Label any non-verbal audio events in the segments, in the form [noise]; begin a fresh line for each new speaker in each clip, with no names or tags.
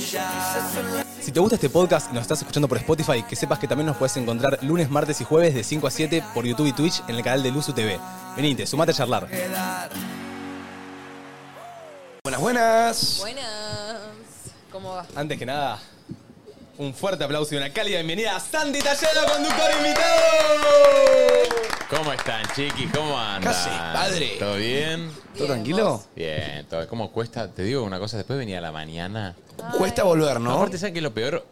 Si te gusta este podcast y nos estás escuchando por Spotify, que sepas que también nos puedes encontrar lunes, martes y jueves de 5 a 7 por YouTube y Twitch en el canal de Luzu TV. Venite, sumate a charlar. Buenas, buenas.
Buenas. ¿Cómo va?
Antes que nada, un fuerte aplauso y una cálida bienvenida a Santi Tallero, conductor e invitado.
¿Cómo están, chiquis? ¿Cómo andan?
Casi, padre.
¿Todo bien?
¿Todo tranquilo?
Bien, todo. ¿Cómo cuesta? Te digo una cosa, después venía a la mañana.
Cuesta volver, ¿no?
Aparte, ¿saben qué es lo peor?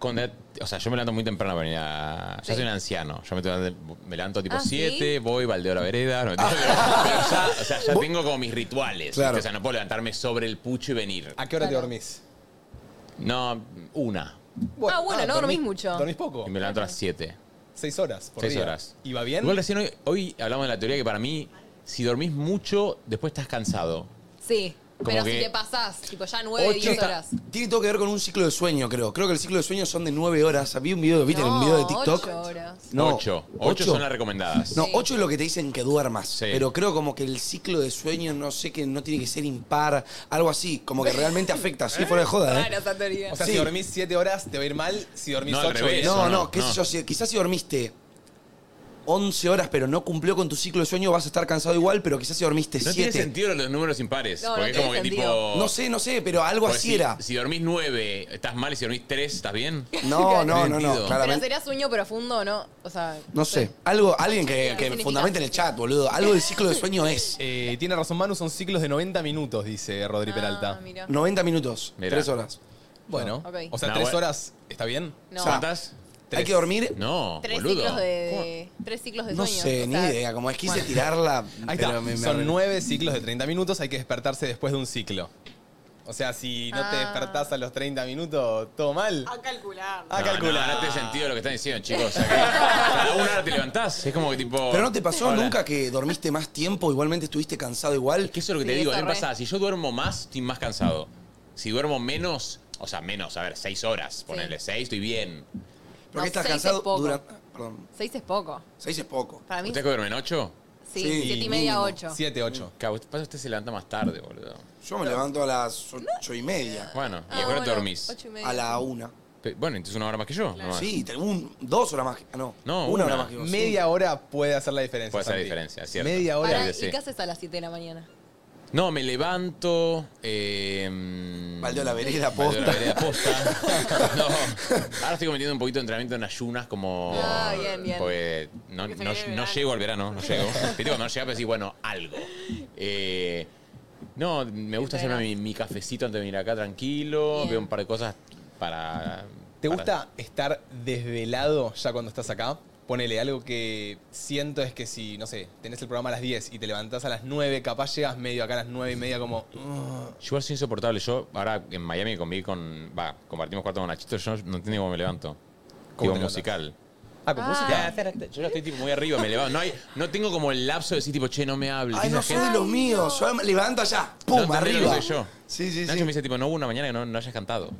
Cuando- o sea, yo me levanto muy temprano para venir a... Ya soy un anciano. Yo me, levanto- me levanto tipo
Ah, ¿sí?
7, voy, baldeo la
[laughs]
vereda. No, mentira, pero, pero ya, o sea, ya tengo como mis rituales.
Claro. Ah.
¿viste? O sea, no puedo levantarme sobre el pucho y venir.
¿A qué hora te dormís?
No, una.
Ah, bueno, no dormís mucho.
¿Dormís poco?
Y me levanto a las 7.
Seis horas por
Seis
día.
horas.
¿Y va bien?
Igual recién hoy, hoy hablamos de la teoría que para mí, si dormís mucho, después estás cansado.
Sí.
Como
Pero
que-
si te pasás, tipo ya nueve, diez horas.
Tiene todo que ver con un ciclo de sueño, creo. Creo que el ciclo de sueño son de 9 horas. Había un video, ¿viste? un video de
No,
TikTok. ¿Eh?
ocho horas.
No,
Ocho. Ocho,
¿ocho?
son las recomendadas.
No,
Sí.
8 es lo que te dicen que duermas.
Sí.
Pero creo como que el ciclo de sueño, no sé, que no tiene que ser impar. Algo así, como que realmente afecta. Sí, fuera de joda,
Claro,
¿eh?
esa teoría.
O sea,
Sí.
si dormís 7 horas te va a ir mal, si dormís
No, al
8
revés.
No,
Eso
no,
no,
qué
no.
sé yo. si- quizás si dormiste 11 horas, pero no cumplió con tu ciclo de sueño, vas a estar cansado igual, pero quizás si dormiste
No tiene
7.
sentido los números impares.
No, no
porque es
tiene
como que
sentido.
tipo.
no sé, no sé, pero algo
porque
así
si,
era.
Si dormís nueve, estás mal. Y si dormís tres, estás bien.
No, no, no,
sentido.
no,
Pero
claramente.
sería sueño profundo o no. O sea. pues,
No sé. Algo, alguien que,
Significa-
que
significa-
fundamente en el chat, boludo. Algo
[laughs]
del ciclo de sueño es.
Eh, tiene razón Manu, son ciclos de 90 minutos, dice Rodri
Ah,
Peralta.
mira.
90 minutos,
Mirá.
3 horas.
Bueno,
Ok.
o sea,
No,
3
bueno.
horas, ¿está bien?
No.
¿Cuántas?
Hay que dormir.
No,
Tres
boludo.
ciclos de, de- Tres ciclos de
No
sueño.
sé,
o
ni
sea,
idea. Como es quise
bueno.
tirarla.
Ahí está.
pero me- me
son
arruiné.
9 ciclos de 30 minutos, hay que despertarse después de un ciclo. O sea, si no te
Ah.
despertás a los 30 minutos, todo mal.
A calcular.
A
Ah,
No,
calcular.
No, no tiene sentido lo que están diciendo, chicos. O sea, que cada una hora te levantás. Es como que tipo.
Pero no te pasó
Hola.
nunca que dormiste más tiempo, igualmente estuviste cansado igual.
Es que eso es lo que te
Sí,
digo.
eso
A mí me
re.
pasa, si yo duermo más, estoy más cansado. Si duermo menos, o sea, menos, a ver, seis horas, ponele seis, estoy bien.
Porque
No,
estás
seis es
cansado
poco.
durante. Perdón,
Seis es poco.
6 es poco.
Para mí,
¿Ustedes que duermen ocho?
sí,
Sí,
siete y media,
mínimo.
ocho.
7, 8.
Cabo, usted- pasa usted se levanta más tarde, boludo.
Yo me levanto a las 8 y media.
Bueno, y
Ah,
ahora
bueno,
te dormís.
Ocho y media.
A la 1.
Pe- Bueno, entonces una hora más que yo. nomás.
Sí, te- un, dos horas más. que- ah, No,
No,
una, hora
una.
más que vos, sí.
Media hora puede hacer la diferencia.
Puede hacer la
Santi.
diferencia, es cierto.
Media hora.
Pará,
Ahora-
¿Y
sí.
qué haces a las siete de la mañana?
No, me levanto. Eh,
Valdeo la vereda,
Valdeo la
posta.
vereda posta. No. Ahora estoy cometiendo un poquito de entrenamiento en ayunas como.
Ah, bien, bien.
Porque no,
Que se
no-
viene el
no
verano.
llego al verano, no llego. Viste, cuando no llegas decís, bueno, algo. Eh, no, me gusta hacerme mi, mi cafecito antes de venir acá tranquilo.
Bien.
Veo un par de cosas para.
¿Te
para-
gusta estar desvelado ya cuando estás acá? Ponele, algo que siento es que si, no sé, tenés el programa a las 10 y te levantás a las 9, capaz llegas medio acá a las 9 y media como... "Mm, "Ugh".
Yo igual soy insoportable. Yo ahora en Miami conviví con. Va, compartimos cuarto con Nachito. Yo no entiendo cómo me levanto.
¿Cómo
Como
te levantas?
musical.
Ah, con
Ah.
música.
Yo ya estoy tipo muy arriba, me levanto. No, hay, no tengo como el lapso de decir tipo, che, no me hables.
Ay,
Esa
no soy de los míos. Yo me levanto allá. Pum,
no entendés
arriba.
Lo que soy yo.
Sí, sí,
Nacho
sí. Ah.
me dice tipo, no hubo una mañana que no, no hayas cantado.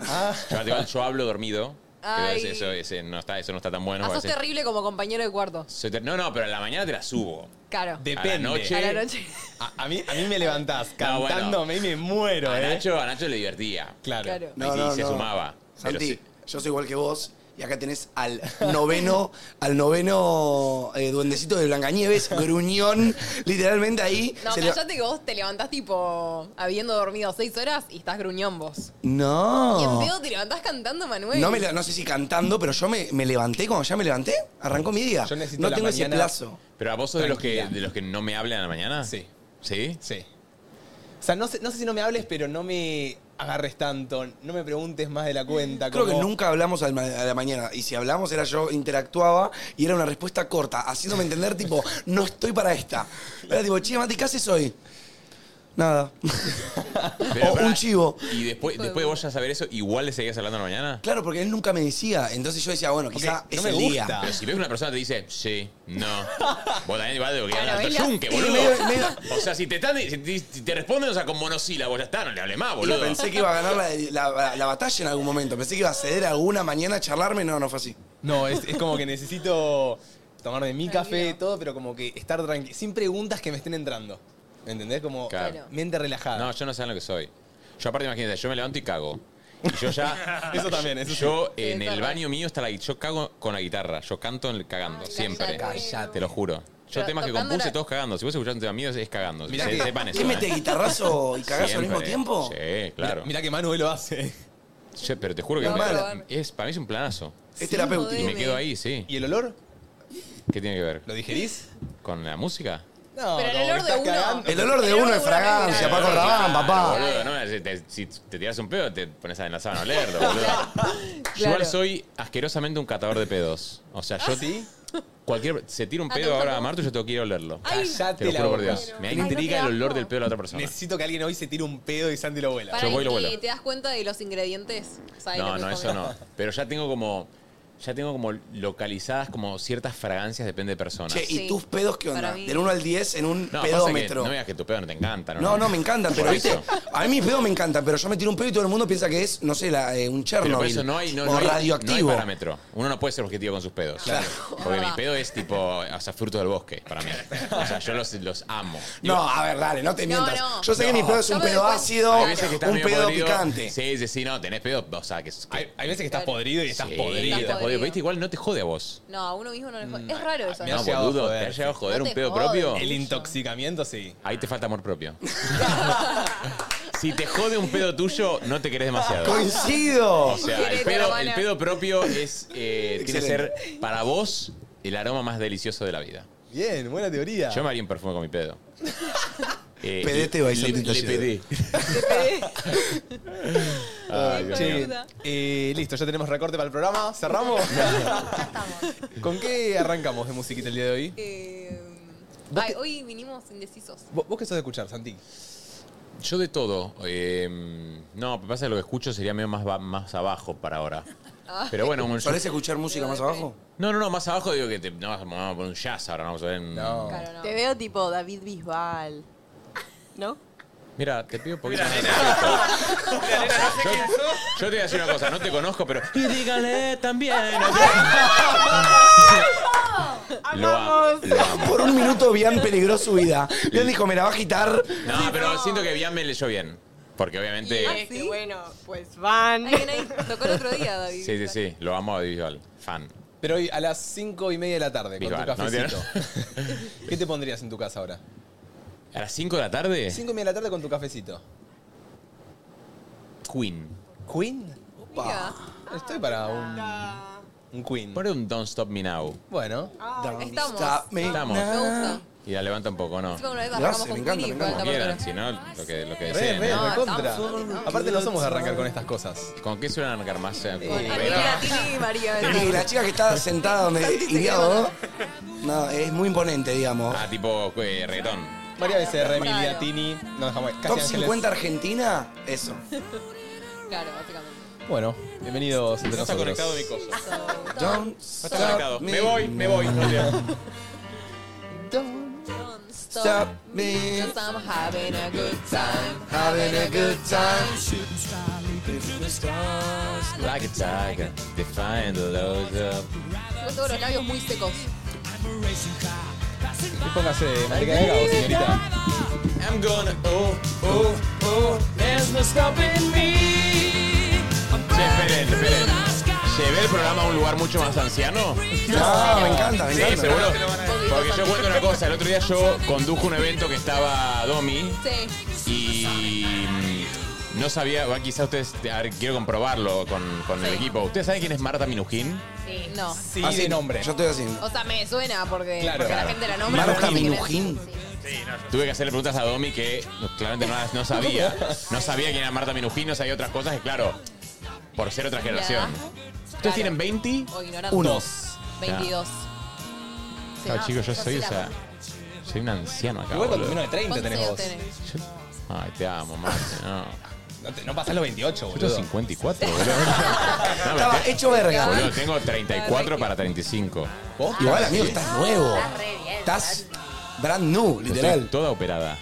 Yo, igual yo hablo dormido. Pero
Ay.
ese- eso, ese no está, eso no está tan bueno.
Ah,
porque
sos
a veces-
terrible como compañero de cuarto.
soy ter- no, no, pero a la mañana te la subo.
Claro.
Depende.
A la noche.
A la
[laughs]
noche.
A, a mí, a mí me levantás
No, bueno.
cantándome y me muero,
A
¿eh?
Nacho, a Nacho le divertía.
Claro.
Claro.
Y sí, se sumaba. Pero
Santi,
sí.
yo soy igual que vos. Y acá tenés al noveno, [laughs] al noveno eh, duendecito
[laughs]
de Blancanieves, gruñón, literalmente ahí.
No,
se le-
callate que vos te levantás tipo habiendo dormido seis horas y estás gruñón vos. Y en
No.
pedo te levantás cantando, Manuel.
Oh. No, me la- no sé si cantando, pero yo me, me levanté cuando ya me levanté. Arrancó mi día.
Yo necesito
no
la
tengo ese
mañana-
plazo.
Pero a vos sos de los, que,
Tranquila.
de los que no me hablan a la mañana.
Sí.
¿Sí?
Sí. O sea, no sé, no sé si no me hables, pero no me agarres tanto, no me preguntes más de la cuenta.
Creo que
como-
nunca hablamos al ma- a la mañana. Y si hablamos, era yo interactuaba y era una respuesta corta, haciéndome entender,
[laughs]
tipo, no estoy para esta. Era tipo, che, Mati, ¿qué haces hoy? Nada.
Pero,
o
pará,
Oh, un chivo.
Y después, después de vos ya saber eso, igual le seguías hablando a la mañana.
Claro, porque él nunca me decía. Entonces yo decía, bueno,
Porque
quizá
no
es
me
el
gusta.
día.
Pero si ves que una persona te dice, sí, no, vos también igual de que
Claro,
hablar
es
alto yunque,
la-
boludo.
medio- medio-
O sea, si te, están, si te, si te responden, o sea, con monosílabos, ya está, no le hables más,
Y
boludo.
pensé que iba a ganar la, la- la batalla en algún momento. Pensé que iba a ceder alguna mañana a charlarme. No, no fue así.
No, es, es como que necesito tomarme mi café, todo, pero como que estar tranquilo. Sin preguntas que me estén entrando. ¿Me entendés? Como
Claro.
mente relajada.
No, yo no sé lo que soy. Yo aparte, imagínate, yo me levanto y cago. Y yo ya.
[laughs] Eso también, eso sí.
Yo
Sí,
en
está
el
raro.
baño mío está la Yo cago con la guitarra. Yo canto en el cagando, siempre.
cállate.
Te lo juro. Yo
Pero
temas que
tocando
compuse,
la-
todos cagando. Si vos escuchás un tema mío, es- es cagando.
Mirá
Se-
que-
sepan eso,
¿qué
¿eh?
metés, guitarrazo
[laughs]
y cagás al mismo
Siempre.
tiempo?
Sí, claro.
Mirá que Manu hoy lo hace.
Che, pero te juro que
No,
me-
mal.
es, para mí es un planazo.
Es terapéutico.
Y me quedo ahí, sí.
¿Y el olor?
¿Qué tiene que ver?
¿Lo digerís?
[laughs]
¿Con la música?
No,
Pero
como
el
que
olor de
estás
uno-
cagando.
El olor de uno es fragancia,
Claro,
Paco Rabán,
claro,
papá.
Eh, boludo, no, si, te, si te tiras un pedo, te pones en la sábana a olerlo,
[laughs]
boludo. Yo
Claro.
igual soy asquerosamente un catador de pedos. O sea, yo. Cualquier. Se tira un
Ah, te
pedo
gusta
ahora a
como-
Marto, yo tengo que ir a olerlo.
Cállate
Te lo
la
juro por
boca.
Dios. Me
Ay, no,
intriga
qué
el olor del pedo de la otra persona.
Necesito que alguien hoy se tire un pedo y Sandy lo vuela.
Para
voy y lo
que
vuelo.
te das cuenta de los ingredientes. ¿sabes lo
No,
que
no, eso
comes?
no. Pero ya tengo como. Ya tengo como localizadas como ciertas fragancias, depende de personas.
Che, ¿y Sí. tus pedos qué onda? Para mí- Del 1 al 10 en un
pasa que
pedómetro.
No veas que tu pedo no te encanta, ¿no?
No, no, me encantan, pero
Por
viste,
eso.
a mí mis pedos me encantan, pero yo me tiro un pedo y todo el mundo piensa que es, no sé, la, eh, un
Pero por
Chernobyl.
eso no hay, no,
o
no hay-
radioactivo.
no hay parámetro. Uno no puede ser objetivo con sus pedos.
Claro.
Porque mi pedo es tipo, o sea, fruto del bosque para mí. O sea, yo los, los amo.
No, a ver, dale, no te mientas. Yo sé que mi pedo es un pedo ácido,
Hay veces que estás
un
medio
pedo
podrido.
picante.
Sí, sí, sí, no, tenés pedo, o sea, que... hay,
veces que estás podrido y estás
podrido.
Estás podrido, viste, igual no te jode a vos.
No, a uno mismo no le
Mm,
jode. Es raro eso.
Me
¿no?
ha
No,
llegado a
boludo,
joder.
¿te ha llegado a joder
No te
un pedo
jode,
propio?
El
intoxicamiento, sí.
Ahí te falta amor propio. [laughs] si te jode un pedo tuyo, no te querés demasiado.
Coincido.
O sea, el
Tiene
pedo,
caravana.
el pedo propio es, eh, tiene que ser para vos el aroma más delicioso de la vida.
Bien, buena teoría.
Yo me haría un perfume con mi [laughs] pedo. Eh,
Pedete
le-
by Santi
le, le
Tallero.
pedí. [laughs]
[laughs]
Ah, Ay, Dios
Che,
mío.
eh, listo, ya tenemos recorte para el programa.
[laughs]
¿Cerramos?
[laughs]
¿Con qué arrancamos de musiquita el día de hoy?
Eh, Ay, hoy vinimos indecisos.
¿Vos, vos qué sos de escuchar, Santi?
Mm. Yo de todo. eh, no, pasa que lo que escucho sería medio más, ba- más abajo para ahora. Pero bueno, un-
¿Parece escuchar música más abajo?
No, no, no, más abajo digo que te, no, vamos a poner un jazz ahora, no vamos a poner un...
Te veo tipo David Bisbal. ¿No?
Mira, te pido un poquito más de [laughs] respeto. yo, yo te voy a decir una cosa, no te conozco, pero... Y dígale también... [laughs] Lo amo, lo amo.
Por un minuto Bian peligró su vida. Bian dijo, me la va a agitar.
No, pero siento que Bian me leyó bien. Porque obviamente...
Es que bueno, pues van.
Tocó el otro día, David.
Sí, sí, sí. Lo amo a Visual. Fan.
Pero hoy a las 5 y media de la tarde,
Bisbal,
con tu
¿no?
cafecito. [laughs] ¿Qué te pondrías en tu casa ahora?
¿A las 5 de la tarde?
5 y media de la tarde con tu cafecito.
Queen.
¿Queen?
Mira.
Estoy para un,
Un Queen. Pone Mm. un Don't Stop Me Now.
Bueno.
Ah,
estamos.
Estamos.
Me
Ah.
gusta.
Y la levanta un poco, ¿no?
Encima una vez arrancamos con Queen y
Como
con
quieran, si no, lo que, lo
Re,
que deseen.
re,
¿no?
re contra. Aparte no somos de arrancar con estas cosas.
¿Con qué suelen arrancar más? Eh,
Con
Ah,
pero-
Tini y María.
Y la chica que está sentada donde iría No, es muy imponente, digamos.
Ah, tipo eh, reggaetón.
María Becerra, Emilia, Tini. No dejamos casi
Top
Ángeles.
50 Argentina, eso.
Claro, básicamente.
Bueno, bienvenidos entre
No está
nosotros.
conectado mi cosa.
Ah,
Don't
No está conectado. Me voy, me voy.
Don't
Stop me.
Cause I'm having a good time.
Having a good time.
Like a tiger, define the loads of...
Yo tengo los labios muy secos.
Y póngase marica de Gabo, señorita.
I'm gonna oh oh oh There's no stopping me Che, esperen, esperen Llevé el programa a un lugar mucho más anciano
No, me encanta, me
Sí,
encanta.
seguro Porque yo cuento una cosa El otro día yo conduje un evento que estaba Domi
Sí.
Y mm, no sabía bueno, Quizá ustedes, a ver, quiero comprobarlo con, con el equipo ¿Ustedes saben quién es Marta Minujín?
Sí. No.
Sí, de nombre.
Yo estoy haciendo.
O sea, me suena porque,
Claro.
porque
Claro.
la gente la nombra. pero
Marta
no sé quién es.
Minujín.
Tuve que hacerle preguntas a Domi que no, claramente no, no sabía. No sabía quién era Marta Minujín, no sabía otras cosas, que claro, por ser otra generación. ¿Ustedes tienen 20?
O ignorantes.
Unos.
22.
Claro,
Sí,
Ah, chicos, yo
yo
soy,
sí
o
la
sea, soy un anciano acá.
Igual cuando
boludo.
menos de 30 tenés vos.
¿Cuántos años
Ay, te amo, Marte, no.
No, te- no pasás los 28,
Yo tengo
boludo.
54, boludo. No,
Estaba
mentira.
hecho verga.
Boludo, tengo 34 para 35.
¿Vos? Ah,
Igual, amigo, estás nuevo. Estás brand new,
Literal.
literal.
Toda operada.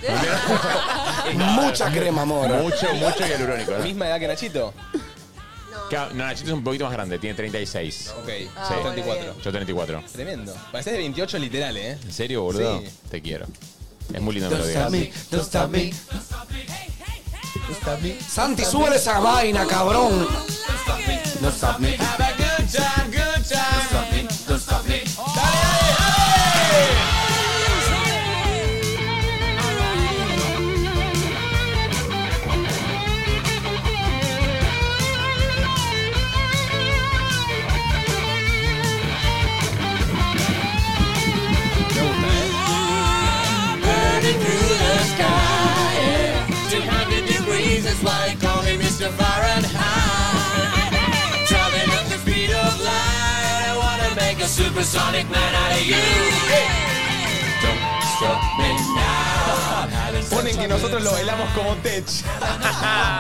Mucha crema, amor.
Mucho, mucho hialurónico. ¿no?
Misma edad que Nachito.
Claro, No, Nachito es un poquito más grande, tiene 36.
Ok,
Sí.
yo 34.
Yo 34.
Tremendo. Parecés de 28 literal, ¿eh?
¿En serio, boludo?
Sí.
Te quiero. Es muy lindo que me lo
Don't
digas.
stop me, don't stop me. Santi, súbele esa vaina, cabrón. No stop me.
Have a good time, good time.
Don't stop me.
Ponen que nosotros lo bailamos como tech.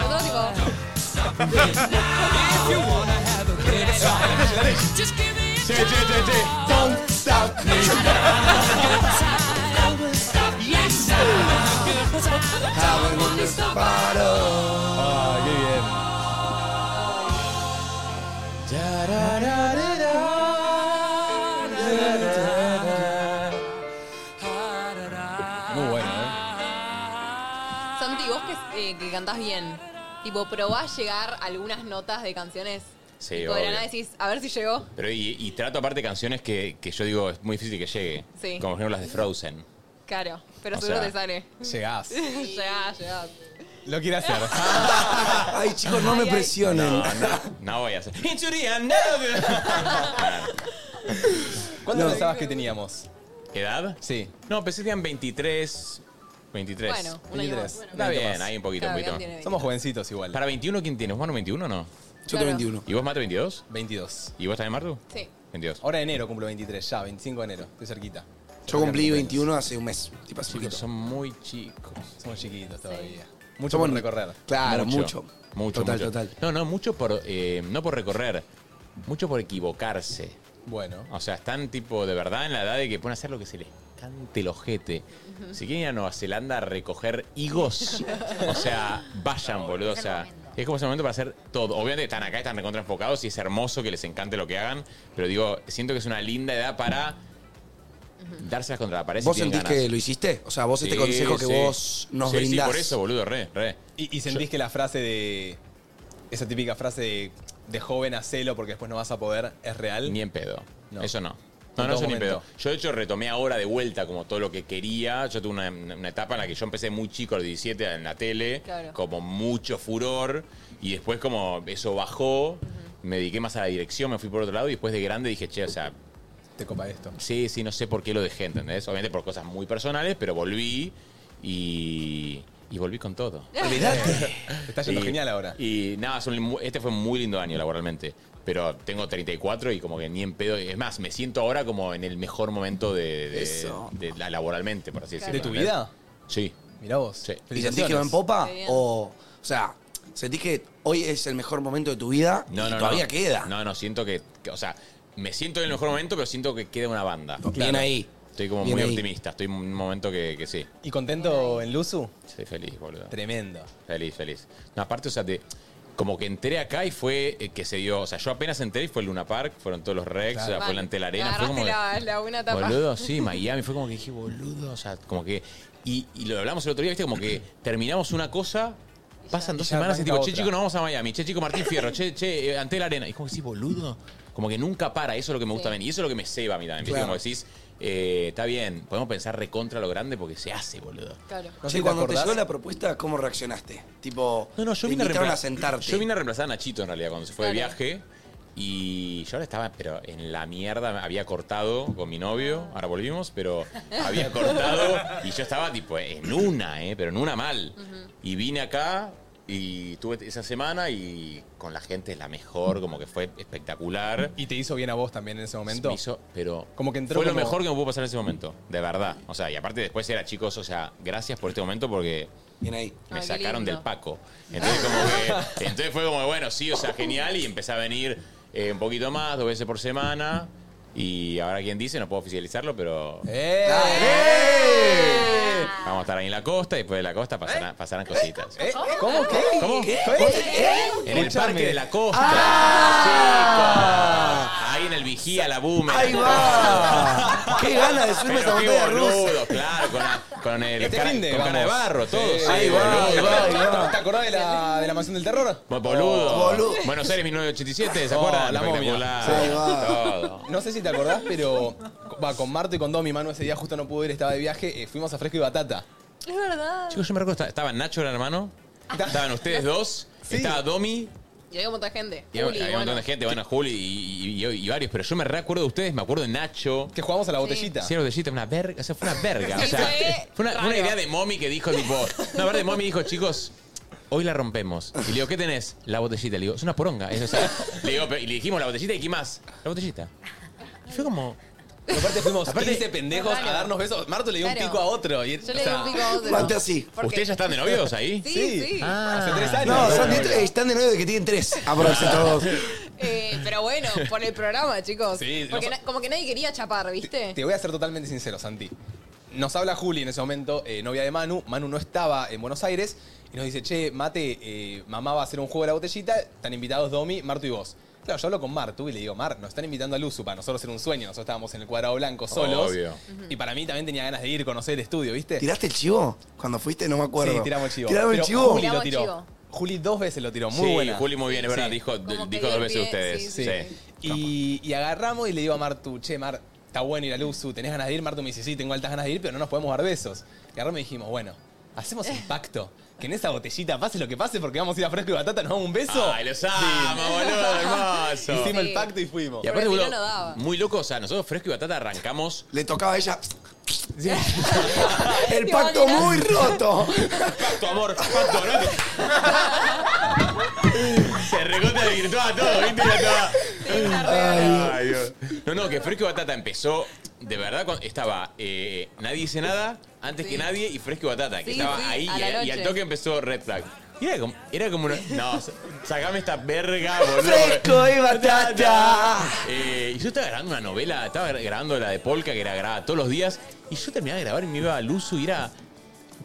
Todo tipo,
Che, che, che, che.
Ah, qué bien. Muy bueno, ¿eh?
Ah.
Santi, vos que, eh, que cantás bien, tipo, probás llegar a algunas notas de canciones.
Sí,
Tipo, de la
obvio.
nada decís, a ver si llegó.
Pero y, y trato aparte canciones que, que yo digo es muy difícil que llegue.
Sí.
Como por ejemplo las de Frozen.
Claro, pero
O
seguro
sea-
te sale.
Llegás.
[laughs] llegás, llegás.
Lo quiere [laughs] hacer.
Ay, chicos, no me presionen.
No, no, no voy a hacer. Into the unknown.
¿Cuánto pensabas que teníamos?
¿Edad?
Sí.
No, pensé que eran 23. 23.
Bueno, un
23.
año más. Bueno,
Está
Bueno,
bien,
más.
hay un poquito,
Claro,
un poquito.
Bian tiene
Somos jovencitos igual.
Para 21, ¿quién tienes? ¿Mano 21 o no?
Yo
Claro.
tengo 21.
¿Y vos, Mate, 22?
22.
¿Y vos también, Martu?
20. Sí.
22.
Oh,
Ahora en enero cumplo 23, ya, 25 de enero. Estoy cerquita.
Yo cumplí 21 hace un mes. Tipo hace
Chicos,
poquito.
son muy chicos.
Somos chiquitos todavía. Mucho por recorrer.
Claro, mucho.
Mucho,
Total,
mucho.
total.
No, no, mucho por. eh, no por recorrer, mucho por equivocarse.
Bueno.
Ah.
O sea, están tipo de verdad en la edad de que pueden hacer lo que se les cante el ojete. Si quieren ir a Nueva Zelanda a recoger [laughs] higos, o sea, vayan, boludo. O sea, es como ese momento para hacer todo. Obviamente están acá, están recontra enfocados y es hermoso que les encante lo que hagan, pero digo, siento que es una linda edad para dárselas contra la pared. si
¿Vos
tienen
sentís
ganas.
que lo hiciste? O sea, vos este
Sí,
consejo que
sí.
vos nos
Sí, sí,
brindás.
por eso, boludo, re, re.
¿Y, y sentís que la frase de. Esa típica frase de, de joven a celo porque después no vas a poder es real?
Ni en pedo.
No.
Eso no.
En
No, no,
todo
eso ni en pedo.
momento.
Yo, de hecho, retomé ahora de vuelta como todo lo que quería. Yo tuve una, una etapa en la que yo empecé muy chico, a los 17, en la tele,
Claro.
como mucho furor. Y después como eso bajó, me dediqué más a la dirección, me fui por otro lado. Y después de grande dije, che, o sea,
Te copa esto.
sí, sí, no sé por qué lo dejé, ¿entendés? Obviamente por cosas muy personales, pero volví y, y volví con todo.
Te [laughs] está yendo
Y-
genial ahora.
Y nada, es un mu- este fue un muy lindo año laboralmente. Pero tengo 34 y como que ni en pedo. Es más, me siento ahora como en el mejor momento de, de-
Eso.
de la laboralmente, por así
Claro.
decirlo.
¿De tu
¿entendés?
vida?
Sí.
Mirá vos.
Sí.
¿Y sentís que va en
Felicitaciones.
popa?
Qué bien.
O, o sea, ¿sentís que hoy es el mejor momento de tu vida y todavía queda?
No, no, siento que, que- O sea, me siento en el mejor momento, pero siento que queda una banda.
Bien ahí.
Estoy como
Bien
muy
ahí.
optimista. Estoy en un momento que, que sí.
¿Y contento en Luzu?
Estoy feliz, boludo.
Tremendo.
Feliz, feliz. No, aparte, o sea, de- como que entré acá y fue eh, que se dio. O sea, yo apenas entré y fue el Luna Park, fueron todos los Rex, o sea, fue la Antel Arena. Fue como
Agarraste
que-
la, la buena tapa.
Boludo, sí, Miami. Fue como que dije, boludo, o sea, como que. Y, y lo hablamos el otro día, viste, como que terminamos una cosa, pasan dos
Y ya
semanas y
arranca
digo, che,
otra.
chico, nos vamos a Miami. Che, chico, Martín Fierro. Che, che, eh, ante la arena. Y es como que sí, boludo. Como que nunca para. Eso es lo que me gusta también. Y eso es lo que me ceba a mí también. ¿viste?
Claro.
Como decís, eh, está bien, podemos pensar recontra lo grande porque se hace, boludo.
Claro.
No sé si
Che,
te
cuando te
acordás.
llegó la propuesta, ¿cómo reaccionaste? Tipo,
No, no, yo
te
vine a
invitaron a,
reemplazar.
sentarte.
Yo vine a reemplazar a Nachito en realidad cuando se fue de
Claro.
viaje. Y yo ahora estaba, pero en la mierda, había cortado con mi novio, ahora volvimos, pero
[laughs]
había cortado y yo estaba tipo en una, eh, pero en una mal. Y vine acá y tuve esa semana y con la gente es la mejor, como que fue espectacular.
¿Y te hizo bien a vos también en ese momento?
Me hizo, pero
Como que entró
fue
como-
lo mejor que me pudo pasar en ese momento, de verdad. O sea, y aparte después era chicos, o sea, gracias por este momento porque
Bien ahí.
Ay,
me
qué
sacaron
lindo.
del Paco. Entonces, como
[laughs]
que, entonces fue como, bueno, sí, o sea, genial. Y empecé a venir eh, un poquito más, dos veces por semana. Y ahora quien dice, no puedo oficializarlo, pero
¡Eh!
vamos a estar ahí en la costa. Y después de la costa pasarán, pasarán cositas.
¿Eh? ¿Cómo? ¿Qué?
¿Cómo? En el
Escuchame.
parque de la costa. chicos. Ahí en el vigía, la boomer. [laughs]
¡Ahí Ah. va! [laughs] ¡Qué ganas de subirme a
Pero
esa
qué
montaña rusa!
boludo, claro, con la, Con el
Este
cara-
fin de,
con cara de
vamos.
barro, todo.
Sí.
sí,
Ahí va,
boludo.
ahí va, ahí va.
¿Te acordás de la, de la mansión del terror?
Bu- Boludo.
Boludo.
Buenos Aires 1987, ¿se
Oh,
acuerdan?
la momia.
Espectacular.
Sí, ahí va.
Todo.
No sé si te acordás, pero va, con Marto y con Domi, Manu ese día justo no pudo ir, estaba de viaje, eh, fuimos a Fresco y Batata.
Es verdad.
Chicos, yo me recuerdo, esta- estaba Nacho, el hermano.
Ah.
Estaban ustedes dos.
Sí.
Estaba Domi.
Y había un montón de gente.
Y había-
Juli,
había un montón
bueno.
de gente, bueno, Juli y, y- y- y varios. Pero yo me recuerdo de ustedes, me acuerdo de Nacho.
Que jugamos a la botellita.
Cierro de Gita, una verga. O sea, fue una verga.
Sí,
o sea,
fue
fue una, fue una
raro.
idea de Momi que dijo, tipo. No, a ver, de Momi dijo, chicos. Hoy la rompemos. Y le digo, ¿qué tenés? La botellita. Le digo, es una poronga. Es, o sea, le digo, pero- y le dijimos la botellita y ¿qué más? La botellita. Y fue como.
Pero aparte fuimos
Aparte-
15 pendejos a darnos besos. Marto le dio un
Claro.
pico a otro. Y,
Yo
o
le di
sea,
un pico a otro.
Mate así.
Porque-
¿Ustedes ya Ah. están de novios ahí?
Sí,
Sí.
sí.
Hace tres años.
No, son
Bueno,
de- eh, están de nuevo de que
[laughs]
tienen tres.
Ah,
Aprox todos.
Eh, pero bueno, por el programa, chicos.
Sí,
Porque
nos-
na- como que nadie quería chapar, ¿viste?
Te voy a ser totalmente sincero, Santi. Nos habla Juli en ese momento, eh, novia de Manu. Manu no estaba en Buenos Aires y nos dice, che, mate, eh, mamá va a hacer un juego de la botellita. Están invitados Domi, Martu y vos. Claro, yo hablo con Martu y le digo, Mar, nos están invitando a Luzu para nosotros era un sueño. Nosotros estábamos en el cuadrado blanco solos.
Obvio.
Y para mí también tenía ganas de ir, conocer el estudio, ¿viste?
¿Tiraste el chivo? Cuando fuiste, no me acuerdo.
Sí, tiramos el chivo.
¿Tiraron el
Pero
chivo?
Juli lo
Tiramos
tiró.
chivo.
Juli dos veces lo tiró, muy
sí,
buena.
Juli muy bien, es verdad.
Sí.
Dijo,
Como que
dijo
dio
dos
el
veces
pie,
ustedes.
sí,
Sí.
Sí. Y, y agarramos y le digo a Martu, che, Mar, está bueno ir a Luzu, ¿tenés ganas de ir? Martu me dice, sí, tengo altas ganas de ir, pero no nos podemos dar besos. Y agarramos y dijimos, bueno, hacemos
[laughs]
un pacto. Que en esa botellita pase lo que pase porque vamos a ir a Fresco y Batata, nos damos un beso.
Ay, los amo, boludo, hermoso.
Hicimos el
Sí.
pacto y fuimos.
Y aparte,
Porque si no,
boludo,
no daba.
muy loco, o sea, nosotros Fresco y Batata arrancamos
Le tocaba a ella.
Sí.
[laughs] El pacto
imaginas?
muy roto.
Pacto, amor, pacto,
[laughs]
¿no? Se recontra virtuó a todo, ¿viste? Ya estaba- Ay, Dios. No, no, que Fresco y Batata empezó, de verdad, cuando estaba eh, Nadie dice nada, antes
Sí.
que nadie, y Fresco y Batata, que
Sí,
estaba
sí,
ahí,
a
y,
la
a- y
noche.
al toque empezó Red Flag. Y era como, era como una... No, sa- sacame esta verga, boludo.
Fresco y batata.
Eh, y yo estaba grabando una novela, estaba gra- grabando la de Polka, que la grababa todos los días, y yo terminaba de grabar y me iba a Luzu y era.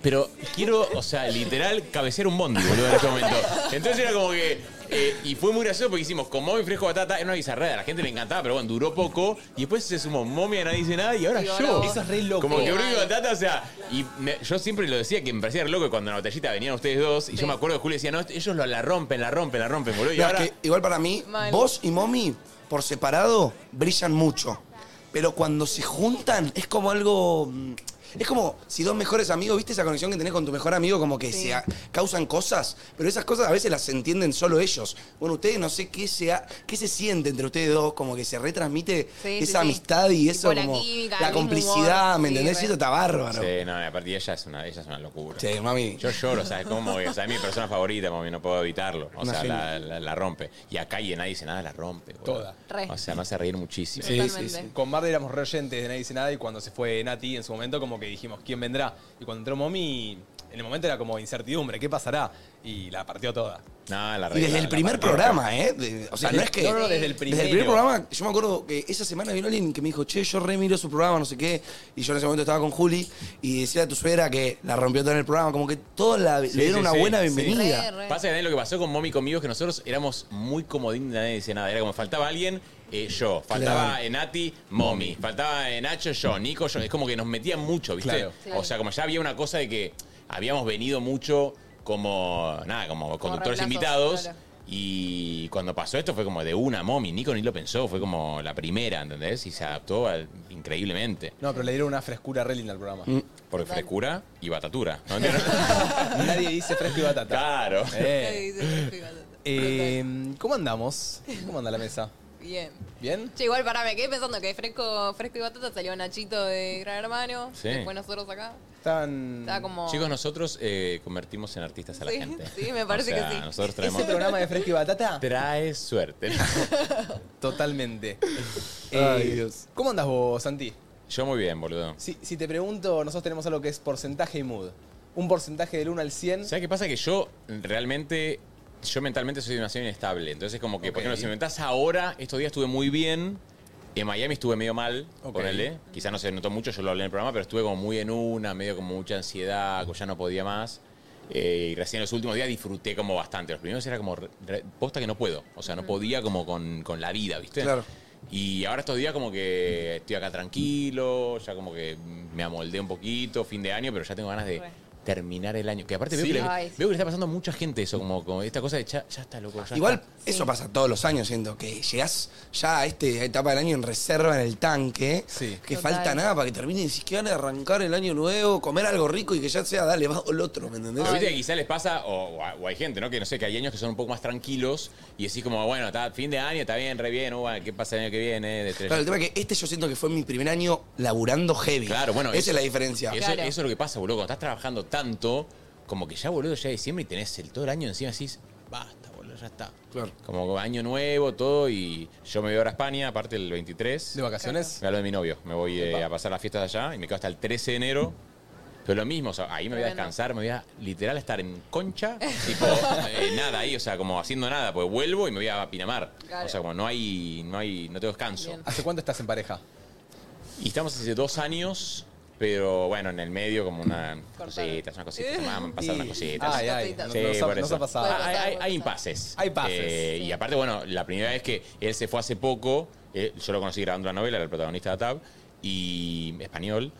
Pero quiero, o sea, literal, cabecear un bondi, boludo, en este momento. Entonces era como que. eh, y fue muy gracioso porque hicimos con Momi Fresco Batata en una bizarrada. A la gente le encantaba, pero bueno, duró poco. Y después se sumó Momi, nadie dice nada, y ahora
Y
yo.
ahora vos.
Eso es re loco.
Como que
Sí.
Bruno y Batata, o sea, y me- yo siempre lo decía que me parecía re loco que cuando en la botellita venían ustedes dos, y
Sí.
yo me acuerdo que Julio decía, no, ellos lo- la rompen, la rompen, la rompen, boludo. Y
No, es
ahora.
que igual para mí,
Mal.
vos y mommy, por separado, brillan mucho. Pero cuando se juntan, es como algo. mm, Es como si dos mejores amigos, viste esa conexión que tenés con tu mejor amigo, como que se a- causan cosas, pero esas cosas a veces las entienden solo ellos. Bueno, ustedes no sé qué se, ha- qué se siente entre ustedes dos, como que se retransmite
Sí, sí,
esa
sí.
amistad y
Tipo
eso,
la
como
química,
la
el mismo
complicidad,
humor.
¿me
Sí,
entendés?
re.
Y eso está bárbaro. Sí,
Sí, no, y aparte ella es una, ella es una locura.
mami.
Yo lloro, ¿sabes cómo? O sea, es mi persona favorita, mami, no puedo evitarlo. O sea,
Imagino.
la, la- la rompe. Y acá y en nadie dice nada, la rompe. boludo.
Toda.
Re.
O sea, me hace reír muchísimo.
Sí,
Totalmente.
sí, sí.
Con Mar éramos re oyentes de Nadie Dice Nada y cuando se fue Nati en su momento como que dijimos, ¿quién vendrá? Y cuando entró Momi, en el momento era como incertidumbre, ¿qué pasará? Y la partió toda.
No, la
Y desde
regla,
el
la
primer
partió.
programa, ¿eh? De- o sea,
Desde-
no es que.
no, no, desde el
Desde el
primero.
primer programa, yo me acuerdo que esa semana vino alguien que me dijo, che, yo re miro su programa, no sé qué. Y yo en ese momento estaba con Juli y decía a tu suegra que la rompió todo en el programa, como que todos la- le dieron
sí,
una
sí,
buena
sí.
bienvenida.
Re, re.
Pasa que también lo que pasó con Momi y conmigo es que nosotros éramos muy comodín, nadie dice nada. Era como faltaba alguien, eh, yo. Faltaba
Claro.
eh, Nati, Momi. Faltaba eh, Nacho, yo. Nico, yo. Es como que nos metían mucho, ¿viste?
Claro.
Claro.
O sea, como ya había una cosa de que habíamos venido mucho como, nada, como conductores
reemplazos,
invitados.
claro.
Y cuando pasó esto fue como de una, Momi. Nico ni lo pensó, fue como la primera, ¿entendés? Y se adaptó al- increíblemente.
No, pero le dieron una frescura re linda al programa.
Porque frescura y batatura.
[laughs]
¿no? [laughs]
Nadie dice fresco y batata.
claro.
Eh.
Sí, sí, sí, sí.
Eh, ¿Cómo andamos? ¿Cómo anda la mesa?
Bien.
¿Bien?
Che, igual pará, me quedé pensando que fresco, fresco y batata salió Nachito de Gran Hermano.
Sí.
Después nosotros acá.
Están...
Estaba como.
Chicos, nosotros eh, convertimos en artistas a la
Sí,
gente.
sí, me parece
O sea,
que sí.
Nosotros
¿Ese
traemos.
este programa de Fresco y Batata?
Trae suerte. [laughs]
Totalmente.
Ay, Dios.
Eh, ¿Cómo andas vos, Santi?
Yo muy bien, boludo.
Si, si te pregunto, nosotros tenemos algo que es porcentaje y mood. Un porcentaje del 1 al 100.
¿Sabes qué pasa? Que yo realmente. Yo mentalmente soy demasiado inestable. Entonces, como que, por
Ok.
ejemplo, si me inventás ahora, estos días estuve muy bien. En Miami estuve medio mal,
Ok.
ponele. Quizás no se notó mucho, yo lo hablé en el programa, pero estuve como muy en una, medio como mucha ansiedad, como ya no podía más. Eh, y recién los últimos días disfruté como bastante. Los primeros era como re- re- posta que no puedo. O sea, no podía como con, con la vida, ¿viste?
Claro.
Y ahora estos días como que estoy acá tranquilo, ya como que me amoldé un poquito, fin de año, pero ya tengo ganas de terminar el año. Que aparte veo,
Sí.
que, le,
Ay, sí.
veo que le está pasando a mucha gente eso, como, como esta cosa de ya, ya está loco. ya
Igual
está.
eso pasa todos los años, siento que llegás ya a esta etapa del año en reserva en el tanque,
Sí.
que
Total.
falta nada para que termine y decís que van a arrancar el año nuevo, comer algo rico y que ya sea, dale, bajo el otro, ¿me entendés?
Pero viste que quizás les pasa, o, o a- o hay gente, ¿no? Que no sé, que hay años que son un poco más tranquilos y así como, bueno, está fin de año, está bien, re bien, uh, bueno, ¿qué pasa el año que viene? De tres-
Claro, el tema es que este yo siento que fue mi primer año laburando heavy.
Claro, bueno,
Esa
eso-
es la diferencia.
Eso,
Claro.
eso es lo que pasa, boludo. Cuando estás trabajando tanto, como que ya, boludo, ya diciembre y tenés el todo el año encima, decís, basta, boludo, ya está.
Claro.
Como año nuevo, todo, y yo me voy ahora a España, aparte el 23.
¿De vacaciones?
Me hablo de mi novio. Me voy eh, a pasar las fiestas de allá y me quedo hasta el 13 de enero. Pero lo mismo, o sea, ahí me voy a
Tremendo.
descansar, me voy a literal a estar en
[laughs]
concha, tipo, eh, nada ahí, o sea, como haciendo nada, pues vuelvo y me voy a Pinamar.
Claro.
O sea, como no hay, no hay, no tengo descanso.
Bien.
¿Hace cuánto estás en pareja?
Y estamos hace dos años, pero bueno, en el medio como una
Cortaron.
cosita,
[laughs]
unas cositas, vamos a pasar unas cositas.
Ay, ay,
cositas.
nos,
Sí,
nos
por
ha, nos
eso.
ha pasado.
Puede
Ah, Hay,
pasar, puede
hay- hay
pasar.
impases.
Hay pases,
Eh,
sí.
Y aparte, bueno, la primera vez que él se fue hace poco, eh, yo lo conocí grabando una novela, era el protagonista de Tab, y español.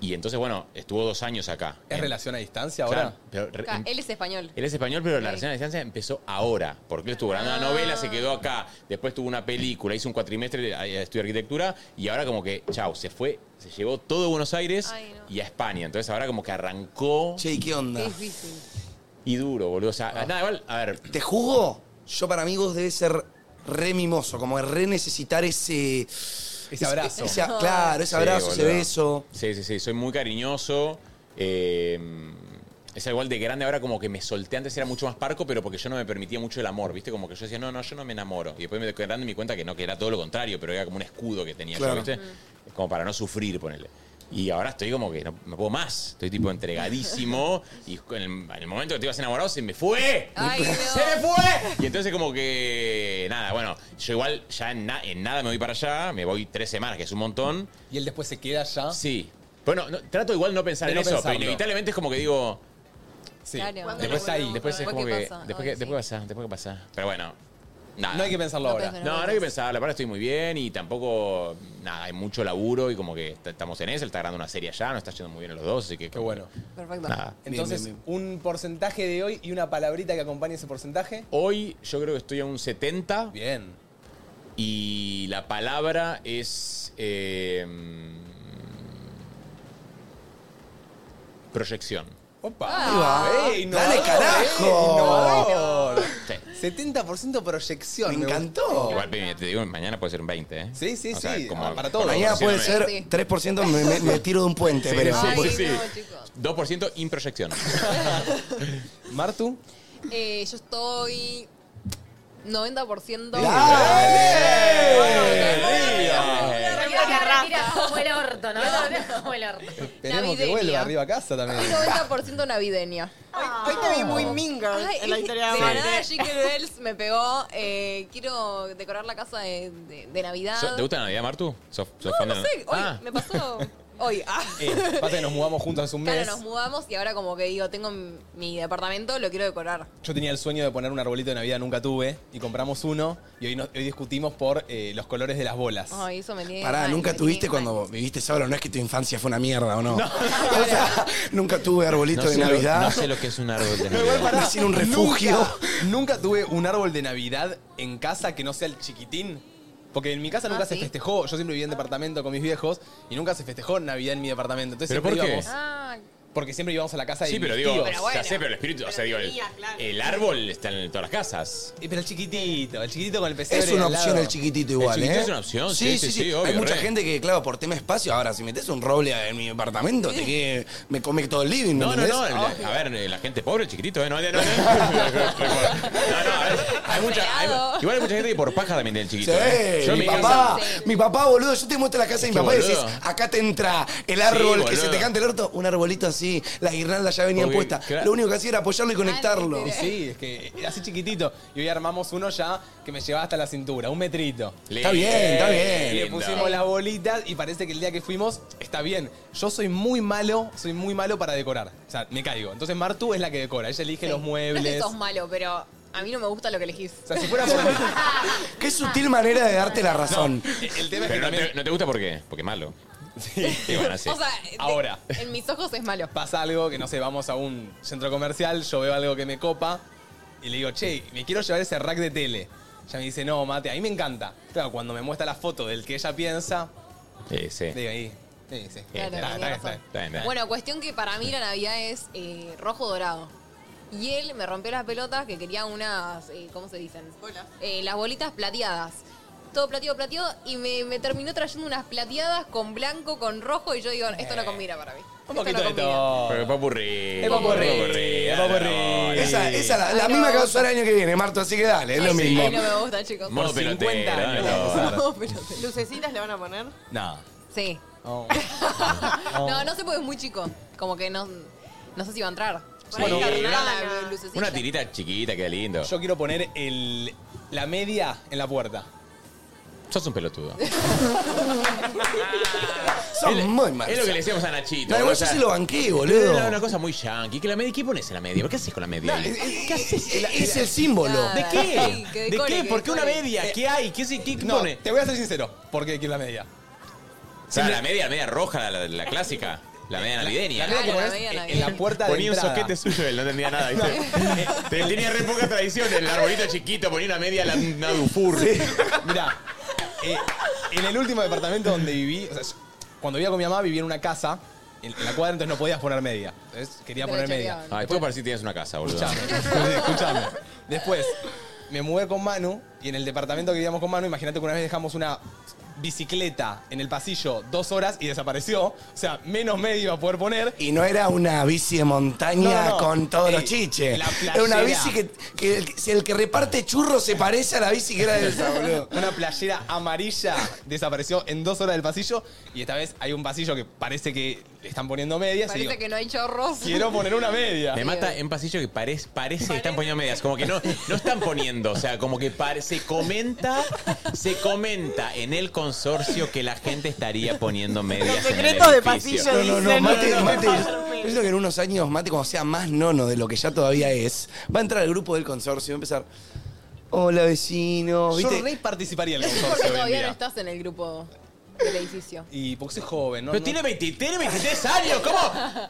Y entonces, bueno, estuvo dos años acá.
¿Es
En-
relación a distancia
Claro,
ahora?
pero re-
Acá,
en-
él es español.
él es español, pero
Ok.
la relación a distancia empezó ahora, porque él estuvo grabando
Ah.
una novela, se quedó acá, después tuvo una película, hizo un cuatrimestre, eh, estudió arquitectura, y ahora como que, chau, se fue, se llevó todo Buenos Aires
Ay, no.
y a España. Entonces ahora como que arrancó
Che, ¿y ¿qué onda?
Qué difícil.
y duro, boludo. O sea,
Ah.
nada, igual, a ver,
¿Te juzgo? Yo para amigos debe ser re mimoso, como de re necesitar ese...
Ese abrazo.
ese- claro,
Sí,
ese abrazo, ese
boludo.
beso.
Sí, sí, sí, soy muy cariñoso. eh, es igual de grande, ahora como que me solté. Antes era mucho más parco, pero porque yo no me permitía mucho el amor, ¿viste? Como que yo decía, no, no, yo no me enamoro. Y después me quedé grande y me di cuenta que no, que era todo lo contrario, pero era como un escudo que tenía
Claro.
yo, ¿viste? Como para no sufrir, ponele. Y ahora estoy como que no me puedo más. Estoy tipo entregadísimo. y en el, en el momento que te ibas enamorado se me fue. [laughs]
Ay, Dios.
¡Se me fue! Y entonces como que, nada, bueno, yo igual ya en, na- en nada me voy para allá. Me voy tres semanas, que es un montón.
Y él después se queda ya.
Sí. Bueno, no- trato igual no pensar
De
en
no
eso,
pensarlo.
pero inevitablemente es como que digo.
Sí.
Claro. ¿Cuándo
Después
lo
ahí.
volvemos?
Después es
Después
como
qué
que.
pasa.
Después
Ay,
que,
sí.
después que pasa, después que pasa. Pero bueno, nada.
No hay que pensarlo
No
ahora.
pensarlo.
No, no hay que pensar, la verdad estoy muy bien y tampoco, nada, hay mucho laburo y como que est- estamos en eso, él está grabando una serie allá, no está yendo muy bien a los dos, así que...
Qué bueno.
Perfecto.
Nada.
Entonces,
bien,
un porcentaje de hoy y una palabrita que acompañe ese porcentaje.
Hoy yo creo que estoy a un 70
Bien.
y la palabra es... eh, proyección.
Opa.
Ah.
Ey,
Dale,
eh,
carajo.
innovador.
Sí.
70% proyección.
Me
gusta.
encantó.
Igual, Peña, te digo, mañana puede ser un 20, ¿eh?
Sí, sí,
O sea,
sí. ah,
como-
para
como
todos.
Mañana puede
Sí,
ser
sí.
3% me, me- me tiro de un puente,
Sí,
pero...
sí,
Ay,
sí,
no,
sí.
chicos.
2% improyección.
Martu.
Eh, yo estoy 90%.
Ah, ¡Dale!
Yo creo que arranca como el orto, ¿no? Como el orto.
Tenemos que
Navideña.
vuelva arriba a casa también.
Soy 90% navideña.
Hoy te vi muy minga en la historia
de
de
nada
Marte.
Jingle Bells me pegó. Eh, quiero decorar la casa de, de- de Navidad.
So- ¿Te gusta la Navidad, Martu? ¿Sos, sos
Ah. No,
fan de
no
la-
sé. Hoy
Ah,
[laughs]
me pasó. Hoy. Ah.
Eh, pasa que nos mudamos juntos hace un
Claro,
mes.
nos mudamos y ahora como que digo, tengo mi- mi departamento, lo quiero decorar.
Yo tenía el sueño de poner un arbolito de Navidad, nunca tuve, y compramos uno, y hoy, no- hoy discutimos por eh, los colores de las bolas.
Ay, eso me tiene
Pará,
mal,
nunca
me
tuviste
tiene
cuando
mal.
viviste solo, no es que tu infancia fue una mierda, ¿o no? [laughs] O sea, nunca tuve arbolito
no
de
sé lo-
Navidad.
no sé lo que es un
[laughs]
árbol de
Pero igual,
Navidad.
pará,
Nací en un refugio.
Nunca, nunca tuve un árbol de Navidad en casa que no sea el chiquitín. Porque en mi casa nunca
Ah,
se
¿sí?
festejó. Yo siempre viví en departamento con mis viejos y nunca se festejó Navidad en mi departamento. Entonces
¿Pero
siempre
por qué?
íbamos-
Ah,
porque siempre íbamos a la casa de
Sí, pero
mis
digo,
tíos.
Pero bueno.
ya sé, pero el espíritu, o sea, digo, el, el árbol está en todas las casas.
Eh, pero el chiquitito, el chiquitito con el pesebre
Es una
al lado.
opción el chiquitito igual,
chiquitito
¿eh?
es una opción, sí, sí, sí,
Hay
obvio,
mucha
re.
gente que, claro, por tema espacio, ahora si metes un roble en mi apartamento, te que me come todo el Ah, living, ¿me
No, no,
entendés?
no. el- a ver, eh, la gente pobre, el chiquitito, ¿eh? No, no, no. No, no, a ver, hay mucha, hay- igual hay mucha gente que por paja también tiene el
Sí,
chiquito. ¿eh? en
mi
casa-
papá,
Sí.
mi papá, boludo, yo te muestro la casa de mi
que,
papá y
boludo.
decís, acá te entra el árbol que se
boludo.
te canta el orto, un arbolito así, las guirnaldas ya venían
Porque,
puestas.
claro.
Lo único que hacía era apoyarlo y conectarlo.
Y Ah, sí, es que era así chiquitito. Y hoy armamos uno ya que me llevaba hasta la cintura, un metrito.
Está bien, está bien.
Y le
Lindo.
pusimos las bolitas y parece que el día que fuimos está bien. Yo soy muy malo, soy muy malo para decorar. O sea, me caigo. Entonces Martu es la que decora. Ella elige los
No es que
muebles.
sos malo, pero A mí no me gusta lo que elegís.
O sea, si fuera por Ah.
Qué sutil manera de darte la razón.
el tema es que
Pero no
también
te, no te gusta porque, porque es malo. Y bueno, así.
O sea, de-
Ahora.
en mis ojos es malo.
[laughs] pasa algo que no sé, vamos a un centro comercial, yo veo algo que me copa y le digo, che, me quiero llevar ese rack de tele. Ella me dice, no, mate, a mí me encanta. Claro, cuando me muestra la foto del que ella piensa,
Sí, sí.
digo ahí. Sí, sí.
Claro,
Está, está,
tenía razón.
está.
Está bien, está bien.
Bueno, cuestión que para mí la Navidad es eh, rojo dorado. Y él me rompió las pelotas que quería unas, eh, ¿cómo se dicen?
Bolas. [laughs]
Eh, las bolitas plateadas. Todo plateado, plateado. Y me, me terminó trayendo unas plateadas con blanco, con rojo. Y yo digo, esto no combina para mí.
Un
Esto
poquito
no
de
combina.
todo.
Pero es papurrí.
Es popurrí, es popurrí.
Esa, esa la, la
Ay,
misma
no.
que vas a usar el año que viene, Marto, así que dale, es lo
Ay,
mismo.
no me gusta, chicos.
Mono
Por 50
pelotero.
años.
¿no?
No, pero-
¿Lucecitas le van a poner?
No.
Sí.
Oh.
No, no sé porque es muy chico. Como que no, no sé si va a entrar.
Sí.
Bueno, eh,
Bueno,
la lucecita.
Una tirita chiquita, queda lindo.
Yo quiero poner el, la media en la puerta.
Sos un pelotudo.
Son muy
Es lo
malos.
que le decíamos a Nachito.
No, igual
o
yo
sea,
sí lo banqué,
Era
boludo.
una, cosa muy yankee. Que la media, ¿Qué pones en la media? ¿Qué haces con la media?
Es- es- Es el símbolo.
Nada.
¿De qué?
Que
¿De
decore,
qué?
que
¿Por qué una
decore.
media? ¿Qué hay? ¿Qué, se- qué
Eh, No,
pone?
te voy a ser sincero. ¿Por qué quiero la media?
O sea, la media, la media roja, la, la clásica. La media
La media
navideña.
que
Claro, la
ponés
media,
en-
la
en la
media.
puerta de
Ponía un
entrada.
soquete suyo, él no entendía nada. ¿viste? Te- Tenía re poca tradición, el arbolito chiquito, ponía una media, la, una dufur.
Mirá, eh, en el último departamento donde viví, o sea, yo- cuando vivía con mi mamá vivía en una casa, en, en la cuadra entonces no podías poner media. Entonces quería
Te
poner
la
media.
choreaban.
Ay, tú parece que tienes una casa, boludo.
Escuchame, escuchame. Después me mudé con Manu y en el departamento que vivíamos con Manu, imagínate que una vez dejamos una bicicleta en el pasillo dos horas y desapareció. O sea, menos media iba a poder poner.
Y no era una bici de montaña
No, no.
con todos
Ey,
los chiches.
la
Era una
playera.
bici que, que el, que- si el que reparte churros se parece a la bici que era de esa,
[laughs]
boludo.
Una playera amarilla desapareció en dos horas del pasillo y esta vez hay un pasillo que parece que le están poniendo medias. y
Parece
digo,
que no hay chorros.
Quiero poner una media.
Me mata en pasillo que parece, parece que están poniendo medias, como que no, no están poniendo, o sea, como que pare- se comenta, se comenta en el consorcio que la gente estaría poniendo medias.
Los
en el
secretos de
edificio.
pasillo.
No, no, no,
Dicen,
mate,
no, no,
mate.
no, no, no.
Yo creo que en unos años, mate, cuando sea más nono de lo que ya todavía es, va a entrar al grupo del consorcio y va a empezar. Hola vecinos,
Yo
¿viste?
re participaría
[laughs]
en el
¿Por qué
consorcio hoy en
todavía no
día.
estás en el grupo del edificio?
Y porque soy joven, ¿no?
Pero
No-
tiene, 20 tiene 23 años, ¿cómo,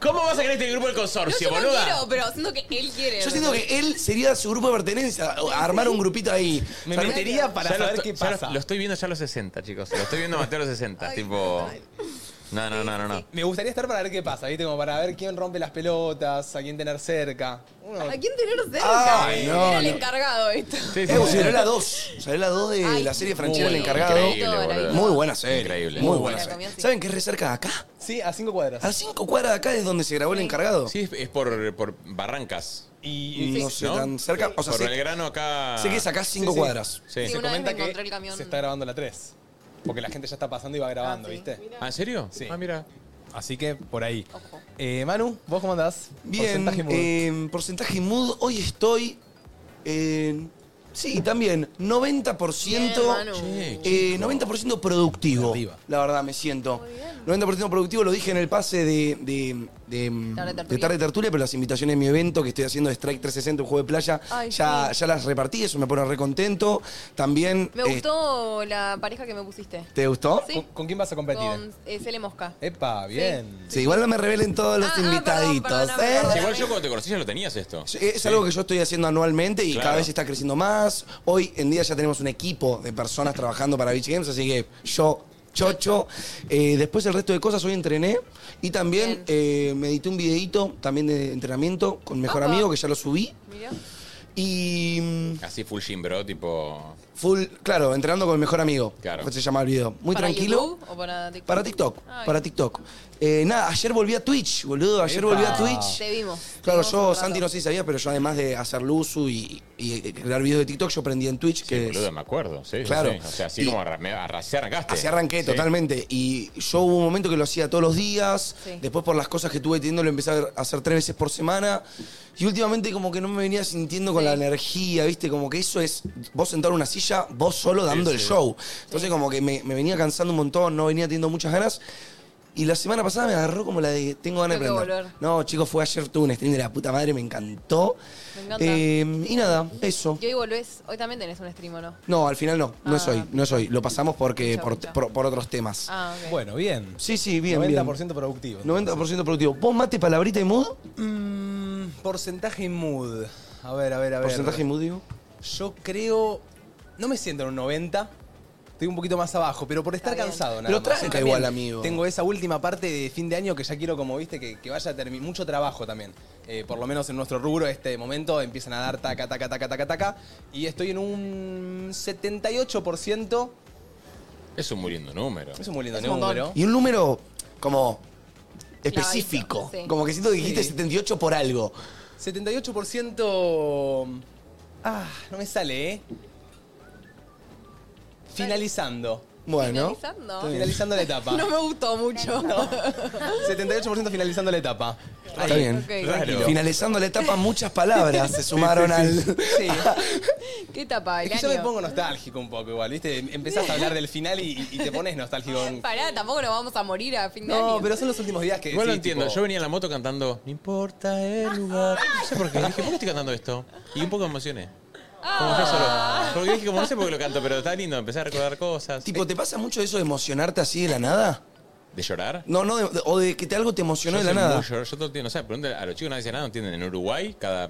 cómo vas a creer este grupo del consorcio,
no, yo no
boluda?
quiero, pero siento que él quiere.
Yo siento que él sería su grupo de pertenencia, o armar un grupito ahí.
Me
Fer-
metería para
Ya lo
saber
estoy-
qué
ya lo-
pasa.
Lo, estoy viendo ya a los 60, chicos. Lo estoy viendo a Mateo a los 60, tipo... No, no, no, no, no.
Me gustaría estar para ver qué pasa, ¿viste? Como para ver quién rompe las pelotas, a quién tener cerca. Uno-
¿A quién tener cerca?
Ay, no,
Era el
no.
encargado esto.
Sí, sí,
Eh,
sí.
salió la 2. Salió la 2 de
Ay,
la serie Franchella, el
Bueno,
encargado.
increíble,
Todo,
boludo.
la
Muy buena serie.
Increíble.
Muy
Muy
buena
buena,
serie.
también sí.
¿Saben que es re cerca de acá?
Sí, a cinco cuadras.
A cinco cuadras de acá es donde se grabó el encargado.
Sí, es, es por, por Barrancas.
Y, y-
No
sí,
sé,
¿no?
tan cerca. O sea,
por
sé,
Belgrano acá...
sé que es acá cinco
Sí, sí.
cuadras.
Sí.
Sí,
se
una vez
comenta
me
que
encontré el camión.
se está grabando la 3. Porque la gente ya está pasando y va grabando,
sí.
¿viste?
¿Ah, ¿En serio?
Sí.
Ah, mira.
Así que por ahí.
Ojo.
Eh, Manu, ¿vos cómo andás?
Bien,
Porcentaje muy-
eh, porcentaje mood. Hoy estoy en. Sí, también. 90%.
Bien, Manu.
Che,
Eh, 90% productivo.
Arriba.
La verdad, me siento. 90% productivo, lo dije en el pase de, de, de-
Tarde Tertulia.
de Tarde Tertulia, pero las invitaciones de mi evento que estoy haciendo de Strike 360, un juego de playa,
Ay,
ya,
sí.
ya las repartí, eso me pone re contento. También.
Me
eh,
gustó la pareja que me pusiste.
¿Te gustó?
Sí.
¿Con, con quién vas a competir?
Con eh, Cele Mosca.
Epa, bien.
Sí, igual no me revelen todos los
Ah, ah,
invitaditos.
perdón, perdón,
¿eh?
perdón.
Sí, igual yo cuando te conocí ya lo tenías esto.
Sí, eh. Es algo que yo estoy haciendo anualmente y
Claro.
cada vez está creciendo más. Hoy en día ya tenemos un equipo de personas trabajando para Beach Games, así que yo, chocho. Eh, después el resto de cosas, hoy entrené y también
Bien.
eh, me edité un videíto también de entrenamiento con Mejor
Opa.
Amigo, que ya lo subí.
Mirá.
Y mm,
Así full gym, bro, tipo...
full, claro, entrenando con Mejor Amigo.
Claro.
Se llama el video. Muy
¿Para
tranquilo.
YouTube o para TikTok?
Para TikTok,
Ay.
para TikTok. Eh, nada, ayer volví a Twitch, boludo. Ayer
Epa.
volví a Twitch.
Ah, Te vimos.
Claro,
Te vimos
yo,
un
Santi, no
rato.
sé si sabías, pero yo además de hacer Luzu y, y crear videos de TikTok, yo aprendí en Twitch,
Sí,
que es-
boludo, me acuerdo. Sí, sí,
Claro.
sí. O sea, así
Y-
como arra- me- arra- así arrancaste.
así arranqué
Sí.
totalmente. Y yo hubo un momento que lo hacía todos los días,
Sí.
después por las cosas que tuve teniendo lo empecé a hacer tres veces por semana. Y últimamente como que no me venía sintiendo con
Sí.
la energía, ¿viste? Como que eso es vos sentar en una silla, vos solo dando el show. Entonces como que me, me venía cansando un montón, no venía teniendo muchas ganas. Y la semana pasada me agarró como la de tengo ganas
Tengo
de
que
prender.
volver.
No, chicos, fue ayer tuve un stream de la puta madre, me encantó.
Me encanta.
Eh, y nada, eso.
Y hoy volvés, hoy también tenés un stream, ¿o no?
No, al final no, no es
Ah.
hoy, no es hoy. Lo pasamos porque
Mucho,
por,
mucho.
por- por otros temas.
Ah, ok.
Bueno, bien.
Sí, sí, bien,
90%
bien.
productivo.
90% productivo. ¿Vos mate palabrita y mood?
Mm, porcentaje mood. A ver, a ver, a ver.
Porcentaje y mood, digo.
Yo creo. No me siento en un 90. Estoy un poquito más abajo, pero por estar
Está bien.
cansado, nada
Pero
más.
tranca
También
igual, amigo.
Tengo esa última parte de fin de año que ya quiero, como viste, que, que vaya a terminar. Mucho trabajo también. Eh, por lo menos en nuestro rubro, este momento empiezan a dar taca, taca, taca, taca, taca. Y estoy en un 78%.
Es un muy lindo número.
Es un muy lindo
Es un
número.
Y un número como específico.
Clavadito, sí.
Como que siento que dijiste
Sí.
78 por algo.
78%. Ah, no me sale, ¿eh? Finalizando.
Bueno.
Finalizando.
está bien.
Finalizando la etapa.
[laughs] No me gustó mucho.
78% finalizando la etapa.
Está
[laughs]
bien.
Ok.
Raro.
Finalizando la etapa, muchas palabras se sumaron al.
Sí.
[laughs]
¿Qué tapa?
Es
El
que yo me
año?
pongo nostálgico un poco igual, ¿viste? Empezás a hablar del final y, y te pones nostálgico.
Pará, tampoco nos vamos a morir a fin de año.
No, pero son los últimos días que.
Igual lo
sí,
entiendo.
tipo,
Yo venía en la moto cantando No importa el lugar. No sé por qué. Dije, ¿por qué estoy cantando esto? Y un poco me emocioné. Como yo solo. Porque dije, como no sé por qué lo canto, pero está lindo. Empecé a recordar cosas.
Tipo, ¿te pasa mucho eso de emocionarte así de la nada?
¿De llorar?
No, no, de- de- o de que te algo te emocionó de
Yo
la
soy
nada.
muy llorón. Yo todo el tiempo, no sé, pregúntale a los chicos, nadie dice nada, no entienden. En Uruguay, cada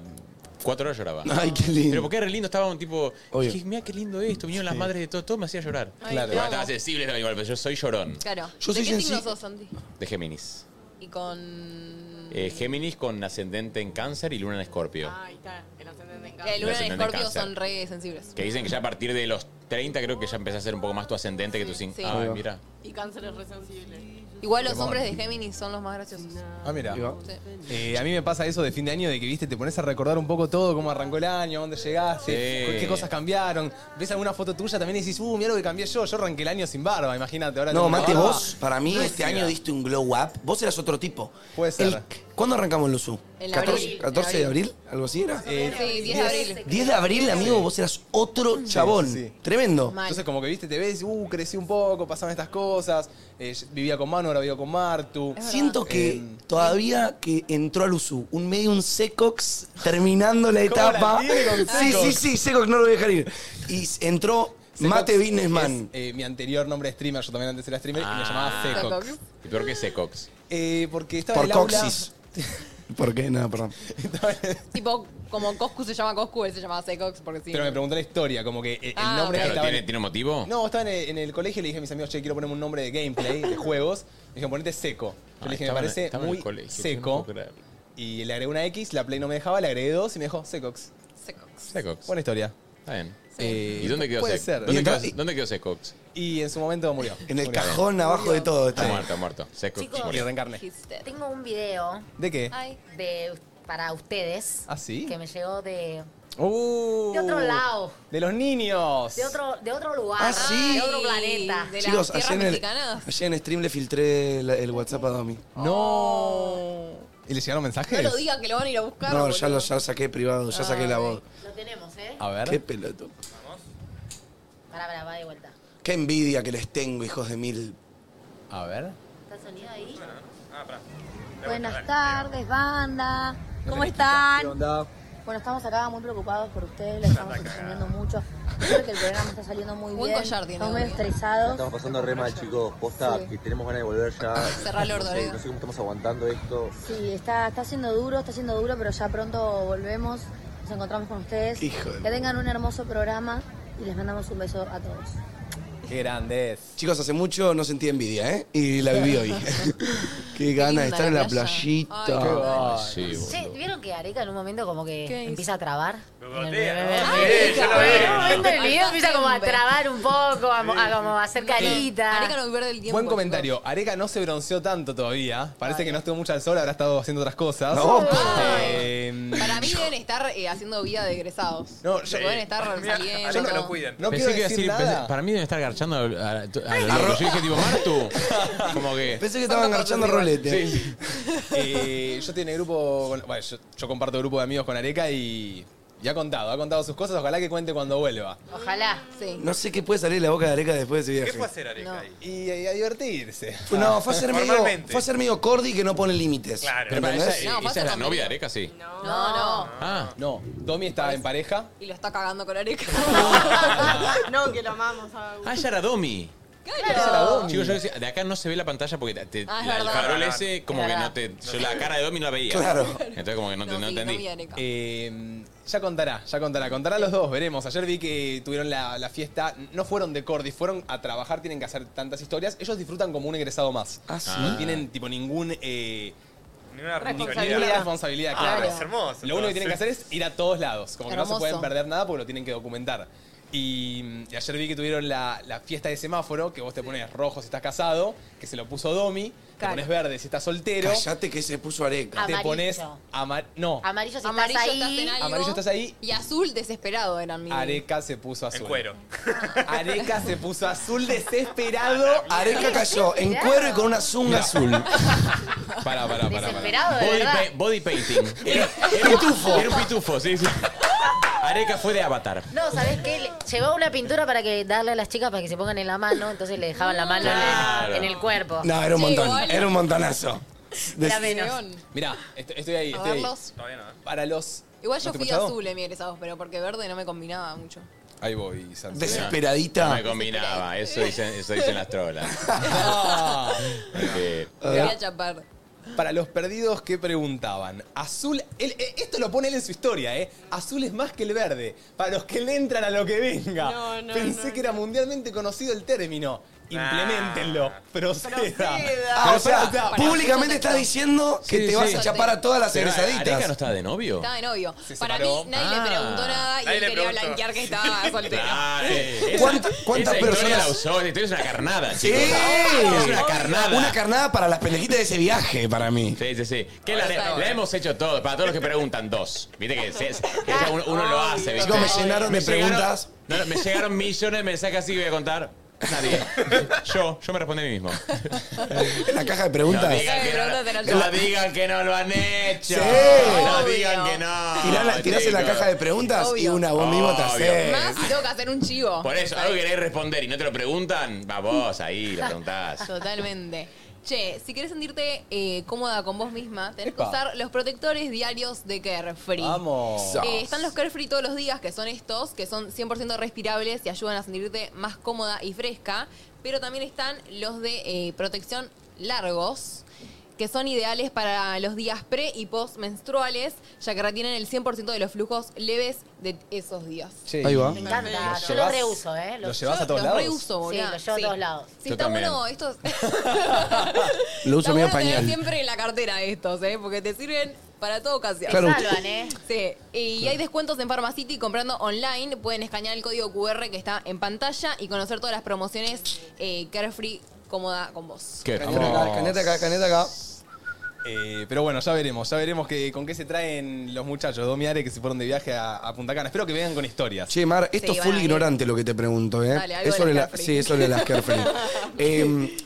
cuatro horas lloraba.
Ay, qué
Pero
lindo.
porque era re lindo, estaba un tipo,
Obvio.
dije, mira qué lindo esto, vinieron las madres de todo, todo me hacía llorar.
Ay,
claro.
te amo.
Estaba sensible también igual, pero yo soy llorón.
Claro.
Yo
¿De
soy
qué signo
sensi-
sos, Santi?
De Géminis.
Y con.
Eh, Géminis con ascendente en cáncer y luna en escorpio.
Ah.
Ahí está, el ascendente en
La
casa.
luna
ascendente
de Escorpio
cáncer.
son re sensibles.
Que dicen que ya a partir de los 30 creo que ya empezás a ser un poco más tu ascendente que tu sin.
sí.
Ay, mira.
Y cáncer es resensible.
Igual los hombres de Géminis son los más graciosos.
Ah, mira.
Sí.
Eh, a mí me pasa eso de fin de año, de que viste, te pones a recordar un poco todo, cómo arrancó el año, dónde llegaste,
Sí.
con qué cosas cambiaron. Ves alguna foto tuya también y decís, uh, mira lo que cambié yo, yo arranqué el año sin barba, imagínate. Ahora
No,
tengo una
Ah.
Mate,
barba.
vos, para mí, este año diste un glow up. Vos eras otro tipo.
Puede ser.
¿Cuándo arrancamos el USU?
En
14,
abril.
14 de abril, algo así era.
Eh,
Sí, 10 de abril.
10 de abril, amigo, vos eras otro chabón.
sí.
Tremendo.
Mal.
Entonces como que viste, te ves, uh, crecí un poco, pasaban estas cosas, eh, vivía con Manu, ahora vivo con Martu.
Es
Siento que
Em.
todavía que entró al USU, un medio un Secox terminando la
la
etapa.
tiene con
sí,
Secox?
sí, sí, Secox no lo voy a dejar ir. Y s- entró
Secox
Mate Businessman.
es, eh, mi anterior nombre de streamer, yo también antes era streamer y me
Ah.
llamaba Secox.
Secox.
¿Y por qué Secox?
Ah.
Eh, porque estaba
Por
en el aula-
Coxis.
[laughs]
¿Por qué? Nada, perdón.
Tipo, como Coscu se llama Coscu, él se llamaba Secox porque sí.
Pero me preguntó la historia, como que eh, el
Ah,
nombre que
ok.
Claro,
estaba en-
¿tiene, ¿tiene motivo?
No, estaba en el, en el colegio y le dije a mis amigos, che, quiero ponerme un nombre de gameplay, de juegos. Me dijeron, ponete seco. Yo
Ay,
le dije, me
Ah, estaba en-
parece
estaba en el
muy
colegio, yo no
seco.
puedo creer.
Y le agregué una X, la Play no me dejaba, le agregué dos y me dejó Secox.
Secox.
Secox.
Buena historia.
Está bien.
Eh,
¿Y dónde quedó
Puede
Secox?
ser.
¿Dónde,
Y
quedó-
entonces-
dónde quedó Secox?
Y en su momento murió.
En el
Murió.
cajón abajo de todo.
Está
está.
muerto, muerto. Secox.
Chicos.
Y
muerto.
reencarné.
He's dead.
Tengo un video
¿De qué?
Ay.
de, para ustedes
¿Ah, sí?
que me llegó de,
Uh,
De otro lado.
De los niños.
de, otro, de otro lugar,
Ah, sí.
de otro planeta.
De las
Chicos,
tierras
ayer en, el,
mexicanas.
ayer en stream le filtré la- el WhatsApp a Domi.
Oh.
No. ¿Y le llegaron mensajes?
No lo digan que lo van a ir a buscar.
No,
boludo.
ya lo ya lo saqué privado, ya saqué la voz.
Lo tenemos, ¿eh?
A ver.
Qué peloto.
Para, para, va de vuelta.
Qué envidia que les tengo, hijos de mil.
A ver.
¿Está el sonido ahí?
Buenas tardes, banda. ¿Cómo
¿Qué
están?
onda?
Bueno, estamos acá muy preocupados por ustedes, los estamos extrañando mucho. Creo que el programa está saliendo muy
Buen
bien.
collar tiene,
Estamos muy
Uri.
estresados.
Estamos pasando re mal, chicos. Posta,
Sí.
que tenemos ganas de volver ya.
Cerrá el orto, eh.
no, sé,
Leo.
no sé cómo estamos aguantando esto.
Sí, está, está siendo duro, está siendo duro, pero ya pronto volvemos. Nos encontramos con ustedes.
Hijo de-
Que tengan un hermoso programa y les mandamos un beso a todos.
Qué grandes.
Chicos, hace mucho no sentí envidia, ¿eh? Y la
[laughs]
viví hoy. [laughs] Qué
linda
ganas de estar en la
la playa.
playita.
Ay, qué bueno.
Ay,
Sí, boludo.
Che, ¿vieron que Areca en un momento como
¿Qué
que
hizo?
empieza a trabar? En el- En un
Areca.
momento del video
Acá
empieza como a
siempre.
trabar un poco, a, mo- a como a hacer carita.
Areca no pierde el tiempo.
Buen comentario. Areca no se bronceó tanto todavía. Parece que no estuvo mucho al sol, habrá estado haciendo otras cosas.
No, po.
Eh,
chicos. Para mí deben estar eh, haciendo vida de egresados.
No,
Tipo,
yo-
deben estar saliendo.
yo no- No quiero
Pensé que iba a
decir
decir, pensé-
nada.
para mí deben estar garchando a, a- a- a- Yo dije,
[laughs]
tipo, Martu. Como que.
Pensé que estaban garchando rolete.
Eh, yo tenía grupo, con- bueno, yo, yo comparto grupo de amigos con Areca y, Y ha contado, ha contado sus cosas, ojalá que cuente cuando vuelva.
Ojalá.
Sí.
No sé qué puede salir de la boca de Areca después de ese
¿Qué
viaje.
fue a hacer Areca
No.
ahí?
Y, y a divertirse.
Fue- No, fue a ser medio,
Normalmente.
fue a ser medio cordy que no pone límites.
Claro.
Pero para,
¿Entendés?
esa,
No,
esa
pasa
es la
con
novia de
Mario.
Areca, sí.
No, no.
Ah,
No, Domi está en pareja.
Y lo está cagando con Areca. [laughs]
No, que lo amamos. a Agus.
ah, ella era Domi.
Esa era Domi.
Chicos, yo decía, de acá no se ve la pantalla porque te-
Ah, es
la- el
verdad.
farol ese, como
Es
que
verdad.
no te. Yo la cara de Domi no la veía.
Claro.
Entonces, como que no, te,
No,
no
sí,
entendí.
novia de Areca.
Eh, ya contará, ya contará. Contará los dos, veremos. Ayer vi que tuvieron la, la fiesta, no fueron de Cordy, fueron a trabajar, tienen que hacer tantas historias. Ellos disfrutan como un egresado más.
Ah, sí.
No tienen tipo ningún... eh,
Ni una
ninguna
responsabilidad.
Responsabilidad.
responsabilidad,
Ah,
claro.
es hermoso.
Lo único que tienen que
entonces.
hacer es ir a todos lados. Como que no se
Hermoso.
pueden perder nada porque lo tienen que documentar. Y, mm, y ayer vi que tuvieron la, la fiesta de semáforo, que vos te pones rojo si estás casado, que se lo puso Domi,
Claro.
te pones verde si estás soltero,
Cállate que se puso Areca.
Ah.
te
Amarillo.
pones amar no,
Amarillo si
Amarillo
estás ahí.
en algo.
Amarillo estás ahí.
Y azul desesperado eran mis.
Areca se puso azul.
En cuero.
Areca se puso azul desesperado.
Ah.
Areca cayó en cuero y con una zunga azul.
Pará, pará, pará.
Desesperado, de
body,
verdad.
pa- body painting.
[laughs]
Era, era un pitufo. Era un pitufo, sí, sí. Areca fue de avatar.
No, ¿sabés qué? Le- Llevó una pintura para que darle a las chicas para que se pongan en la mano, entonces le dejaban la mano en el-
Claro.
en el cuerpo.
No, era un
Sí,
montón.
igual.
Era un montonazo. De-
La menos.
León.
Mirá, est- estoy ahí,
A
estoy ahí.
verlos.
Todavía no. ¿eh?
[laughs]
Para los.
Igual
Este- ¿No
yo
te
fui
escuchado?
azul en mi egresados, pero porque verde no me combinaba mucho.
Ahí voy, Santi.
No me
Desesperadita.
combinaba, eso dicen, eso dicen las trolas.
Ah.
Porque-
Ah,
Quería chapar.
Para los perdidos que preguntaban, azul, él- eh, esto lo pone él en su historia, ¿eh? Azul es más que el verde, para los que le entran a lo que venga.
No, no,
Pensé
no, Ah.
que era mundialmente conocido el término. Implementenlo,
Ah.
proceda.
Proceda.
Ah, o sea,
pará, pará.
públicamente estás diciendo que
Sí,
te vas
sí.
a chapar a todas las
Pero, ¿Areca no
egresaditas.
estaba de novio?
Estaba de novio.
Se
Para
separó.
mí nadie
Ah.
le preguntó nada y
Nadie
él
le
quería
preguntó.
[laughs]
blanquear que estaba soltero.
Claro.
¿Cuánta-
Esa-
cuántas
esa historia
personas-
la usó, esta historia es una carnada,
Sí.
chicos. Es una carnada.
Una carnada para las pendejitas de ese viaje, para mí.
Sí, sí, sí. Que la,
Ahora
la hemos hecho todos, para todos los que preguntan, dos. Viste que se- se- esa uno, uno lo hace, ¿viste?
Chicos, me llenaron de
llegaron-
preguntas.
no, no, me llegaron millones de mensajes así que voy a contar. Nadie. Yo, yo me respondí a mí mismo.
En la caja de
No
preguntas.
digan, que
Preguntas en
no,
el
no digan que no lo han hecho.
Sí.
No
Obvio.
digan que no.
Tirás, la- tirás en la
chicos.
caja de preguntas y
Obvio.
una vos mismo te
Obvio.
haces.
Más si tengo que hacer un chivo.
Por eso, algo que querés responder y no te lo preguntan, va vos ahí, lo
Ah,
preguntás.
Totalmente. Che, si querés sentirte eh, cómoda con vos misma, tenés
Epa.
que usar los protectores diarios de Carefree.
Vamos.
Eh, están los Carefree todos los días, que son estos, que son 100% respirables y ayudan a sentirte más cómoda y fresca. Pero también están los de eh, protección largos, que son ideales para los días pre y post menstruales, ya que retienen el 100% de los flujos leves de esos días.
Che,
Ahí va.
Me encanta,
¿los
yo lo
llevás-
reuso, ¿eh?
¿Los
yo-
llevas a todos
los
lados?
reuso,
Sí,
boludo.
los llevo a todos lados.
Sí,
Yo
está
también.
bueno estos.
Lo uso
Está
medio
bueno tener
pañal.
siempre en la cartera estos, ¿eh? Porque te sirven para toda ocasión.
Claro.
Me salvan, ¿eh?
Sí, y hay descuentos en Pharmacity comprando online. Pueden escanear el código QR que está en pantalla y conocer todas las promociones eh, Carefree cómoda con vos.
¿Qué?
Caneta acá, caneta acá, caneta acá.
Eh, pero bueno, ya veremos, ya veremos que, con qué se traen los muchachos. Domi y Are que se fueron de viaje a, a Punta Cana. Espero que vengan con historias.
Che, Mar, esto
Sí,
es full
van a ir.
ignorante lo que te pregunto, ¿eh?
Dale, algo
es
de
sobre
las
la-
Carefree.
sí, es sobre
[laughs]
las Carefree. Eh,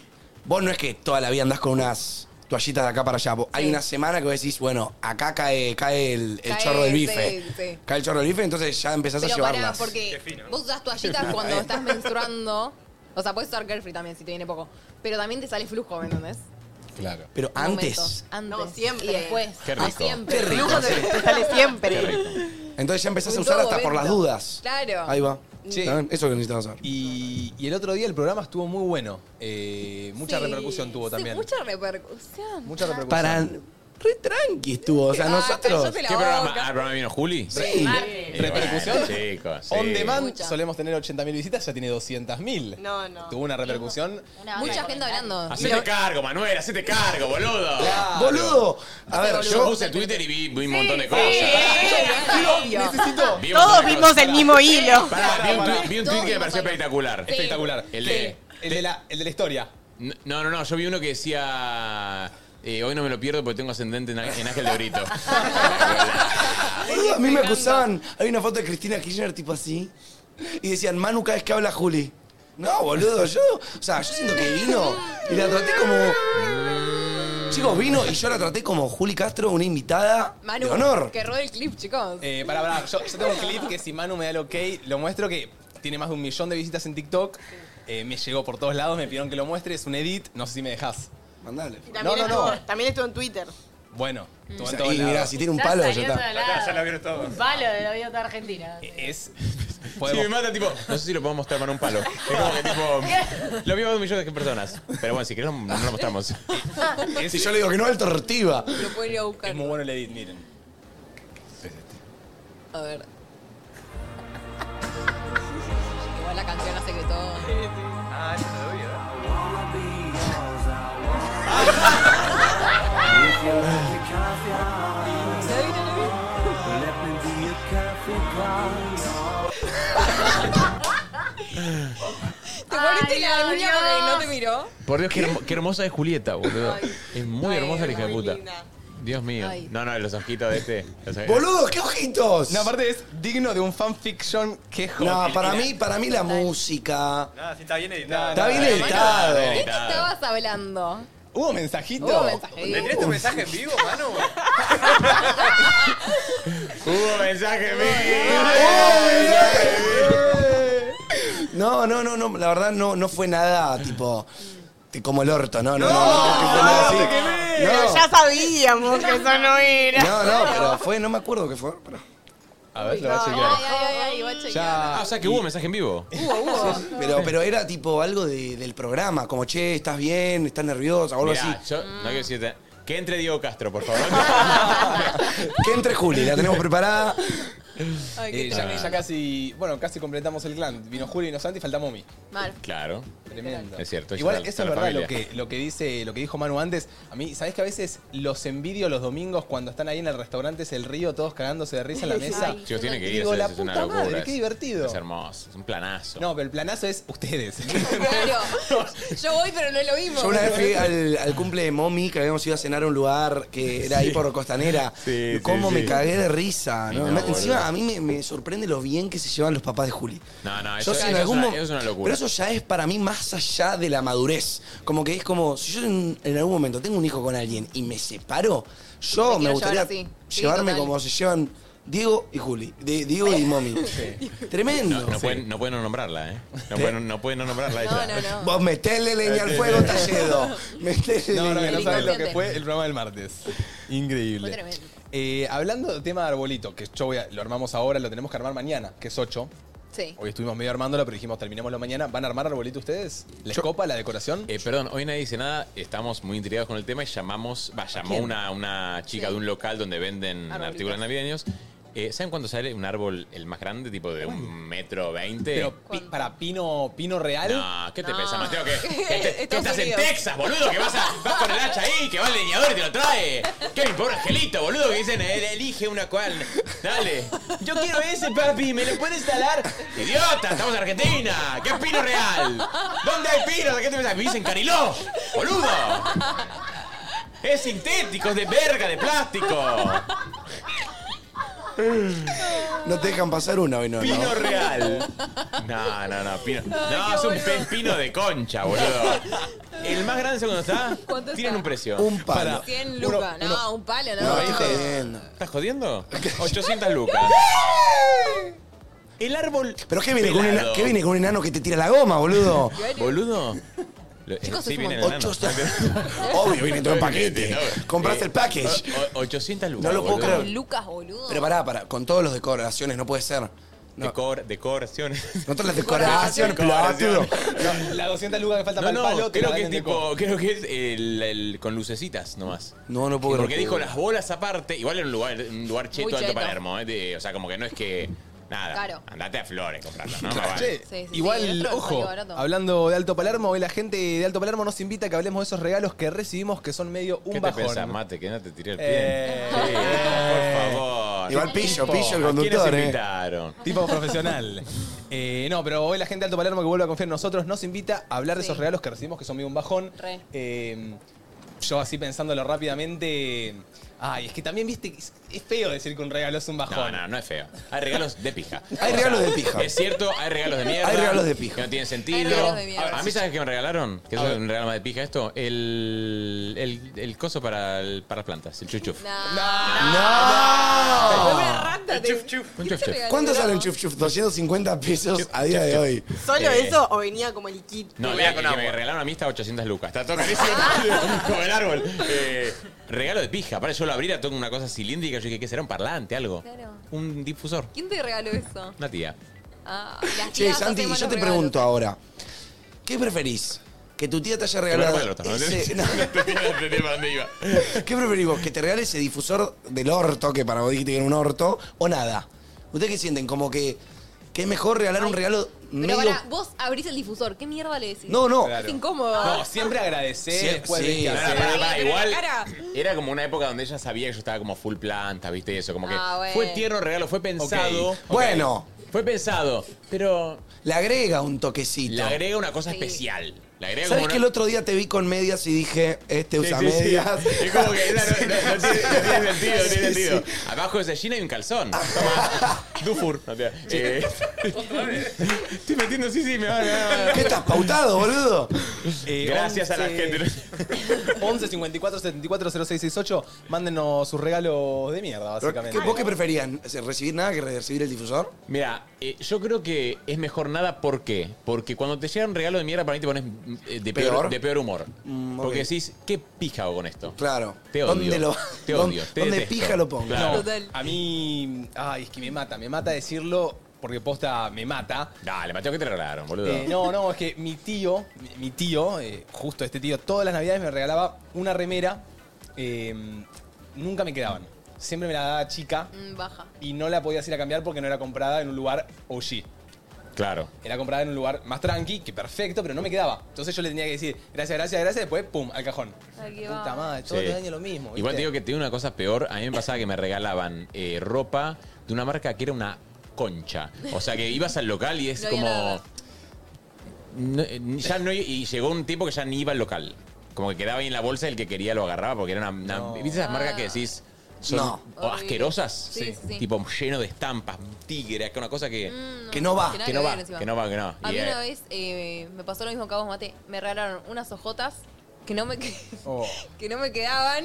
vos no es que toda la vida andás con unas toallitas de acá para allá. Vos- Hay
Sí.
una semana que vos decís, bueno, acá cae, cae el, el
Cae,
chorro del
sí,
bife.
sí.
Cae el chorro del bife, entonces ya empezás a
Pero pará,
llevarlas.
porque
Qué fino, ¿no?
vos usas toallitas
[laughs]
cuando estás menstruando. O sea, puedes usar Carefree también si te viene poco. Pero también te sale flujo, ¿me entendés?
Claro.
Pero antes.
Momentos, antes.
No, siempre.
Y después.
Qué
Ah,
rico.
siempre.
Qué rico.
Lujo te, te sale
Qué
siempre.
rico.
Entonces ya empezás a
En
usar
todo
hasta por las
momento.
dudas.
Claro.
Ahí va.
Sí.
¿Saben? Eso es lo que necesitamos saber.
Y, y el otro día el programa estuvo muy bueno. Eh, mucha
Sí.
repercusión tuvo
Sí,
también.
mucha repercusión.
Mucha repercusión.
Para. Re tranqui estuvo. O sea,
Ah,
nosotros.
cállate la
¿Qué programa?
boca.
¿Ah, el programa vino Juli?
Sí.
Eh,
¿Repercusión?
bueno, chicos, sí.
On demand
Mucha.
solemos tener 80.000 visitas, ya tiene 200.000.
No, no.
Tuvo una repercusión.
Una
Mucha
onda de
gente hablando.
Hacete cargo, Manuel, hacete cargo, boludo.
Boludo. A ver,
Yo
yo.
puse Twitter y vi, vi un montón de
Sí,
cosas.
Yo necesito
Vi un montón
Todos
de
vimos
cosas.
el mismo hilo.
Pará, vi un tweet, vi un tweet
Todos
que me pareció
vimos algo.
espectacular.
Sí.
espectacular.
El de-
El de la, el de la historia.
No, no, no, yo vi uno que decía. eh, hoy no me lo pierdo porque tengo ascendente en, Á- en Ángel de Brito.
Boludo, a mí me acusaban. Hay una foto de Cristina Kirchner tipo así. Y decían, Manu, cada vez que habla Juli. No, boludo, yo. O sea, yo siento que vino y la traté como. Chicos, vino y yo la traté como Juli Castro, una invitada
Manu,
de honor.
que robe el clip, chicos.
Eh, pará, pará. Yo, yo tengo un clip que si Manu me da el ok, lo muestro que tiene más de un millón de visitas en TikTok. Eh, me llegó por todos lados, me pidieron que lo muestre. Es un edit, no sé si me dejás.
Mandale.
Y
No,
también,
no,
estuvo,
no.
también estuvo en Twitter.
Bueno, estuvo en
O sea,
todos
y mirá,
lados.
si tiene un palo, ya
salió
está.
todo al lado.
Ya lo vieron todos.
Palo de la vida toda Argentina.
Es.
Si me
podemos-
mata, tipo, no sé si lo podemos mostrar para un palo. Es como que, tipo, lo vimos un millón de personas. Pero bueno, si querés, no, no lo mostramos.
es-
Si yo le digo que no, alto retiva.
Lo pueden ir a buscar.
es muy bueno el edit, miren.
A ver. Igual la canción hace que todo.
Ah, eso lo vi, ¿eh?
¿Te moriste la
no,
uña
Dios.
porque no te miró?
Por Dios, qué, hermo- qué hermosa es Julieta, boludo. es muy
Ay,
hermosa la hija de
muy
puta.
linda.
Dios mío.
Ay.
No, no, los ojitos de este. los ojitos.
¡Boludo, qué ojitos!
No, aparte es digno de un fanfiction que
No, para mí, para mí la música.
No, sí, está bien editado.
Está bien editado.
¿De qué estabas hablando?
eh, ¿Hubo mensajito? este
Hubo
¿Le
mensaje.
tienes tu mensaje en vivo, Manu?
Hubo mensaje
No, no, no, no, la verdad no, no fue nada tipo. te Como el orto, no, no, no.
no,
No,
te quemé.
Pero ya sabíamos que eso no era.
no, no, no, pero fue, no me acuerdo qué fue. pero-
A ver, lo voy a
Ay,
chequear.
ay, ay, ay, voy a chequear.
Ya.
Ah, o sea que hubo mensaje en vivo.
Pero, pero era tipo algo de- del programa, como che, estás bien, estás nerviosa o algo
Mirá,
así.
yo no quiero decirte. Que entre Diego Castro, por favor.
Que entre Juli, la tenemos preparada.
Ay, qué
Eh, ya, ya casi, bueno, casi completamos el clan. Vino Juli, no Santi, y falta Momi.
[laughs]
Mal.
claro.
Tremendo.
Es cierto,
Igual eso
está- está
es
la
verdad lo
familia.
que, lo que dice, lo que dijo Manu antes. A mí, ¿sabés que a veces los envidio los domingos cuando están ahí en el restaurante es el río, todos cagándose de risa
[laughs]
en la mesa?
Ay.
Chicos, tiene que ir.
Digo,
eso es-
la
eso es una
puta madre,
locura,
qué
es-
divertido.
Es hermoso, es un planazo.
No, pero el planazo es ustedes.
Claro. Yo voy, pero no es lo mismo.
Yo una vez fui al, al cumple de Momi, que habíamos ido a cenar a un lugar que era ahí por Costanera.
Sí, sí,
Cómo
sí.
me cagué de risa. ¿no?
No,
Me-
boludo.
Encima, a mí me, me sorprende lo bien que se llevan los papás de Juli.
No, no, eso,
Yo si
eso
en
es
algún
una,
mo-
eso es una locura.
Pero eso ya es para mí más allá de la madurez. Como que es como, si yo en, en algún momento tengo un hijo con alguien y me separo,
Te
yo me
quiero
gustaría
llevar así. Sí,
llevarme
total.
como se llevan Diego y Juli. De- Diego y
[laughs]
Momi. Tremendo.
No, pueden, no pueden no nombrarla, ¿eh? No pueden no, pueden no nombrarla
No,
ella.
no, no.
Vos metele leña al fuego, Talledo.
[laughs]
Metele
[laughs] No, no,
leña
que
al
no
El
sabes lo que
inconsciente.
fue el programa del martes.
Fue
Increíble.
tremendo.
Eh, hablando del tema de arbolito, que yo voy a- lo armamos ahora, lo tenemos que armar mañana, que es 8.
Sí.
Hoy estuvimos medio armándolo, pero dijimos terminémoslo mañana. ¿Van a armar arbolito ustedes? ¿Les copa la decoración?
Eh, perdón, hoy nadie dice nada, estamos muy intrigados con el tema y llamamos, va, llamó
quién?
una, una chica
Sí.
de un local donde venden
Arbolitos.
artículos navideños. Eh, ¿Saben cuánto sale un árbol el más grande, tipo de un metro veinte?
pero pi- para pino, pino real.
No, ¿qué te
No.
pensás,
[laughs]
Mateo? ¿Qué, qué te-
Estados
qué estás en
Unidos.
Texas, boludo? Que vas, a- vas con el hacha ahí, que va el leñador y te lo trae. ¿Qué mi pobre angelito, boludo? Que dicen, "Eh, elige una cual. Dale. Yo quiero ese, papi, ¿me lo puedes talar? Idiota, estamos en Argentina. ¿Qué es pino real? ¿Dónde hay pino? ¿De qué te pensás? Vivís en Cariló, boludo. Es sintético, es de verga, de plástico.
No te dejan pasar una hoy, no. ¿no?
Pino real. No, no, no. Pino. No, es un pe- pino de concha, boludo. El más grande, segundo está?
¿Cuánto
Tienen
está?
un precio.
Un palo.
100 lucas. No, un palo, no.
No,
no.
estoy jodiendo.
¿Estás jodiendo? 800 lucas. El árbol.
Pero ¿qué viene, con un,
pelado.
ena- qué viene con un enano que te tira la goma, boludo?
Boludo. Lo-
Chicos,
sí,
es un
viene [laughs] el enano.
Ocho- [laughs] Obvio, viene
[laughs]
todo en paquete. Compraste el package.
Eh, O- o- 800 lucas.
No lo puedo
boludo.
creer.
Lucas, boludo.
Pero pará, pará, con todos los decoraciones, no puede ser. No,
Decor, decoraciones.
no todas las decoraciones,
Decoración.
pelotudo.
[laughs] No, la 200 lucas que falta
No,
para el
no,
palo. te
creo
la
que es
venden de
tipo, creo que es el, el- con lucecitas nomás.
No, no puedo
Porque
creer.
dijo las bolas aparte, igual era un lugar, un lugar cheto
Muy
alto
cheto.
Palermo, eh, de- o sea, como que no es que nada.
Claro.
Andate a Flores comprarla,
[laughs]
¿no? Más
copa.
Ah, vale.
Che,
Sí, sí, sí,
igual,
otro salió
ojo,
barato.
hablando de Alto Palermo, hoy la gente de Alto Palermo nos invita a que hablemos de esos regalos que recibimos que son medio un
¿Qué te
bajón.
pensás, Mate? Que no te tiré el pie.
Eh.
Sí, por favor.
Igual pillo,
Tipo,
pillo el
¿a
conductor,
¿Quiénes
eh.
invitaron?
[laughs] Tipo profesional. Eh, no, pero hoy la gente de Alto Palermo que vuelve a confiar en nosotros nos invita a hablar de
Sí.
esos regalos que recibimos que son medio un bajón.
Re.
Eh, yo así pensándolo rápidamente, Ay, es que también, viste, es, es feo decir que un regalo es un
No,
bajón.
no, no es feo. Hay regalos de pija.
Hay regalos de pija.
Es cierto, hay regalos de mierda.
Hay regalos de pija.
Que no tienen
Hay
sentido.
regalos de mierda.
A, mí, ¿sabes qué me regalaron? Que
A
eso es
ver.
un regalo más de pija esto. El, el, el coso para, el- para las plantas, el chuchuf.
Nah.
¡No!
Una rata. te-
Chuf, chuf.
Un chuf chuf.
Te
¿Cuánto
regaló.
sale un chuf chuf? 250 pesos a día de hoy.
¿Solo
Eh.
eso o venía como el kit?
No,
Lo
el,
vea
el
con
que me
agua.
regalaron a mí está 800 lucas. Está todo carísimo. como el árbol. Eh, regalo de pija. Para yo lo abrí, era toda una cosa cilíndrica. Yo dije, ¿qué será? ¿Un parlante? ¿Algo?
Claro.
Un difusor.
¿Quién te regaló eso?
Una tía.
Ah, las
Che,
tías
Santi,
hacen
y yo
malos
te
regalos.
pregunto ahora. ¿Qué preferís? ¿Que tu tía te haya
Te
regalado
voy a romper el otro,
ese-
¿no?
[laughs]
Este
no.
[laughs] Entendí para dónde iba.
¿Qué preferís vos? ¿Que te regale ese difusor del orto, que para vos dijiste que era un orto, o nada? ¿Ustedes qué sienten? Como que, que es mejor regalar un regalo
Pero
medio...
pará, vos abrís el difusor. ¿Qué mierda le decís?
No, no.
Claro.
Es incómodo.
No, siempre agradecer
Sí,
después
sí.
de que
No, no,
Pará,
hacer.
pará, pará,
Pero la
igual
cara.
era como una época donde ella sabía que yo estaba como full planta, viste, y eso, como que
Ah, bueno.
fue tierno regalo, fue pensado.
Ok.
Bueno.
Fue pensado, pero
Le agrega un toquecito.
le agrega una cosa
Sí.
especial. Le agrega
¿Sabes
como
que el
una...
otro día te vi con medias y dije, este usa
Sí, sí, sí.
medias?
[laughs] Es como que
[laughs]
no, no, no, no tiene, no tiene sentido, no
Sí,
tiene
sí.
sentido. Abajo de esa gina hay un calzón.
[laughs]
Toma. Dufur. No, tía. Eh, [laughs] estoy metiendo, sí, sí, me va, me va, me va.
¿Qué estás pautado, boludo?
Eh,
Gracias a la
11,
gente.
11 54 74 0668. Mándenos sus regalos de mierda, básicamente.
¿Qué- ¿Vos qué preferían? ¿Recibir nada que recibir el difusor?
Mira, eh, yo creo que es mejor nada, ¿por qué? Porque cuando te llega un regalo de mierda, para mí te pones eh, de, peor,
¿Peor?
de peor humor.
Mm, ok.
Porque decís, ¿qué pija hago con esto?
Claro.
Te odio.
¿Dónde lo
Te odio. te
¿Dónde
detesto.
pija lo pongo?
Claro.
Total.
A mí. Ay, es que me mata, me mata decirlo porque posta me mata.
Dale, Mateo, ¿qué te regalaron, boludo?
Eh, no, no, es que mi tío, mi- mi tío, eh, justo este tío, todas las navidades me regalaba una remera. eh, nunca me quedaban. Siempre me la daba chica
Mm, Baja.
y no la podías ir a cambiar porque no era comprada en un lugar OG.
Claro.
Era comprada en un lugar más tranqui, que perfecto, pero no me quedaba. Entonces yo le tenía que decir, gracias, gracias, gracias, después, pum, al cajón.
Ay, qué
Puta
va.
madre,
Sí.
todo el año lo mismo.
Igual
¿viste?
te digo que te digo una cosa peor. A mí me pasaba que me regalaban eh, ropa de una marca que era una concha. O sea, que ibas al local y
[laughs]
es
No había
como...
nada.
No, eh, ya no, y llegó un tipo que ya ni iba al local. Como que quedaba ahí en la bolsa y el que quería lo agarraba porque era una... una- ¿Viste esas marcas que decís? Son
No.
o asquerosas.
Ah. Sí, sí, sí.
Tipo lleno de estampas, un tigre, acá una cosa que...
Que no va.
Que
Que
nada
no
que
va,
ver encima.
que no va, que no.
A
Y,
mí
eh,
una vez eh, me pasó lo mismo que a vos, Mate. Me regalaron unas hojotas que no me, [laughs] que-
Oh.
que no me quedaban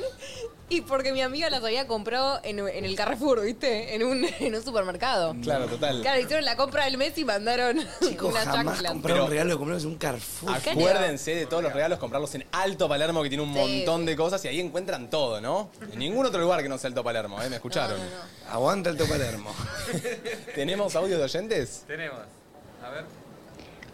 y porque mi amiga las había comprado en, en el Carrefour, ¿viste? En un, [laughs] en un supermercado.
Claro, total.
Claro, hicieron la compra del mes y mandaron [laughs]
Chicos,
una
jamás
chancla.
comprar un
Pero-
regalo de cumpleaños en un Carrefour.
Acá-
Acuérdense de todos los regalos, comprarlos en Alto Palermo, que tiene un
Sí.
montón de cosas y ahí encuentran todo, ¿no? En ningún otro lugar que no sea Alto Palermo, ¿eh? Me
No, no,
escucharon.
no.
Aguanta el Palermo.
¿Tenemos audios de oyentes?
Tenemos. A ver.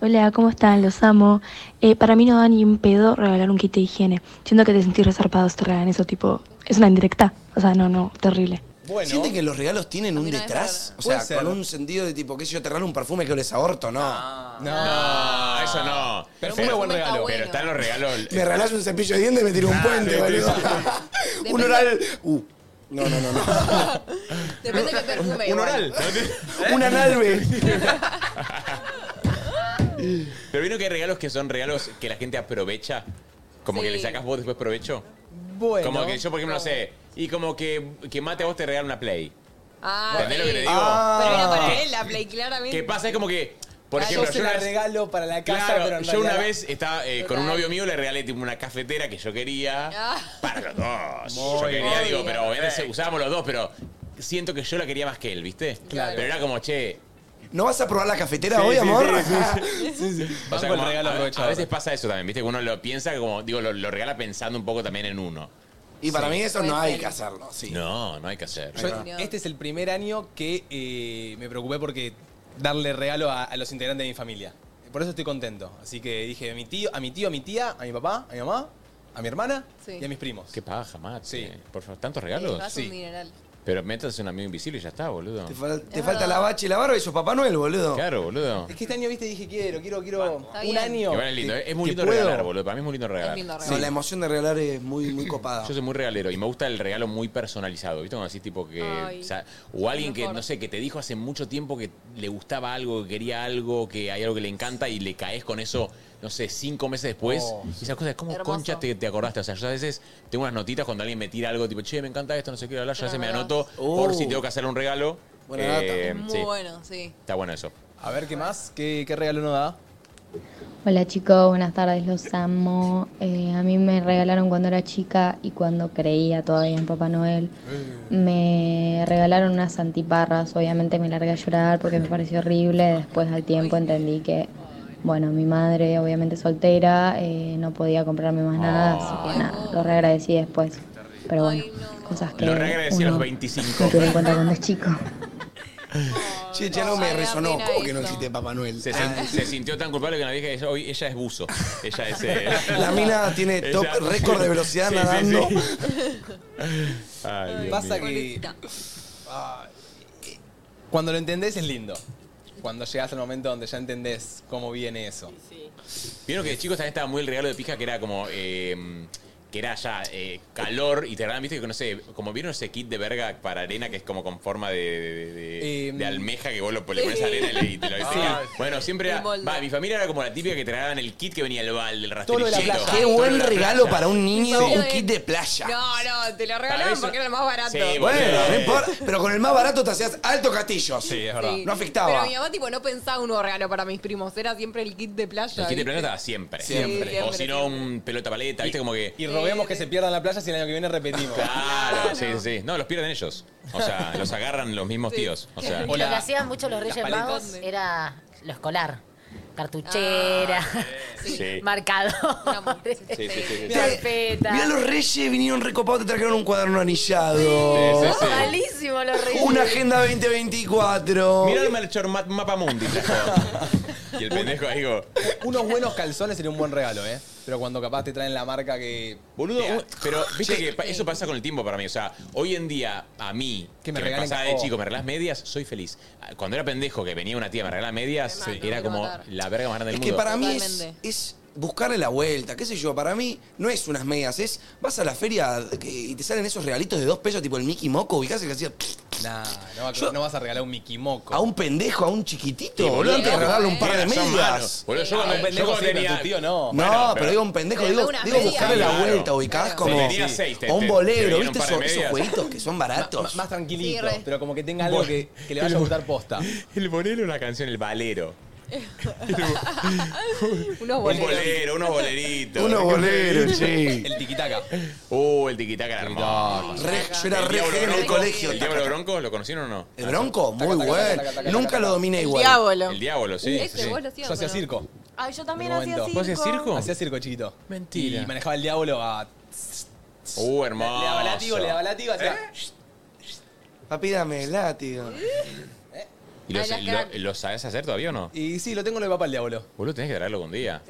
Hola, ¿cómo están? Los amo. Eh, para mí no da ni un pedo regalar un kit de higiene. Siento que te sentís resarpado si te regalan eso, tipo, es una indirecta. O sea, no, no, terrible.
Bueno.
¿Sienten que los regalos tienen un
mí no me
detrás?
regalaron.
O sea,
Puede ser.
con un sentido de tipo, qué sé yo, te regalo un perfume que oles a orto, no.
Ah. No, Ah, eso no.
Pero fue buen
está
regalo.
bueno.
Pero están los
[laughs]
regalos...
Me regalás un cepillo de dientes y me tiro un puente, boludo. [laughs] un
Depende-
oral. Uh. No, no,
[laughs]
no, no.
Depende de qué perfume.
Un
igual.
oral.
un analbe.
Pero vieron que hay regalos que son regalos que la gente aprovecha. Como que
Sí.
le sacas vos después provecho.
Bueno.
Como que yo, por ejemplo, no sé. Y como que, que Mate a vos te regala una Play.
Ah,
¿Entendés lo que le
sí.
digo?
Ah.
Pero era para él la play, claramente.
¿Qué pasa? Es como que, por
Claro,
ejemplo,
yo se
yo
la
una vez,
regalo para la casa,
claro,
pero en
yo una
realidad-
vez estaba eh, con un
Total.
novio mío, le regalé tipo una cafetera que yo quería.
Ah.
Para los dos.
Muy
yo quería,
bien.
digo, pero obviamente se- usábamos los dos, pero siento que yo la quería más que él, ¿viste?
Claro.
Pero era como, che,
¿No vas a probar la cafetera
Sí,
hoy,
sí,
amor?
sí, O
Banco
sea,
el
como a-
regalo
a, a
aprovechador.
veces pasa eso también, ¿viste? Que uno lo piensa como, digo, lo, lo regala pensando un poco también en uno.
[laughs] Y para mí eso no
Puede
hay
ser.
que hacerlo, sí.
No, no hay que hacer.
Yo-
Ahí va.
este es el primer año que eh, me preocupé porque darle regalo a, a los integrantes de mi familia. Por eso estoy contento. Así que dije a mi tío, a mi tío, a mi tía, a mi papá, a mi mamá, a mi hermana
Sí.
y a mis primos.
Qué paja, mate.
Sí.
Por favor, tantos
Eh,
regalos.
vas a
Sí.
un mineral.
Pero métanse un amigo invisible y ya está, boludo.
Te, fal- te falta la bache y la barba y sos Papá Noel, boludo.
Claro, boludo.
Es que este año, viste, dije quiero, quiero, quiero
Está
un
bien.
año.
Igual es lindo,
que-
¿eh? es muy
que
lindo
puedo.
regalar, boludo. Para mí es muy lindo regalar.
Es lindo
No,
regalo.
la emoción de regalar es muy, muy copada.
Yo soy muy regalero y me gusta el regalo muy personalizado, ¿viste? Como así tipo que.
Ay,
o, sea, o alguien que,
mejor.
no sé, que te dijo hace mucho tiempo que le gustaba algo, que quería algo, que hay algo que le encanta y le caes con eso no sé, cinco meses después.
Oh,
y esas cosas, ¿cómo
Hermoso.
concha te, te acordaste? O sea, yo a veces tengo unas notitas cuando alguien me tira algo, tipo, che, me encanta esto, no sé qué, hablar, ya
Pero
se me
no
anoto
lo-
por
Oh.
si tengo que hacer un regalo.
Buena
Eh,
data.
Muy
sí,
bueno, sí.
Está bueno eso.
A ver, ¿qué más? ¿Qué, qué regalo nos da?
Hola chicos, buenas tardes, los amo. Eh, a mí me regalaron cuando era chica y cuando creía todavía en Papá Noel.
Eh.
Me regalaron unas antiparras, obviamente me largué a llorar porque me pareció horrible. Después al tiempo entendí que, bueno, mi madre obviamente soltera, eh, no podía comprarme más nada, así que nada, lo reagradecí después. Pero bueno, cosas que
Lo reagradecí a los
uno
25.
no tuvo en cuenta cuando es chico.
Che, che, algo me resonó. ¿Cómo que no existe Papá Noel?
Se,
Ah, [laughs]
sen- se sintió tan culpable que la vieja dice, hoy ella es buzo. Ella es... eh,
[laughs]
Ah, La mina tiene
ella-
Eh, top récord de
[laughs]
velocidad
Sí, sí,
nadando.
sí.
[laughs]
Ay, Dios
Pasa
mío.
que. Ah, eh, cuando lo entendés es lindo. Cuando llegás al momento donde ya entendés cómo viene eso.
Vieron que de chicos también estaba muy el regalo de pija que era como. eh, que era ya eh, calor y te regalaban, viste, que no sé, como vieron ese kit de verga para arena que es como con forma de, de- de-
Eh,
de almeja que vos lo, le pones
sí.
arena y le- y [laughs] te lo vestís.
Ah,
Bueno, siempre era,
el molde.
va, mi familia era como la típica que te regalaban el kit que venía el bal, el
Todo lo de
rastrillero.
la playa.
Todo
Qué
lo de
buen
la
regalo
playa.
para un niño,
Sí.
un kit de playa.
No, no, te lo
Para
regalaban
eso-
porque era el más barato.
bueno, no importa, pero con el más barato te hacías alto castillo. Sí, es
Sí.
No afectaba.
Pero mi mamá tipo no pensaba un nuevo regalo para mis primos, era siempre el kit de playa.
El kit de playa
¿viste?
estaba siempre.
Siempre.
O si no, un pelota paleta, viste, como que.
Y roguemos que se pierdan la playa si el año que viene repetimos.
Claro, sí, sí. No, los pierden ellos. O sea, los agarran los mismos tíos. O sea,
Lo que hacían mucho los Reyes Magos era lo escolar. Cartuchera,
Ah,
[laughs]
Sí.
marcador, [laughs]
este,
Sí, sí, sí, sí.
carpeta.
Mirá, los reyes vinieron recopados, te trajeron un cuaderno anillado.
Sí, sí, sí.
Malísimo los Reyes.
Una agenda 2024.
Mirá el malhechor map, mapa [laughs] mundi. trajo. y el pendejo ahí digo.
Unos buenos calzones sería un buen regalo, ¿eh? Pero cuando capaz te traen la marca que.
Boludo, un- eh. pero viste que pa- eso pasa con el tiempo para mí. O sea, hoy en día, a mí, que
me
me,
regalen-
pasaba de
oh.
chico, me regalás medias, soy feliz. Ah, Cuando era pendejo, que venía una tía, me regalaba medias, era como la verga más grande
Es
del
que
mundo.
para mí es, es buscarle la vuelta, qué sé yo. Para mí no es unas medias, es vas a la feria que- y te salen esos regalitos de dos pesos, tipo el Mickey Moco, ubicás el que hacía
Nah, no, va- no vas a regalar un Mickey Moco.
a un pendejo, a un chiquitito,
Sí,
boludo, antes de
boludo,
regalarle
eh.
un par de
Tiene razón,
medias.
mano. Boludo, yo cuando-
A
yo cuando tenía-
No,
Bueno,
pero,
pero-
digo un pendejo,
Pero
digo,
una
digo
media.
buscarle la
Claro.
vuelta, ubicás
Sí,
como
tenía seis, te-
a un
te- te
bolero,
dieron un
¿viste
par de
esos, esos
medias.
jueguitos que son baratos?
Ma- más tranquilito,
Sí, re.
pero como que tenga algo
Bueno.
que, que le vaya a gustar posta.
El bolero una canción, el balero.
Unos
Un
boleros.
bolero, unos boleritos.
Unos boleros, sí.
El tiquitaca.
Uh, el tiquitaca era hermoso.
Re- yo era
El
re
Diablo
gen en el
Bronco.
colegio.
¿El Diablo Bronco lo conocieron o no?
El bronco, muy bueno. Nunca lo dominé igual.
El Diablo, sí.
Ese
sí.
vos lo hacías, Yo hacía pero- circo.
Ay, yo también
En un
hacía
momento.
circo.
¿Vos hacías Hacía circo, chiquito.
Mentira.
Y manejaba el diablo a.
Uh, hermoso.
Le daba látigo, le daba látigo, hacía.
Papi, dame el látigo.
¿Y lo,
Ay, las
lo-
caras.
lo sabés hacer todavía o no?
Y sí, lo tengo en lo de papá el diablo.
Boludo, tenés que traerlo algún día.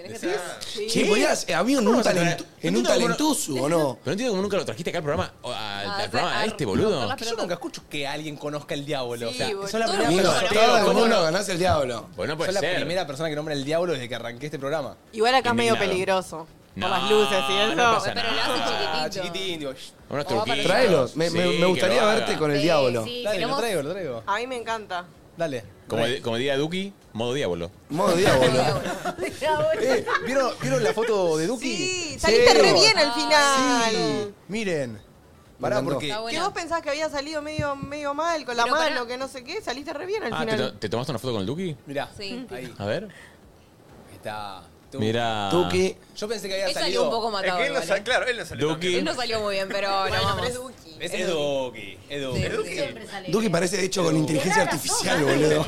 Sí, podías, amigo, en un, talentu- en un talentoso, ¿o no?
Pero no entiendo cómo nunca lo trajiste acá al programa, o a- al programa este, boludo.
Que Yo nunca escucho que alguien conozca el diablo. o sea,
boludo.
sos la
Todo
primera
el mundo
persona.
conoce. Todo el
¿Cómo
mundo
no?
conoce el diablo.
Bueno, puede
Sos
ser.
la primera persona que nombra el diablo desde que arranqué este programa.
Igual acá es medio
Indignado.
peligroso.
No,
por las luces y eso.
Ah, no pasa
pero
nada.
le hace
Ah,
chiquitito.
chiquitín, digo.
Unos
O va para
truquitos.
Tráelos. Me, me- me
Sí, que
gustaría
lo haga.
verte con el diablo.
Dale, lo
[laughs]
traigo, lo traigo.
A mí me encanta.
Dale.
Como, como diría Duki, modo diablo.
Modo diablo.
Eh, ¿vieron, ¿Vieron la foto de Duki? Sí,
saliste re bien al final.
Sí, miren. Pará,
encantó.
porque.
Que vos pensabas que había salido medio, medio mal con la
Pero
mano, que no sé qué, saliste re bien al
Ah, ¿te,
final.
to- te tomaste una foto con el Duki?
Mirá,
Sí.
ahí
A ver.
está.
Mira.
Yo pensé que había
Él
salido.
salió un poco matado.
él no
igual,
sa-
¿eh?
claro, él no salió
Duki.
tan bien.
Él no salió muy bien, pero no vamos.
Es es Duki. Es Duki. Es Duki.
Duki parece hecho con inteligencia artificial,
[laughs]
boludo.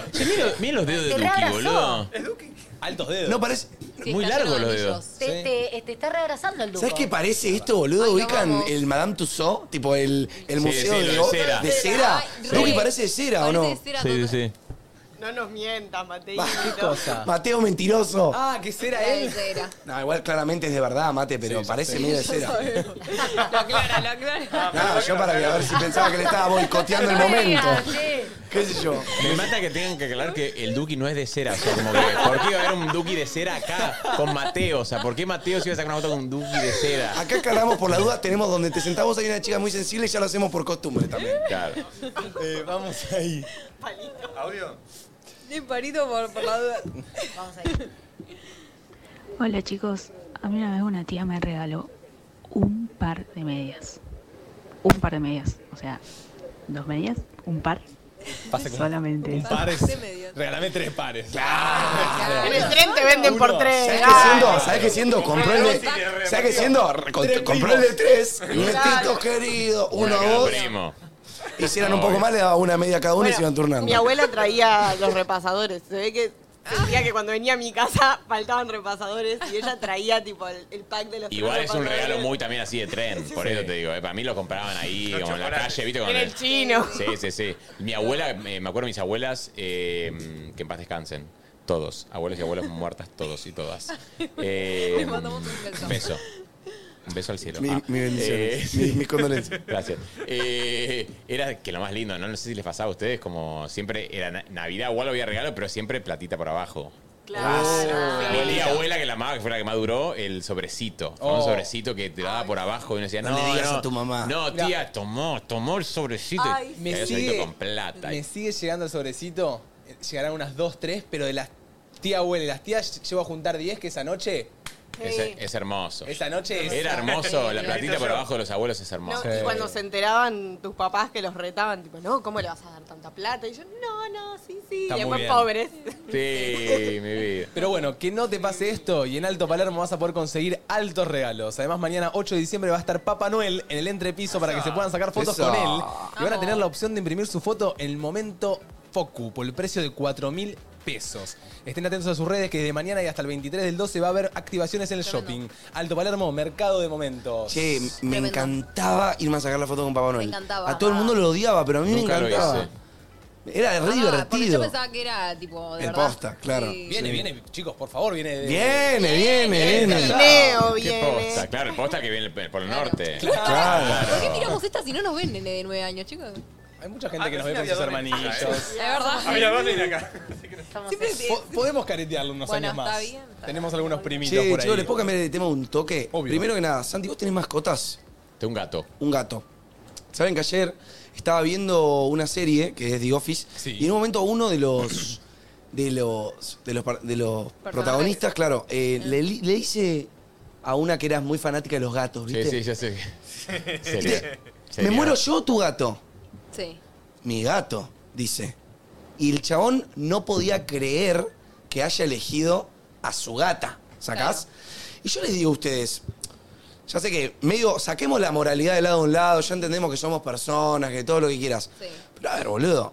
Mira los dedos
Te
de Duki,
reabrazó.
boludo.
Altos dedos.
No parece.
Muy largos los dedos.
Te, te- te este, está reabrazando el duco.
¿Sabes qué parece esto, boludo? ¿Ubican el Madame Tussauds? Tipo el, el
Sí,
museo
sí,
de,
lo de cera.
de cera.
Ay,
Duki
re.
parece de cera, ¿o no?
Parece de cera
Sí, sí, sí.
No nos mientas, Mateito.
Bah, ¿Qué cosa? Ah. Mateo mentiroso.
Ah, que será él.
No, igual claramente es de verdad, Mate, pero parece medio de cera.
[laughs] Lo aclara, lo aclara.
No, yo para que a ver si pensaba que le estaba boicoteando el momento. ¿Qué sé yo?
Me mata que tengan que aclarar que el Duki no es de cera. O sea, como que, ¿por qué iba a haber un Duki de cera acá con Mateo? O sea, ¿por qué Mateo se iba a sacar una foto con un Duki de cera?
Acá aclaramos por la duda, tenemos donde te sentamos hay una chica muy sensible y ya lo hacemos por costumbre también.
Claro.
Eh, vamos ahí.
Audio.
Bien parito por, por la duda.
Hola chicos, a mí una vez una tía me regaló un par de medias. Un par de medias, o sea, dos medias, un par.
Pasa como-
Solamente.
Un
Ah,
eso.
par es- Regálame tres pares.
En el tren te venden por tres.
¿Sabes qué
dale.
siendo? ¿Sabes qué siendo? Compró el de. ¿Sabes qué siendo? Re- con- Compró el de tres.
Claro.
Nietitos queridos. Uno a
Acá,
vos.
primo.
Hicieran un poco más, le daba una media cada uno y se iban turnando.
Mi abuela traía los repasadores. Se ve que sentía que cuando venía a mi casa faltaban repasadores y ella traía tipo el, el pack de los
Igual es un
repasadores.
regalo muy también así de tren, por eso te digo. eh, Para mí lo compraban ahí,
Los
como en la
chocolates.
calle, ¿viste?
En
Con
el chino.
Sí, sí, sí. Mi abuela, eh, me acuerdo de mis abuelas, eh, que en paz descansen. Todos, abuelos [laughs] y abuelas muertas, todos
[laughs]
y todas. Eh,
Les mandamos un beso.
beso. Un beso al cielo. Ah,
Mi- mi bendición.
Eh.
Mi-
[laughs]
mis condolencias.
Gracias. Eh, era que lo más lindo, ¿no? No sé si les pasaba a ustedes, como siempre era na- Navidad, igual había regalo, pero siempre platita por abajo.
Claro.
Mi tía abuela que la amaba, que fue la que más duró, el sobrecito. Fue Un
Oh.
sobrecito que te daba por abajo y uno decía,
No
no,
le digas
no,
a tu mamá.
No, tía, tomó, tomó el sobrecito.
Ay,
y
Me
había sobrecito
sigue-
con plata.
Me sigue llegando el sobrecito. eh, Llegarán unas dos, tres, pero de las tía abuela y las tías llevo a juntar 10 que esa noche.
Es, es hermoso.
Esa noche es-
Era hermoso, la
Sí.
platita por abajo de los abuelos es hermosa.
No, y cuando se enteraban tus papás que los retaban, tipo, no, ¿cómo le vas a dar tanta plata? Y yo, no, no, sí, sí.
Está
y después
muy bien.
pobres.
Sí, mi vida.
Pero bueno, que no te pase esto y en Alto Palermo vas a poder conseguir altos regalos. Además, mañana 8 de diciembre va a estar Papá Noel en el entrepiso para que se puedan sacar fotos
Eso.
con él. Y van a tener la opción de imprimir su foto en el momento Focu por el precio de 4 mil pesos. Estén atentos a sus redes que de mañana y hasta el 23 del 12 va a haber activaciones en el shopping. Alto Palermo, mercado de momentos.
Che, me encantaba irme a sacar la foto con Papá Noel.
Me encantaba.
A todo el mundo lo odiaba, pero a mí
Nunca
me
lo
encantaba.
Ah,
Era re
porque yo
divertido.
pensaba que era tipo de
En
verdad.
posta, claro.
Viene,
Sí.
viene, chicos, por favor, viene. de-
Viene, viene, viene.
Neo
¿Qué
viene.
¿eh?
posta? Claro, posta que viene el- por el norte.
¿Por qué miramos esta si no nos ven nene de nueve años, chicos?
Hay mucha gente que
pero
nos ve
sí
con
había
sus hermanillos.
dólares.
Es verdad.
Ah, mira, vos tenés acá.
Siempre
Po- podemos caretearlo unos
Bueno,
años más.
está bien,
Tenemos algunos primitos
Che,
por ahí.
chicos, ¿les puedo cambiar de tema un toque? Primero que nada, Santi, ¿vos tenés mascotas?
Tengo un gato.
Un gato. Saben que ayer estaba viendo una serie que es The Office y en un momento uno de los de los de los, par- de los protagonistas, claro, eh, le, li- le dice a una que era muy fanática de los gatos,
Sí,
¿viste?
sí, ya sé. Sería.
Me muero yo o tu gato.
Sí.
Mi gato, dice. Y el chabón no podía creer que haya elegido a su gata. ¿Sacás? Y yo les digo a ustedes, ya sé que medio saquemos la moralidad de lado a un lado, ya entendemos que somos personas, que todo lo que quieras. Pero a ver, boludo,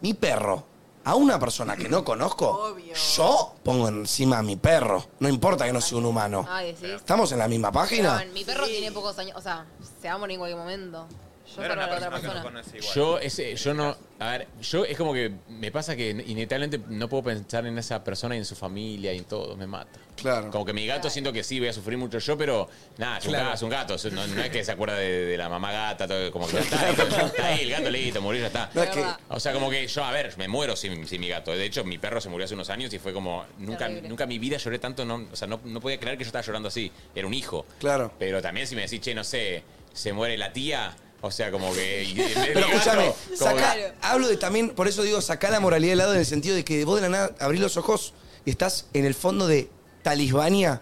mi perro, a una persona que no conozco, yo pongo encima a mi perro. No importa que no sea un humano.
Ay, decís.
¿Estamos en la misma página?
Pero, mi perro tiene pocos años. O sea, se va a morir en cualquier momento. Yo
No era
perro
una
de otra
persona que no
persona.
conocí igual.
Yo, ese, yo no. A ver, yo es como que me pasa que inevitablemente no puedo pensar en esa persona y en su familia y en todo. Me mata.
Claro.
Como que mi gato siento que sí, voy a sufrir mucho yo, pero nada, es un,
Claro.
gato, es un gato. es- No, no es que se acuerda de, de la mamá gata, todo, como que ya
[laughs]
está, ya está ahí, el gato listo, murió, ya está.
No, es que-
O sea, como que yo, a ver, me muero sin, sin mi gato. De hecho, mi perro se murió hace unos años y fue como, nunca,
Terrible.
nunca en mi vida lloré tanto, no, o sea, no, no podía creer que yo estaba llorando así. Era un hijo.
Claro.
Pero también si me decís, che, no sé, se muere la tía, o sea, como que...
[laughs]
y- y- mi
Pero
gato,
escúchame,
como
saca-
que-
hablo de también, por eso digo, sacar la moralidad de lado en el sentido de que de vos de la nada abrís los ojos y estás en el fondo de Talisbania,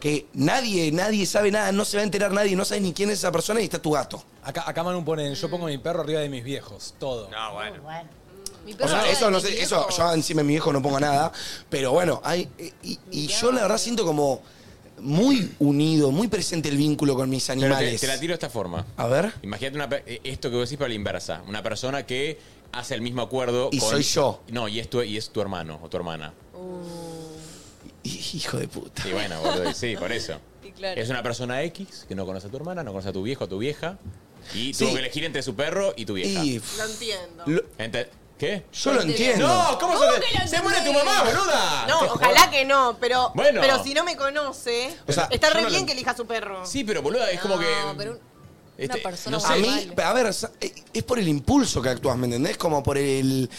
que nadie, nadie sabe nada, no se va a enterar nadie, no sabes ni quién es esa persona y está tu gato.
Acá, acá Manu pone, yo pongo mi perro arriba de mis viejos, todo.
No, bueno.
Mi
O
perro
sea,
era
eso
de
no
mi
sé,
viejo.
eso yo encima de mi viejo no pongo nada, pero bueno, hay, eh, y, y yo la verdad siento como muy unido, muy presente el vínculo con mis
Pero te-
animales.
te la tiro de esta forma.
A ver.
Imagínate una pe- eh, esto que vos decís para la inversa. Una persona que hace el mismo acuerdo
Y soy yo.
No, y es tu, y es tu hermano o tu hermana.
Hijo
[laughs]
de puta.
Sí, bueno, boludo, sí, por eso.
[laughs] Y claro.
Es una persona X que no conoce a tu hermana, no conoce a tu viejo, a tu vieja. Y
Sí.
tuvo que elegir entre su perro y tu vieja.
Y,
Lo entiendo.
Ente- ¿Qué?
Yo lo entiendo.
No, ¿cómo,
¿Cómo
se
que lo
Se muere tu
entendés?
mamá, boluda.
No,
Te
ojalá que no, pero,
Bueno.
pero si no me conoce,
O sea,
está
yo
re
no lo
bien
ent-
que elija a su perro.
Sí, pero boluda, es como que.
[laughs]
Este, no
a
sé.
mí, a ver, sa- eh, es por el impulso que actúas, ¿me entendés? Como por el.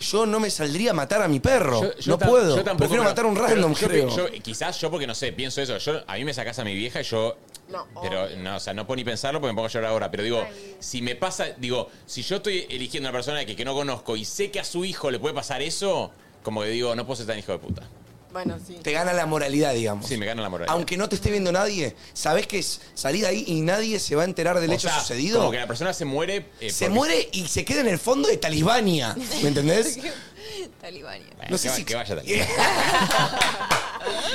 Yo no me saldría a matar a mi perro.
Yo- yo
no
tam-
puedo.
yo tampoco,
Prefiero
pero-
matar a un
pero
random,
yo-
creo.
yo- quizás yo porque no sé, pienso eso. Yo, a mí me sacás a mi vieja y yo.
No,
Pero no, o sea, no puedo ni pensarlo porque me pongo a llorar ahora. Pero digo, si me pasa, digo, si yo estoy eligiendo una persona que, que no conozco y sé que a su hijo le puede pasar eso, como que digo, no puedo ser tan hijo de puta.
Bueno, sí.
Te gana la moralidad, digamos. Sí,
me gana la moralidad.
Aunque no te esté viendo nadie, sabés que es salir de ahí y nadie se va a enterar del
O
hecho
sea,
sucedido.
Como que la persona se muere. eh,
se
porque-
muere y se queda en el fondo de Talibania. ¿Me entendés?
Talibania.
No
que,
sé
va-
si-
que
[laughs]
vaya también.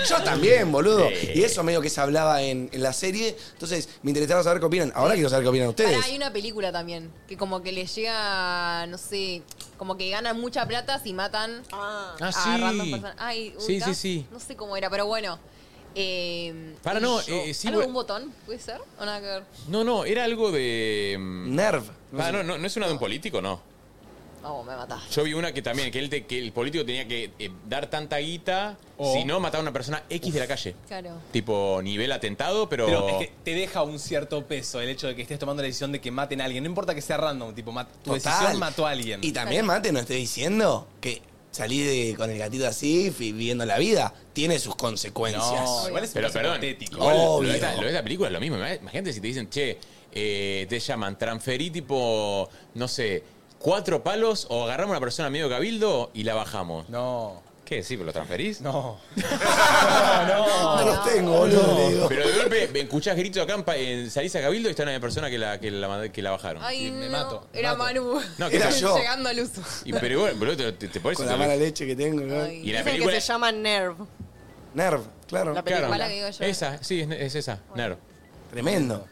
Yo también, boludo. Y eso medio que se hablaba en, en la serie. Entonces, me interesaba saber qué opinan. Ahora quiero saber qué opinan ustedes.
Pará, hay una película también que como que le llega, no sé, como que ganan mucha plata si matan a
Ah, sí.
random personas. Ay,
Sí,
ubicás,
sí, sí.
No sé cómo era, pero bueno. Eh,
Para, no, eh, sí,
¿Algo de
bueno.
un botón? ¿Puede ser? ¿O nada que ver?
No, no, era algo de. Nerv. Ah, no, no, no es una de un político, no.
Vamos, me matás.
Yo vi una que también, que, él te- que el político tenía que eh, dar tanta guita
O-
si no mataba a una persona X de la calle.
Claro.
Tipo nivel atentado, pero.
Pero es que te deja un cierto peso el hecho de que estés tomando la decisión de que maten a alguien. No importa que sea random, tipo, mat- tu
Total.
decisión mató a alguien.
Y también, Mate, no estoy diciendo que salí de- con el gatito así, fi- viviendo la vida, tiene sus consecuencias.
No, igual es pero perdón, igual lo,
Obvio.
de esta, lo de esta película es lo mismo. Imagínate si te dicen, che, eh, te llaman, transferí tipo, no sé, cuatro palos o agarramos a una persona medio cabildo y la bajamos.
No.
¿Qué? ¿Sí? ¿Pero lo
[laughs]
transferís?
No.
No los tengo, boludo. le digo.
Pero de golpe me escuchás gritos acá, en pa- en- salís a Cabildo y está una persona que la, que la, que la bajaron.
Ay,
Y me
no,
mato.
Era Manu. [laughs]
No, que Era yo.
Llegando al uso.
Y, pero bueno, boludo, te, te, te pones-
Con la
te-
mala leche que tengo. ¿no?
Y la
Dicen
película.
que se llama Nerv.
Nerv, claro.
La película que digo yo.
Esa, sí, es, es esa. Claro.
Tremendo.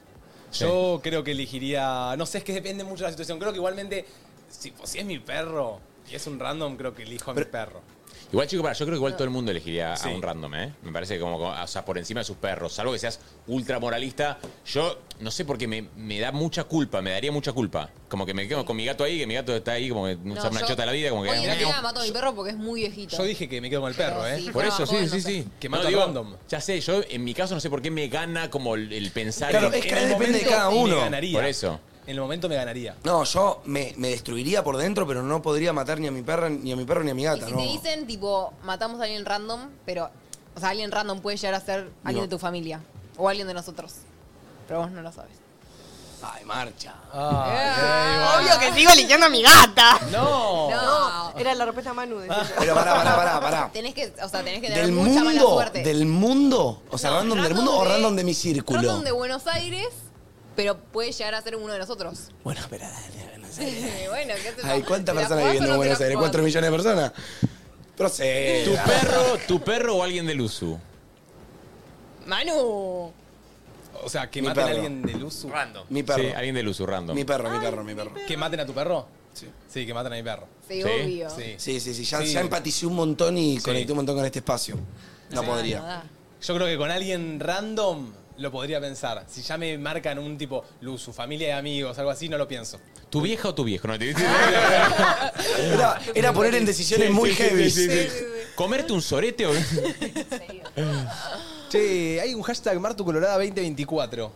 Yo creo que elegiría. No sé, es que depende mucho de la situación. Creo que igualmente, si, pues, si es mi perro y es un random, creo que elijo a mi perro.
Igual, chico, para, yo creo que igual todo el mundo elegiría
Sí.
a un random, ¿eh? Me parece que como, como- o sea, por encima de sus perros, salvo que seas ultra moralista. Yo no sé porque me, me da mucha culpa, me daría mucha culpa. Como que me quedo con mi gato ahí, que mi gato está ahí, como que no,
No,
sabe una
yo-
chota de la vida, como que.
Hoy en
Miau.
día mato a mi perro porque es muy viejito.
Yo dije que me quedo con el perro, ¿eh?
Por eso, sí, sí, sí.
Que
No,
mato a
digo,
random.
Ya sé, yo en mi caso no sé por qué me gana como el, el pensar.
Claro,
en-
es que
en el
depende de
momento
cada
me
uno.
ganaría. Por eso.
En el momento me ganaría.
No, yo me, me destruiría por dentro, pero no podría matar ni a mi perra, ni a mi perro, ni a mi
Y
gata,
si
no.
te dicen, tipo, matamos a alguien random, pero. O sea, alguien random puede llegar a ser alguien
No.
de tu familia. O alguien de nosotros. Pero vos no lo sabes.
Ay, marcha.
Ah.
Eh,
Obvio que sigo eligiendo a mi gata.
[laughs] No.
No, era la respuesta Manu. decía yo.
Pero pará, pará, pará,
[laughs]
pará.
Tenés que, o sea, tenés que tener
Del
mucha mala
mundo,
suerte.
del mundo. O sea, random, del mundo o
de-
random de mi círculo.
Random de Buenos Aires, pero puede llegar a ser uno de
[laughs]
nosotros. Eh,
Bueno, espera,
bueno, ¿qué te
Ay,
¿Te
¿cuántas
la
personas
jugás
viviendo
o no
en
te la
Buenos Aires?
jugás?
¿Cuatro millones de personas? Proceda.
¿Tu perro, ¿Tu perro o alguien del uso?
Manu.
O sea, que
Mi
maten a
perro.
alguien del uso. Random.
Mi perro.
Sí, alguien del uso, random.
Mi perro, mi perro, mi perro.
¿Que maten a tu perro? Sí. Sí, que maten a mi perro.
Sí, obvio.
Sí.
Sí, sí, sí. Ya,
Sí.
ya empaticé un montón y conecté un montón con este espacio. No
Sí.
podría.
Yo creo que con alguien random lo podría pensar. Si ya me marcan un tipo, Luz, su familia y amigos, algo así, no lo pienso.
¿Tu vieja o tu viejo? No, te-
Era, era poner en decisiones
Sí,
muy
sí, sí,
heavy.
sí, sí, sí. ¿Comerte un sorete o.?
Che, hay un hashtag Martu Colorada 2024.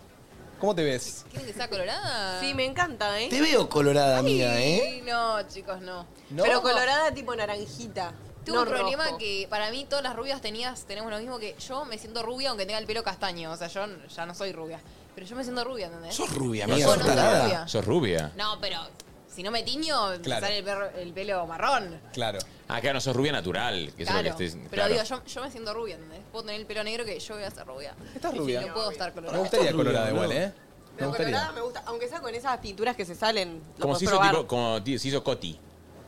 ¿Cómo te ves?
¿Quieren que sea colorada?
Sí, me encanta, ¿eh?
Te veo colorada, amiga, ¿eh?
Sí, no, chicos, no.
Pero colorada tipo naranjita.
Tuve
no
un problema
rojo.
que para mí todas las rubias tenías, tenemos lo mismo que yo me siento rubia aunque tenga el pelo castaño. O sea, yo n- ya no soy rubia. Pero yo me siento rubia, ¿entendés?
Sos rubia,
No,
amiga,
sos
sos
rubia.
tarada.
Sos rubia.
No, pero si no me tiño, me
Claro.
sale el, perro- el pelo marrón.
Claro.
Ah, claro, no sos rubia natural. Que eso es
Claro.
lo que estés-
Pero
claro.
digo, yo, yo me siento rubia, ¿entendés? Puedo tener el pelo negro que yo voy a ser rubia.
Estás rubia.
No puedo estar colorada.
Me gustaría
Estás rubia,
colorada
boludo.
igual, ¿eh? Me
Pero colorada
gustaría.
me gusta, aunque sea con esas pinturas que se salen. Lo
Como
puedes
se hizo,
probar.
tipo, como ti- se hizo Coti.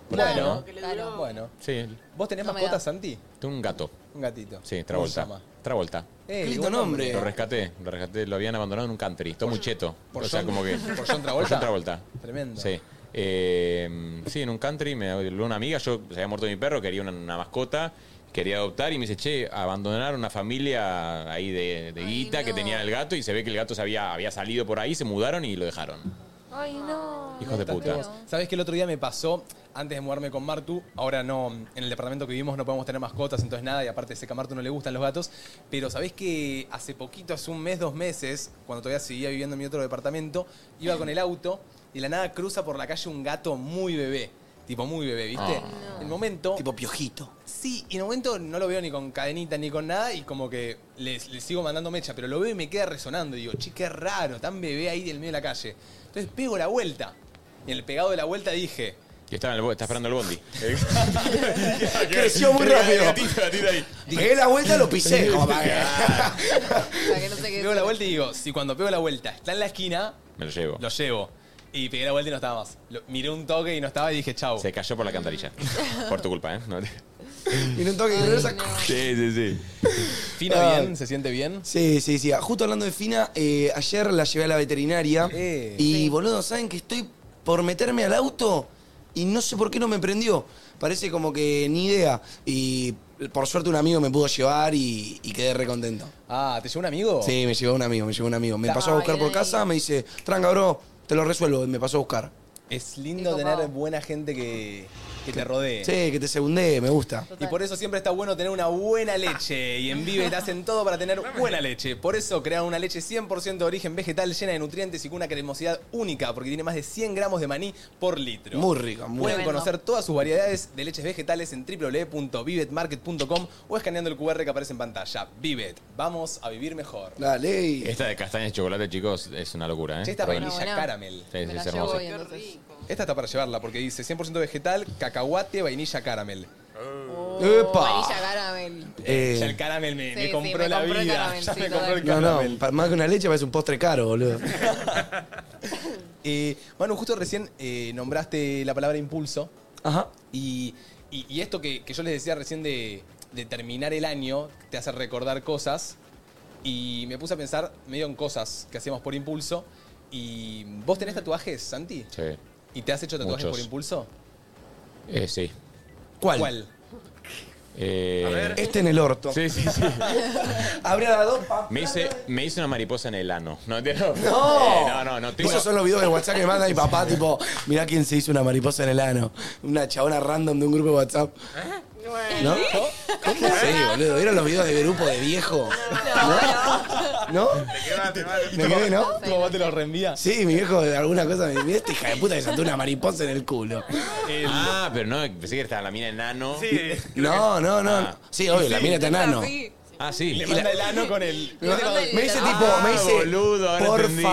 Bueno,
Claro.
bueno.
Sí.
¿Vos tenés
No me
mascotas, Santi?
Tengo un gato.
Un gatito.
Sí,
¿Cómo se
Travolta.
llama?
Travolta.
Eh, Qué lindo buen nombre. nombre.
Lo rescaté, lo rescaté. Lo habían abandonado en un country. Está muy cheto.
por
o sea,
John-
como que.
por John Travolta?
Por John Travolta.
Tremendo.
Sí. Eh, sí, en un country me habló una amiga. Yo se había muerto mi perro, quería una, una mascota. Quería adoptar y me dice, che, abandonaron una familia ahí de, de guita que tenía el gato y se ve que el gato se había, había salido por ahí, se mudaron y lo dejaron.
Ay, no.
Hijos de puta.
¿Sabés que el otro día me pasó, antes de mudarme con Martu, ahora no, en el departamento que vivimos no podemos tener mascotas, entonces nada, y aparte sé que a Martu no le gustan los gatos, pero ¿sabés que hace poquito, hace un mes, dos meses, cuando todavía seguía viviendo en mi otro departamento, iba con el auto y de la nada cruza por la calle un gato muy bebé, tipo muy bebé, ¿viste?
Ah.
El momento...
Tipo piojito.
Sí, y en el momento no lo veo ni con cadenita ni con nada y como que le sigo mandando mecha, pero lo veo y me queda resonando. Y digo, che, qué raro, tan bebé ahí del medio de la calle. Entonces pego la vuelta. Y en el pegado de la vuelta dije,
Y estaba en el bo- está esperando el [laughs] bondi. Ah,
Creció muy rápido.
Gatito, gatito ahí.
Dije la vuelta, lo pisé. como para que- [laughs]
Pego la vuelta y digo, si cuando pego la vuelta está en la esquina,
[laughs] Me lo llevo.
lo llevo. Y pegué la vuelta y no estaba más. Lo- miré un toque y no estaba y dije, chau.
Se cayó por la [laughs] cantarilla. Por tu culpa, ¿eh? No te-
Y en un toque de regresa.
Sí, sí, sí.
¿Fina
Ah.
bien? ¿Se siente bien?
Sí, sí, sí. Justo hablando de Fina, eh, ayer la llevé a la veterinaria. y boludo, ¿saben que estoy por meterme al auto? Y no sé por qué no me prendió. Parece como que ni idea. Y por suerte un amigo me pudo llevar y, y quedé re contento.
Ah, ¿te llevó un amigo?
Sí, me llevó un amigo, me llevó un amigo. Me
Ay,
pasó a buscar por
ay.
casa, me dice, tranca, bro, te lo resuelvo. Y me pasó a buscar.
Es lindo tener buena gente que, que te rodee.
Sí, que te segundé, me gusta.
Y por eso siempre está bueno tener una buena leche. Y en Vive te hacen todo para tener buena leche. Por eso crearon una leche 100% de origen vegetal, llena de nutrientes y con una cremosidad única, porque tiene más de 100 gramos de maní por litro.
Muy rica, muy
Pueden
rica.
conocer todas sus variedades de leches vegetales en www.vivetmarket.com o escaneando el QR que aparece en pantalla. Vivet, vamos a vivir mejor.
Eh, Dale.
Esta de castaña y chocolate, chicos, es una locura, ¿eh?
Che, esta
Reina.
vainilla caramel.
Sí, sí, es hermosa.
Esta está para llevarla porque dice 100% vegetal, cacahuate, vainilla caramel.
Vainilla Uh, caramel.
Eh,
Eh.
ya el caramel me,
Sí,
me
sí,
compró
me
la
compró el
vida.
caramel,
ya
sí,
me compró el
No,
caramel.
no, pa- más que una leche parece un postre caro, boludo.
Eh, Manu, justo recién eh, nombraste la palabra impulso.
Ajá.
Y, y- y esto que, que yo les decía recién de, de terminar el año, te hace recordar cosas. Y me puse a pensar medio en cosas que hacíamos por impulso. ¿Y vos tenés tatuajes, Santi?
Sí.
¿Y te has hecho tatuajes
Muchos.
por impulso?
Eh, sí.
¿Cuál?
Eh,
Este en el orto.
Sí, sí, sí.
Abre la dos, pa.
Me hice, me hice una mariposa en el ano. No, entiendo.
No.
Eh, [laughs] no, no, no. tengo-
Esos son los videos de WhatsApp que me manda mi papá, tipo, mirá quién se hizo una mariposa en el ano. Una chabona random de un grupo de WhatsApp. ¿No? ¿Cómo? Sí, boludo. ¿Vieron los videos de grupo de viejo? ¿No? ¿Me quedé, no?
¿Tu papá te los reenvía?
Sí, mi viejo de alguna cosa me dice, esta hija de puta que saltó una mariposa en el culo.
Ah, pero no, pensé que estaba la mina enano. Sí.
[laughs]
No, no, no. Sí, obvio, la mina está enano.
Ah, sí.
Le manda el ano con el...
Me dice tipo, me dice,
Ah, boludo, ahora
por
entendí".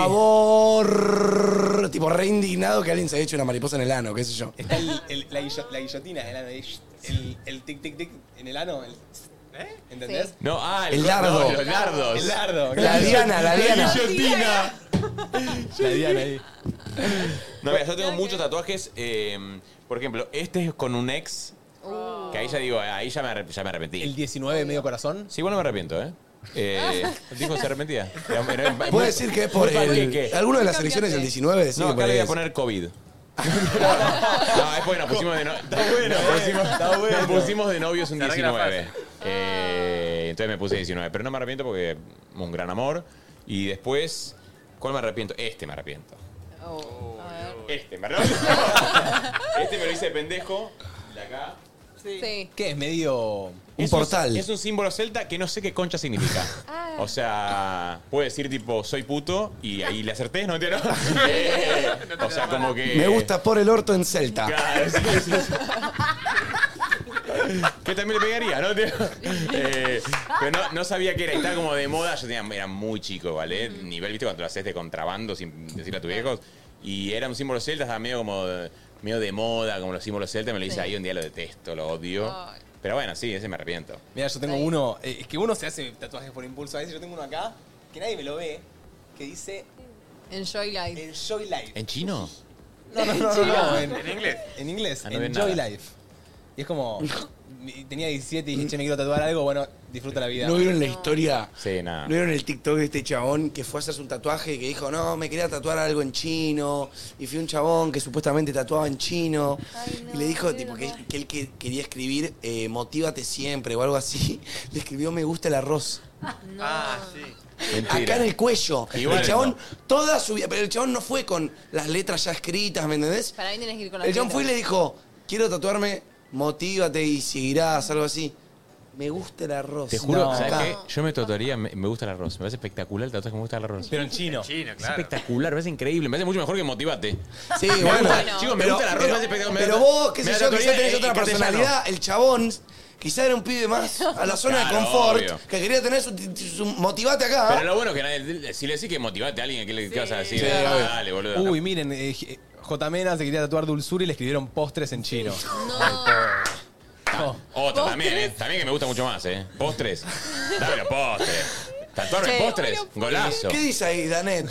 favor, tipo re indignado que alguien se haya hecho una mariposa en el ano, qué sé yo.
Está el- el- la, guillo- la guillotina, el ano, el, el, el tic tic tic en el ano. el- ¿eh? ¿Entendés?
No, ah,
El dardo.
no, los dardos.
El dardo.
La diana, la diana.
guillotina.
La diana ahí.
No, mira, yo tengo muchos tatuajes. eh, por ejemplo, este es con un ex.
uh,
Que ahí ya digo, ahí ya me, arrep- ya me arrepentí.
¿El 19 de medio corazón?
Sí, igual no me arrepiento, ¿eh? Eh, dijo que se arrepentía. Era- era- era- muy-
Puede decir que es por
muy
el.
panqueque.
Alguna de las elecciones del 19, sí,
No,
que
acá
por
le voy a
eso.
poner
[laughs]
COVID. no, es porque nos pusimos de, no- nos pusimos, nos pusimos de novios un
Se arregla
19. Eh, entonces me puse 19. Pero no me arrepiento porque un gran amor. Y después, ¿cuál me arrepiento? Este me arrepiento. Este me [laughs] arrepiento. este me lo hice de pendejo. De acá.
Sí.
¿Qué es? Medio.
Un
Es
portal.
es un símbolo celta que no sé qué concha significa. O sea, puede decir tipo, soy puto y ahí le acerté, ¿no? entiendo. [laughs] Eh, [laughs] o sea, como que...
Me gusta por el orto en Celta.
Claro, sí, sí, sí. Que también le pegaría, ¿no? Tío? Eh, pero no, no sabía qué era. y Estaba como de moda. Yo tenía, era muy chico, ¿vale? Nivel, ¿viste? Cuando lo haces de contrabando sin decirle a tus viejos. Y era un símbolo celta, estaba medio como de- medio de moda, como los símbolos celtas. Me lo hice ahí un día, lo detesto, lo odio. Pero bueno, sí, ese me arrepiento.
Mira, yo tengo uno. eh, es que uno se hace tatuajes por impulso. A veces yo tengo uno acá que nadie me lo ve. Que dice
Enjoy life.
Enjoy life.
¿En chino?
No, no, no, no, no, en, inglés. En inglés.
Ah, no ven
enjoy
nada.
life. Y es como. mi- Tenía 17 y dije, che, me quiero tatuar algo. Bueno, disfruta la vida.
¿No vieron la historia?
Sí, nada.
¿No vieron el TikTok de este chabón que fue a hacerse un tatuaje y que dijo, no, me quería tatuar algo en chino? Y fui un chabón que supuestamente tatuaba en chino. y le dijo, tipo, que, que él que quería escribir, eh, motívate siempre o algo así. [laughs] Le escribió, me gusta el arroz.
Ah, sí.
Mentira.
Acá en el cuello.
Igual
el chabón, toda su vida, pero el chabón no fue con las letras ya escritas, ¿me entendés?
Para mí tienes que ir con la
El chabón fue y
letra.
le dijo, quiero tatuarme, motívate y seguirás, algo así. Me gusta el arroz.
Te juro,
No,
¿sabes
acá.
qué? Yo me tatuaría, me, me gusta el arroz. Me parece espectacular el tatuaje que me gusta el arroz.
Pero en chino.
Chino,
Es espectacular, me parece increíble. Me parece mucho mejor que motivate.
Sí,
Me
bueno.
gusta- chicos, me
Pero-
gusta el arroz,
pero-
me hace espectacular. me
Pero
gusta-
vos, qué
me
sé
da
yo,
tatuaje
quizás tenés
en-
otra
en castellano.
personalidad. El chabón Quizá era un pibe más a la zona
Claro,
de confort
obvio.
que quería tener su, su- motivate acá.
Pero lo bueno es que nadie- si le decís que motivate a alguien, ¿qué le qué vas a decir?
Sí,
Ah,
obvio.
dale, boludo. acá.
Uy, miren, eh, J- J. Mena se quería tatuar dulzura y le escribieron postres en chino.
Otra también, eh. También que me gusta mucho más, eh. Postres. Dame los postres. Tatuarme
Che,
postres. Golazo.
¿Qué dice ahí, Danet?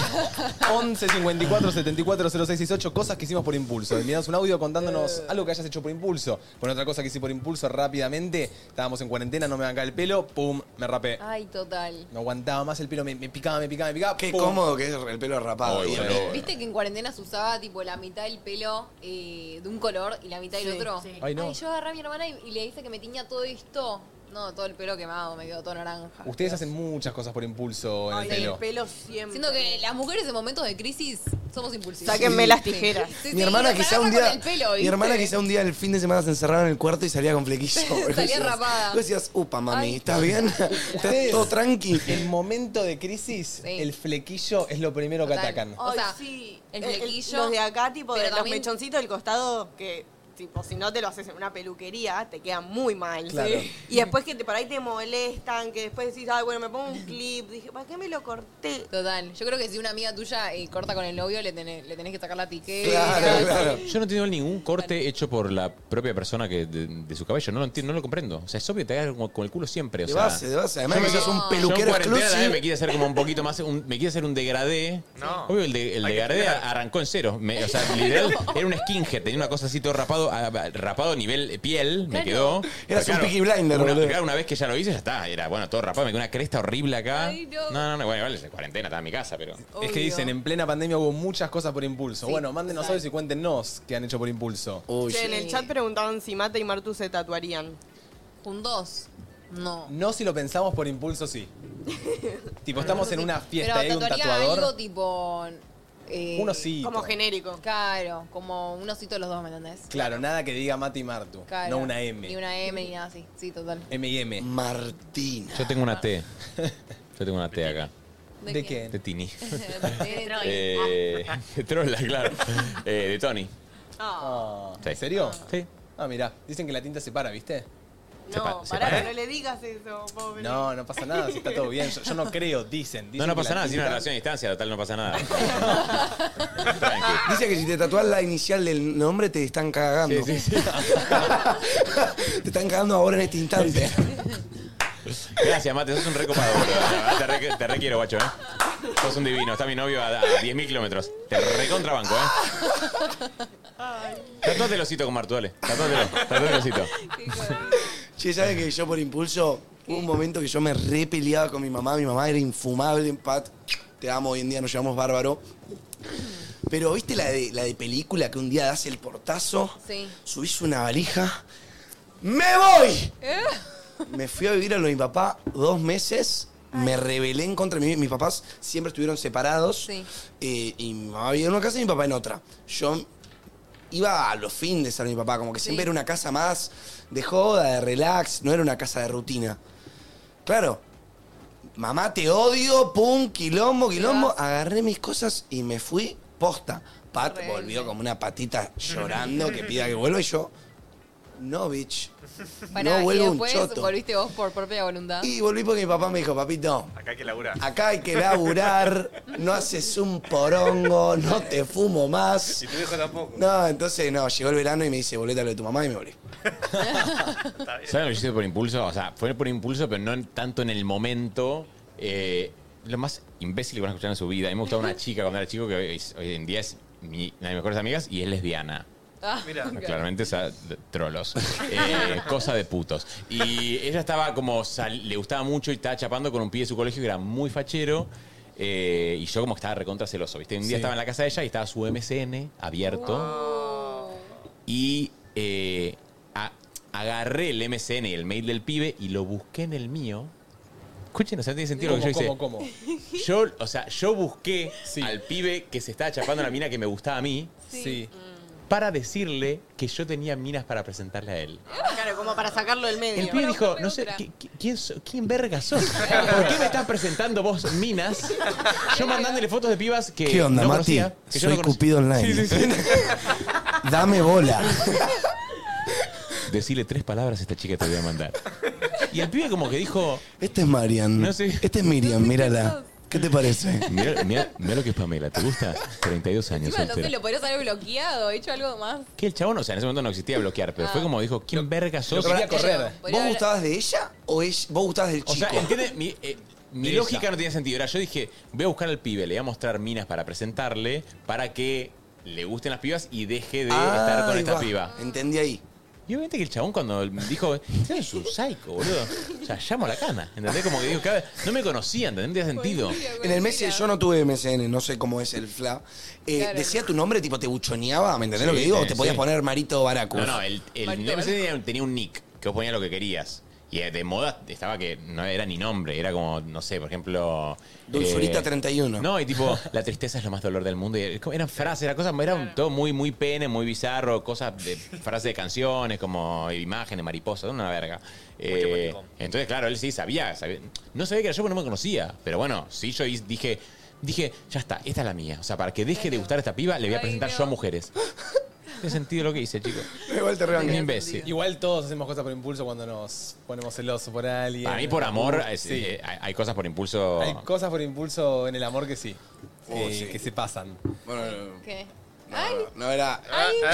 [laughs]
11 54 74 0668 cosas que hicimos por impulso. Envianos un audio contándonos algo que hayas hecho por impulso. Con otra cosa que hice por impulso rápidamente. Estábamos en cuarentena, no me bancaba el pelo, pum, me rapé.
Ay, total.
No aguantaba más el pelo, me, me picaba, me picaba, me picaba. Qué
cómodo que es el pelo rapado.
Ay,
Bien.
boludo.
¿Viste que en cuarentena se usaba tipo la mitad del pelo eh, de un color y la mitad del
Sí,
otro?
sí. Ay, no.
yo agarré a mi hermana y, y le hice que me tiña todo esto. No, todo el pelo quemado, me quedó todo naranja.
Ustedes hacen muchas cosas por impulso en el pelo.
siempre. Siento que las mujeres en momentos de crisis somos impulsivas.
Sáquenme
Sí.
las tijeras.
Sí, sí,
mi hermana
nos
quizá un
agarra
día
con el pelo,
mi
¿viste?
hermana quizá un día el fin de semana se encerraba en el cuarto y salía con
[laughs]
flequillo
Salía
Vos decías-
rapada.
vos decías upa mami
Ay.
[laughs]
¿estás bien? ¿estás
Ustedes,
todo tranqui? [laughs]
En momento de crisis, el flequillo es lo primero que
Total.
atacan.
O sea, el
El- el-
flequillo.
Eh, los de acá, tipo,
pero
de los
también-
mechoncitos del costado, que tipo, si no te lo haces en una peluquería, te queda muy mal.
Claro.
¿sí? Y después que te, por ahí te molestan, que después decís, ay, bueno, me pongo un clip. Dije, ¿para qué me lo corté?
Total. Yo creo que si una amiga tuya eh, corta con el novio, le tenés, le tenés que sacar la tiqueta.
Yo no tengo ningún corte hecho por la propia persona que de, de su cabello. No lo entiendo, no lo comprendo. O sea, es obvio que te hagas como con el culo siempre. O
De
sea,
base, de base. Además
Yo
que
me-
sos un
yo en
peluquero
cuarentena
exclusivo.
también Me quiere hacer como un poquito más. un- me quiere hacer un degradé.
No.
Obvio, el, de- el
Hay que
degradé
esperar.
arrancó en cero. Me- o sea, literal, era un skinhead. Tenía una cosa así todo rapado, a- a- rapado nivel piel. Me
Claro.
quedó. Pero
un Peaky Blinder,
una,
boludo.
claro, una vez que ya lo hice, ya está. Era bueno, todo rapado. Me quedó una cresta horrible acá. no. no, no, Bueno, igual es de cuarentena, estaba en mi casa, pero.
Es que dicen, en plena pandemia hubo muchas cosas por impulso.
Sí,
bueno, mándenos
total.
hoy y cuéntenos qué han hecho por impulso.
Che, En el chat preguntaban si Mate y Martu se tatuarían.
Juntos. No.
No si lo pensamos por impulso,
[laughs]
sí. tipo, estamos en una fiesta y hay
Pero
un
tatuaría
tatuador.
algo tipo. eh,
Un osito. como
genérico. Claro, como un osito de los dos, ¿me entendés?
Claro, nada que diga Mati y Martu. No
Claro.
una M.
Ni una M ni nada así. Sí, total.
M y M.
Martina.
Yo tengo una T. [laughs] Yo tengo una T acá.
¿De ¿De quién?
De Tini.
[laughs] De Troy.
Eh, [laughs] de Trolla, claro. Eh, de Tony.
Ah.
Sí.
¿En serio?
Sí.
Ah, mirá. Dicen que la tinta se para, ¿viste?
No,
se
pará,
para.
que no le digas eso, pobre.
No, no pasa nada, si está todo bien. Yo, yo
[laughs]
no creo, dicen.
No,
dicen
no
que
pasa
la
nada. Si una
tinta-
relación a distancia, total, no pasa nada.
Dice que si te tatuás la inicial del nombre te están cagando. [laughs] te están cagando ahora en
[laughs]
este instante.
Gracias, Mate. Sos un recopado, boludo. La verdad, Te, re- te requiero, guacho, ¿eh? Sos un divino. Está mi novio a, a 10.000 kilómetros. Te recontrabanco, ¿eh? Tatuate el osito con Martu, dale. Tatuátelo. Tatuate el osito.
Che, ¿sabes que yo por impulso hubo un momento que yo me re peleaba con mi mamá? Mi mamá era infumable, Pat. Te amo, hoy en día nos llevamos bárbaro. Pero, ¿viste la de, la de película que un día das el portazo?
Sí.
Subís una valija. ¡Me voy! Me fui a vivir a lo de mi papá dos meses. Me rebelé en contra de mi- mis papás. Siempre estuvieron separados. Eh, y mi mamá vivía en una casa y mi papá en otra. Yo iba a los fines a mi papá. Como que siempre era una casa más de joda, de relax. No era una casa de rutina. Claro. Mamá, te odio. Pum, quilombo, quilombo. Agarré mis cosas y me fui posta. Pat volvió como una patita llorando que pida que vuelva y yo... No, bitch.
Pará,
no
y
vuelvo un
después
choto.
volviste vos por propia voluntad.
Y volví porque mi papá me dijo, papito,
Acá hay que laburar.
acá hay que laburar, no haces un porongo, no te fumo más.
Y tu viejo tampoco.
No, entonces no, llegó el verano y me dice, boleta lo de tu mamá y me volví.
¿Sabes lo que yo hice por impulso? O sea, fue por impulso, pero no en- tanto en el momento. Eh, lo más imbécil que van a escuchar en su vida. A mí me gustaba una chica cuando era chico que hoy, es- hoy en día es mi- una de mis mejores amigas y es lesbiana. Ah,
Mira.
Claramente, o sea, de- trolos. Eh, cosa de putos. Y ella estaba como, sal- le gustaba mucho y estaba chapando con un pibe de su colegio que era muy fachero. eh, y yo como que estaba recontra celoso, ¿viste? Un día
Sí.
estaba en la casa de ella y estaba su MCN abierto. Y eh, a- agarré el MCN y el mail del pibe y lo busqué en el mío. Escuchen, o sea, no tiene sentido lo que yo hice.
¿Cómo, cómo, cómo?
Yo, o sea, yo busqué al pibe que se estaba chapando a la mina que me gustaba a mí
Sí.
para decirle que yo tenía minas para presentarle a él.
Claro, como para sacarlo del medio.
El pibe dijo, no sé, ¿qui- qui- ¿quién, so- ¿quién verga sos? ¿Por qué me estás presentando vos minas? Yo mandándole fotos de pibas que
¿Qué onda,
no
Mati?
conocía. que yo
Soy [laughs]
no conocía.
Cupido Online. Dame bola.
decirle tres palabras a esta chica te voy a mandar. Y el pibe como que dijo,
Este es Marian.
No, sí.
Este es Miriam,
[laughs]
mírala. ¿Qué te parece?
mira, mira- mira lo que es Pamela, ¿te gusta? 32 años.
Encima, no
soltera.
sé, lo podrías haber bloqueado, hecho algo más.
Que el chabón, o sea, en ese momento no existía bloquear, pero fue
Ah.
como dijo, ¿quién verga sos?
Pero pará,
Podría
¿Vos
haber-
gustabas de ella o es- vos gustabas del
O
chico?
sea, ¿entiendes? Mi, eh, mi
Esa.
lógica no tenía sentido. Era, yo dije, voy a buscar al pibe, le voy a mostrar minas para presentarle, para que le gusten las pibas y deje de
Ah,
estar con
ahí
esta
va.
piba.
Entendí ahí.
Y obviamente que el chabón cuando dijo, "Este es un psycho, boludo. O sea, llamo a la cana. ¿Entendés? Como que digo, no me conocía, ¿entendés? No tenía
Pues
sentido.
En el mes yo no tuve MSN, no sé cómo es el FLA. Eh,
Claro.
Decía tu nombre, tipo, te buchoneaba, ¿me entendés
Sí,
lo que digo?
eh,
¿O te podías
sí.
poner Marito Baracu?
No, eh, no, el, el
Marito
NMC tenía, tenía un nick que vos ponías lo que querías. Y eh, de moda estaba que no era ni nombre, era como, no sé, por ejemplo. eh,
Dulzurita 31.
No, y tipo, la tristeza es lo más dolor del mundo. Y era- como- eran frases, era cosas, era todo muy, muy pene, muy bizarro, cosas de frases de canciones, como imágenes, mariposas, una verga. Eh, entonces, claro, él sí sabía, sabía- No sabía que era yo porque no me conocía. Pero bueno, sí, yo hice- dije. Dije, ya está, esta es la mía. O sea, para que deje de gustar a esta piba, le voy a presentar yo a mujeres. Tiene sentido lo que hice, chicos.
Igual te
rebanqué. Un imbécil.
Igual todos hacemos cosas por impulso cuando nos ponemos celosos por alguien.
Para mí, por amor, es-
Sí.
eh, hay, hay cosas por impulso.
Hay cosas por impulso en el amor que sí.
Oh,
eh,
sí.
Que se pasan.
Bueno,
¿Qué?
no, no, no, era.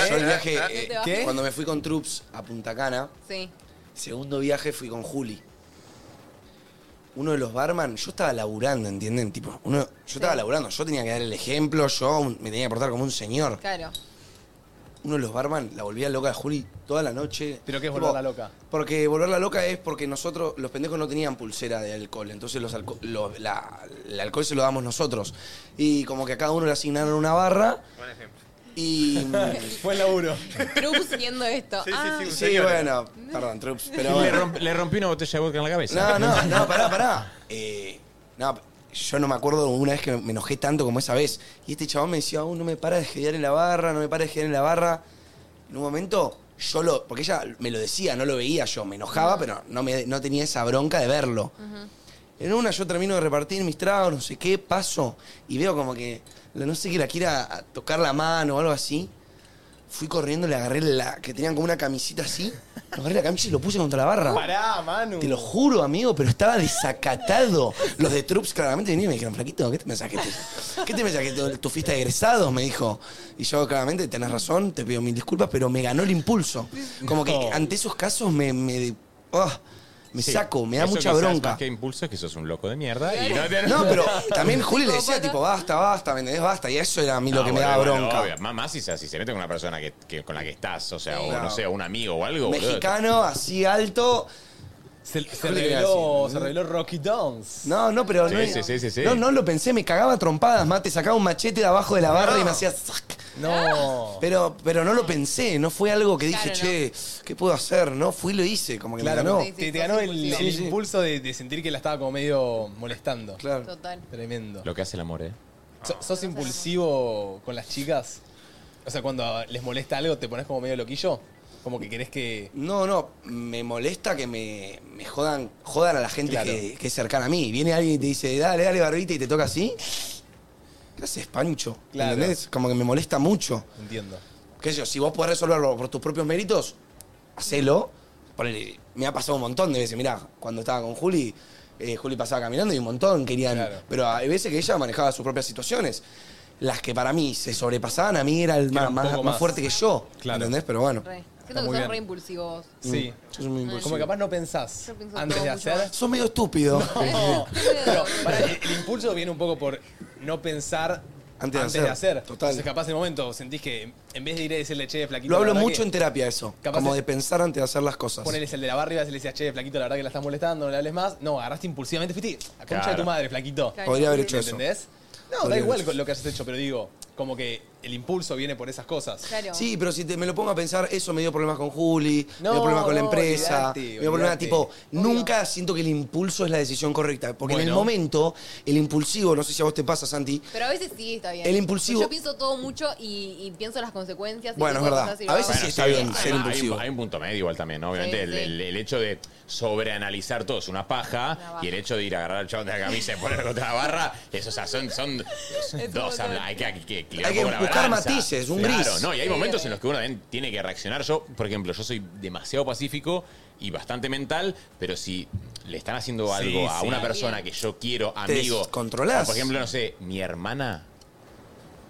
Yo el viaje. eh,
¿Qué?
Cuando me fui con Troops a Punta Cana,
Sí.
segundo viaje fui con Juli. Uno de los barman, yo estaba laburando, ¿entienden? Tipo, uno, yo estaba laburando, yo tenía que dar el ejemplo, yo un- me tenía que portar como un señor.
Claro.
Uno de los barman la volvía loca de Juli toda la noche.
¿Pero qué es
Tipo,
volverla loca?
Porque volverla loca es porque nosotros, los pendejos no tenían pulsera de alcohol, entonces los alco- lo- la- el alcohol se lo damos nosotros. Y como que a cada uno le asignaron una barra
Buen ejemplo. [laughs]
y...
Buen laburo.
Troops viendo esto. Ah,
[laughs] Sí,
señor.
bueno, perdón, Troops, pero...
le,
bueno.
romp- le rompí una botella de vodka en la cabeza.
No, no, no, pará, pará. Eh, no, yo no me acuerdo una vez que me enojé tanto como esa vez. Y este chabón me decía, "Oh, no me para de gedear en la barra, no me para de gedear en la barra. En un momento, yo lo. Porque ella me lo decía, no lo veía yo. Me enojaba, pero no, me, no tenía esa bronca de verlo. En una yo termino de repartir mis tragos, no sé qué, paso. Y veo como que. la- No sé qué, la quiera a tocar la mano o algo así. Fui corriendo, le agarré la. que tenían como una camisita así. Le agarré la camisa y lo puse contra la barra.
Pará, Manu.
Te lo juro, amigo, pero estaba desacatado. Los de Troops claramente venían y me dijeron, Flaquito, ¿qué te mensaje? ¿Qué te mensaje? ¿Tu, tu fiesta de egresados? Me dijo. Y yo, claramente, tenés razón, te pido mil disculpas, pero me ganó el impulso. Como que
No.
ante esos casos me. me, ah, me
Sí.
saco, me da
Eso
mucha
quizás
bronca.
Más que impulso es que sos un loco de mierda. Y no, te- [laughs]
No, pero también Juli le decía, tipo, basta, basta, ¿me entendés? Basta. Y eso era a mí lo
No,
que me
boludo,
daba
Ah, bueno,
bronca.
obvio. Más, más si, se- si se mete con una persona que, que- con la que estás, o sea, o
Claro.
no sé, un amigo o algo. boludo.
Mexicano, así alto.
Se, se
Juli,
reveló,
gracias.
se reveló Rocky Downs.
No, no, pero
Sí,
no,
sí, sí, sí, sí.
no, no lo pensé, me cagaba a trompadas, mate, sacaba un machete de abajo de la barra y me hacía zac.
No.
Pero, pero no lo pensé, no fue algo que dije,
Claro, no.
che, ¿qué puedo hacer? No, fui y lo hice, como que
Claro,
me ganó.
te, te ganó el,
Sí,
el
sí.
impulso de, de sentir que la estaba como medio molestando.
Claro.
Total.
Tremendo.
Lo que hace el amor, ¿eh?
So- ¿Sos impulsivo con las chicas? O sea, cuando les molesta algo, ¿te pones como medio loquillo? Como que querés que...
No, no, me molesta que me, me jodan, jodan a la gente
Claro.
que, que es cercana a mí. Viene alguien y te dice, dale, dale, barbita, y te toca así. ¿Qué haces, pancho?
Claro.
¿Entendés? Como que me molesta mucho.
Entiendo.
qué sé yo, si vos podés resolverlo por tus propios méritos, hacelo. Ponele, me ha pasado un montón de veces. Mirá, cuando estaba con Juli, eh, Juli pasaba caminando y un montón querían. Pero hay veces que ella manejaba sus propias situaciones. Las que para mí se sobrepasaban, a mí era el más,
un
más-
poco
más
más.
fuerte que yo. ¿Entendés? Pero bueno.
re. Siento
Está
que
muy
sos
bien.
re
[laughs]
impulsivos.
Sí.
Yo soy muy impulsivo.
Como que capaz no pensás antes de
todo mucho
hacer.
Sos medio estúpido.
[laughs] No. Pero pará, el, el impulso viene un poco por no pensar
Antes de
antes, de
hacer.
hacer.
Total.
Entonces capaz en el momento sentís que en vez de ir a decirle, che, flaquito...
Lo
la
hablo
verdad
mucho
que-
en terapia eso.
Capaz
como
es-
de pensar antes de hacer las cosas.
Poneles el de la barra y vas y le decías, che, flaquito, la verdad que la estás molestando, no le hables más. No, agarraste impulsivamente, fuiste, a concha de
Claro.
tu madre, flaquito.
Claro. Podría haber hecho
¿Me
eso.
¿Entendés? No,
Podría
da
haber
igual
hecho
lo que hayas hecho, pero digo, como que el impulso viene por esas cosas.
Sí, pero si te- me lo pongo a pensar, eso me dio problemas con Juli, me dio
No,
problemas con la
no,
empresa,
olvidate,
me dio problemas
olvidate.
tipo, nunca siento que el impulso es la decisión correcta, porque en el
Bueno.
momento, el impulsivo, no sé si a vos te pasa, Santi,
Pero a veces sí está bien.
El impulsivo-
Yo pienso todo mucho y, y pienso las consecuencias. y
Bueno, es
pienso
verdad.
cosas y
A
lo
veces
hago.
sí está bien ser
Ah, hay-
impulsivo.
Hay, un- hay un punto medio igual también, ¿no? Obviamente,
Sí,
el,
sí.
el- el hecho de sobreanalizar todo es una paja y el hecho de ir a agarrar al chabón de la camisa y ponerlo contra la barra, eso, o sea, son, son dos, habla- hay que, hay que, hay que,
hay que
un poco la
buscar
tranza.
matices, un
Claro,
gris.
no, y hay momentos en los que uno también tiene que reaccionar. Yo, por ejemplo, yo soy demasiado pacífico y bastante mental, pero si le están haciendo
Sí,
algo a
sí.
una persona que yo quiero,
Te
amigo.
descontrolás.
o, Por ejemplo, no sé, mi hermana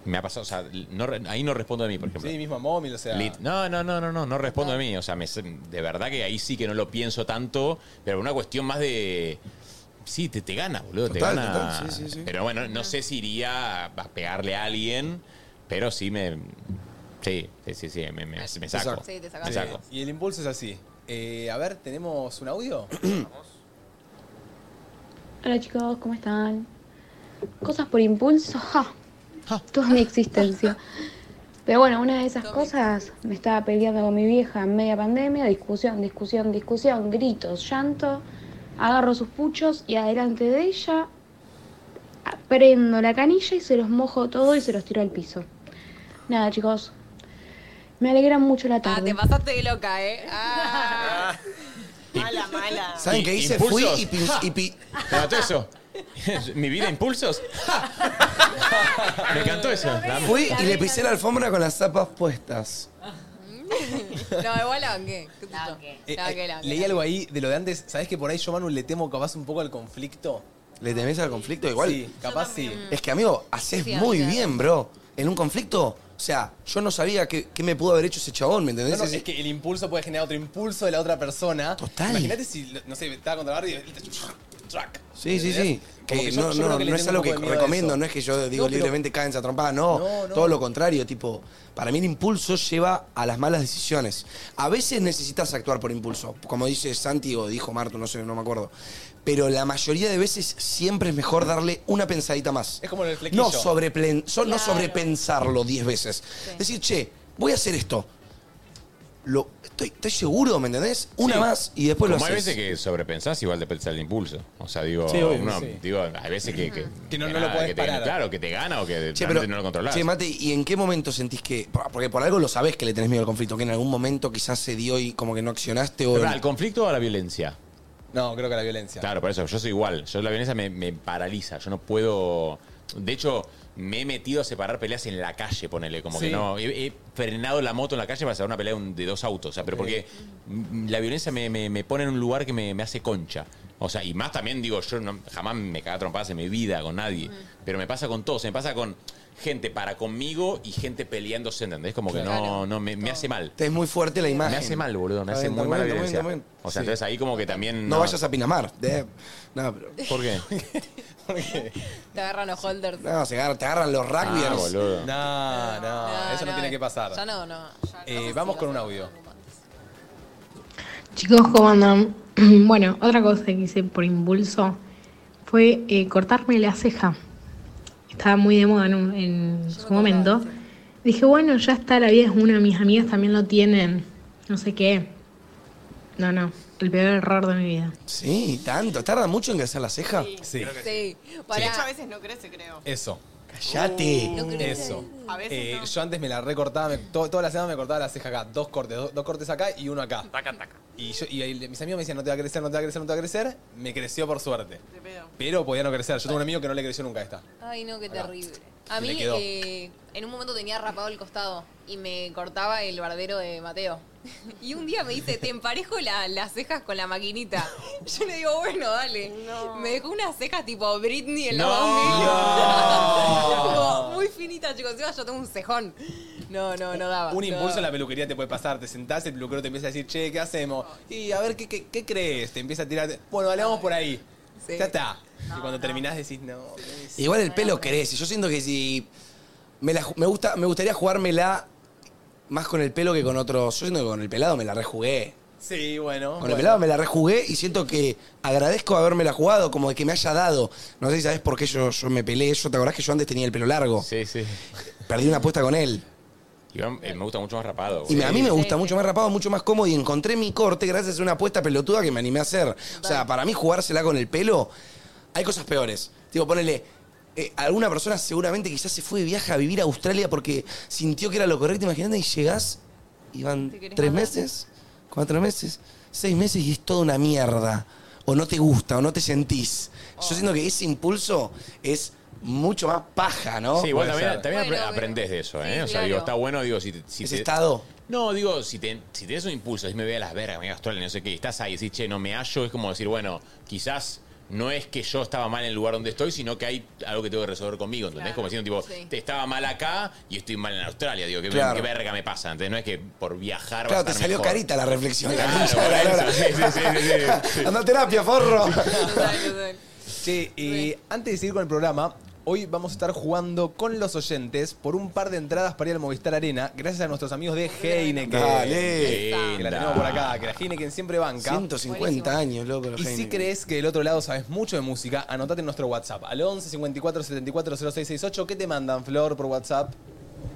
me ha pasado, o sea, no re- ahí no respondo de mí, por ejemplo.
Sí, mismo móvil, o sea.
Lit- No, no, no, no, no, no respondo de mí. O sea, me- de verdad que ahí sí que no lo pienso tanto, pero una cuestión más de. Sí, te, te gana, boludo, te
Total,
gana.
total, sí, sí, sí.
Pero bueno, no sé si iría a a pegarle a alguien, pero sí me. Sí, sí, sí, sí, me, me- me saco.
Sí, te sacas.
Me saco.
Y el impulso es así. Eh, a ver, ¿tenemos un audio?
Hola chicos, ¿cómo están? Cosas por impulso, ja. Toda mi existencia. Pero bueno, una de esas cosas me estaba peleando con mi vieja en media pandemia, discusión, discusión, discusión, gritos, llanto. Agarro sus puchos y adelante de ella prendo la canilla y se los mojo todo y se los tiro al piso. Nada chicos, me alegra mucho la tarde.
Ah, Te pasaste de loca,
[laughs]
¿eh? Ah.
Mala, mala.
¿Saben
Y-
qué hice? Fui
¿impulsos?
y, pin-
Ja.
y pi-
Me mató eso. [laughs] ¿Mi vida impulsos? [laughs] me encantó eso. La amo.
fui y le pisé la alfombra con las zapas puestas.
No, igual la banqué. ¿Qué te gustó?
Eh,
La banqué,
eh,
la banqué.
leí algo ahí de lo de antes. ¿Sabés que por ahí yo, Manu, le temo capaz un poco al conflicto?
¿Le temés al conflicto igual? Mm.
Sí, capaz sí.
Es que, amigo, haces
Sí,
muy
o sea.
bien, bro. En un conflicto, o sea, yo no sabía qué, qué me pudo haber hecho ese chabón, ¿me
No,
entendés?
no,
Ese-
es que el impulso puede generar otro impulso de la otra persona.
Total.
Imagínate si, no sé, estaba contra Barry y de repente, track.
Sí, sí,
¿Entendés?
sí.
Como
Que
que yo-
no,
yo creo
no,
que le
no es
tengo
algo
un
que
poco de miedo a
recomiendo,
eso.
no es que yo digo
No, pero-
libremente cállense a trompada, no,
No, no.
Todo lo contrario, tipo, para mí el impulso lleva a las malas decisiones. A veces necesitas actuar por impulso, como dice Santi o dijo Marto, no sé, no me acuerdo. Pero la mayoría de veces siempre es mejor darle una pensadita más.
Es como en el flequillo.
No, sobreplen- so- no sobrepensarlo 10 veces. Decir, che, voy a hacer esto. Lo, estoy, estoy seguro, ¿me entendés? Una
Sí.
más y después
Como
lo haces.
hay veces que sobrepensás, igual depende del impulso. O sea, digo,
Sí, obvio,
uno-
sí.
digo hay veces que. Que,
Que no-
que
no lo podés
que te-
parar.
Claro, que te gana o que
Che,
realmente
pero-
no lo controlás.
Che, Mate, ¿y en qué momento sentís que.? Porque por algo lo sabés que le tenés miedo al conflicto, que en algún momento quizás se dio y como que no accionaste o.
Pero, ¿Al conflicto o a la violencia?
No, creo que a la violencia.
Claro, por eso, yo soy igual. Yo la violencia me, me paraliza. Yo no puedo. De hecho, me he metido a separar peleas en la calle, ponele. Como
Sí.
que no. He, he frenado la moto en la calle para separar una pelea de un- de dos autos. O sea, pero porque mm, la violencia me, me- me pone en un lugar que me, me hace concha. O sea, y más también digo, yo no- jamás me cagaba trompadas en mi vida con nadie. Pero me pasa con todos. Me pasa con gente para conmigo y gente peleándose, ¿entendés? Como que no, no me, me hace mal.
Te es muy fuerte la imagen.
Me hace mal, boludo. Me
Está
hace
bien,
muy
está
mala
bien,
violencia.
está bien, está bien.
O sea,
Sí.
entonces ahí como que también.
No vayas a Pinamar. De- No, pero-
¿Por qué?
Te agarran los holders.
No, se agarran, te agarran los rugbyers.
Ah, boludo.
No, no, eso no, tiene que pasar.
Ya no, no. ya
Eh, vamos con un audio.
Chicos, ¿cómo andan? [clears throat] Bueno, otra cosa que hice por impulso fue eh, cortarme la ceja. Estaba muy de moda en, un- en su momento. Dije, bueno, ya está, la vida es una, mis amigas también lo tienen, no sé qué. No, no, el peor error de mi vida.
Sí, tanto. ¿Tarda mucho en crecer la ceja? Sí.
Sí.
De
Pará.
hecho, a veces no crece, creo.
Eso.
Cállate.
No crece.
Eso.
A veces
Eh,
no.
Yo antes me la recortaba, me- to- toda la semana me cortaba la ceja acá. Dos cortes, do- dos cortes acá y uno acá. Y, yo, y ahí mis amigos me decían, no te va a crecer, no te va a crecer, no te va a crecer. Me creció por suerte. Pero podía no crecer. Yo tengo un amigo que no le creció nunca esta.
Ay, no, qué terrible. A
Se le
mí,
quedó.
eh, en un momento tenía rapado el costado y me cortaba el barbero de Mateo. [laughs] Y un día me dice, te emparejo la- las cejas con la maquinita. [laughs] Yo le digo, bueno, dale. Me dejó unas cejas tipo Britney en
No.
los 2000.
No.
[laughs] Tipo, muy finita, chicos. Encima Yo tengo un cejón. No, no, no daba.
Un
no
impulso en
daba.
la peluquería te puede pasar. Te sentás, el peluquero te empieza a decir, che, ¿qué hacemos? Y a ver, ¿qué, qué, qué crees? Te empieza a tirar. Bueno, dale, vamos por ahí. Ya está. y cuando terminás decís, no.
Igual el pelo crece. Yo siento que si. Me, la ju- me, gusta, me gustaría jugármela más con el pelo que con otros. Yo siento que con el pelado me la rejugué.
Sí, bueno.
Con
bueno.
el pelado me la rejugué y siento que agradezco habermela jugado, como de que me haya dado. No sé si sabes por qué yo, yo me peleé. Yo, ¿Te acordás que yo antes tenía el pelo largo?
Sí, sí.
Perdí una apuesta con él.
Y va- eh, me gusta mucho más rapado.
Y me- a mí me
boludo.
gusta mucho más rapado, mucho más cómodo y encontré mi corte gracias a una apuesta pelotuda que me animé a hacer. O sea, para mí jugársela con el pelo, hay cosas peores. Tipo, ponele, eh, alguna persona seguramente quizás se fue de viaje a vivir a Australia porque sintió que era lo correcto. Imagínate, y llegás y van tres meses, cuatro meses, seis meses y es toda una mierda. O no te gusta, o no te sentís. Yo siento que ese impulso es mucho más paja, ¿no?
Sí, igual
Puede
también,
ser.
también apre- aprendés de eso, ¿eh? o sea,
claro.
digo, está bueno, digo, si, te- si
Ese
te-
estado.
No, digo, si, te, si tenés un impulso, si me voy a las vergas, me voy a Australia, no sé qué, y estás ahí y decís, che, no me hallo, es como decir, bueno, quizás no es que yo estaba mal en el lugar donde estoy, sino que hay algo que tengo que resolver conmigo, ¿entendés?
Claro,
Como diciendo, tipo,
sí.
te estaba mal acá y estoy mal en Australia, digo, ¿qué,
Claro.
qué verga me pasa? ¿Entendés? No es que por viajar va a
Claro, te
estar
salió
mejor.
carita la reflexión.
Claro,
la concha de
por
la
eso,
[laughs] lora.
sí, sí, sí, sí, sí.
Anda a terapia, forro.
Che, eh, antes de seguir con el programa, hoy vamos a estar jugando con los oyentes por un par de entradas para ir al Movistar Arena, gracias a nuestros amigos de Heineken.
Dale.
Que la tenemos por acá, que la Heineken siempre banca.
150 años, loco. los
Y si
Heineken.
crees que del otro lado sabes mucho de música, anotate en nuestro WhatsApp al 11 54 74 0668. ¿Qué te mandan, Flor, por WhatsApp?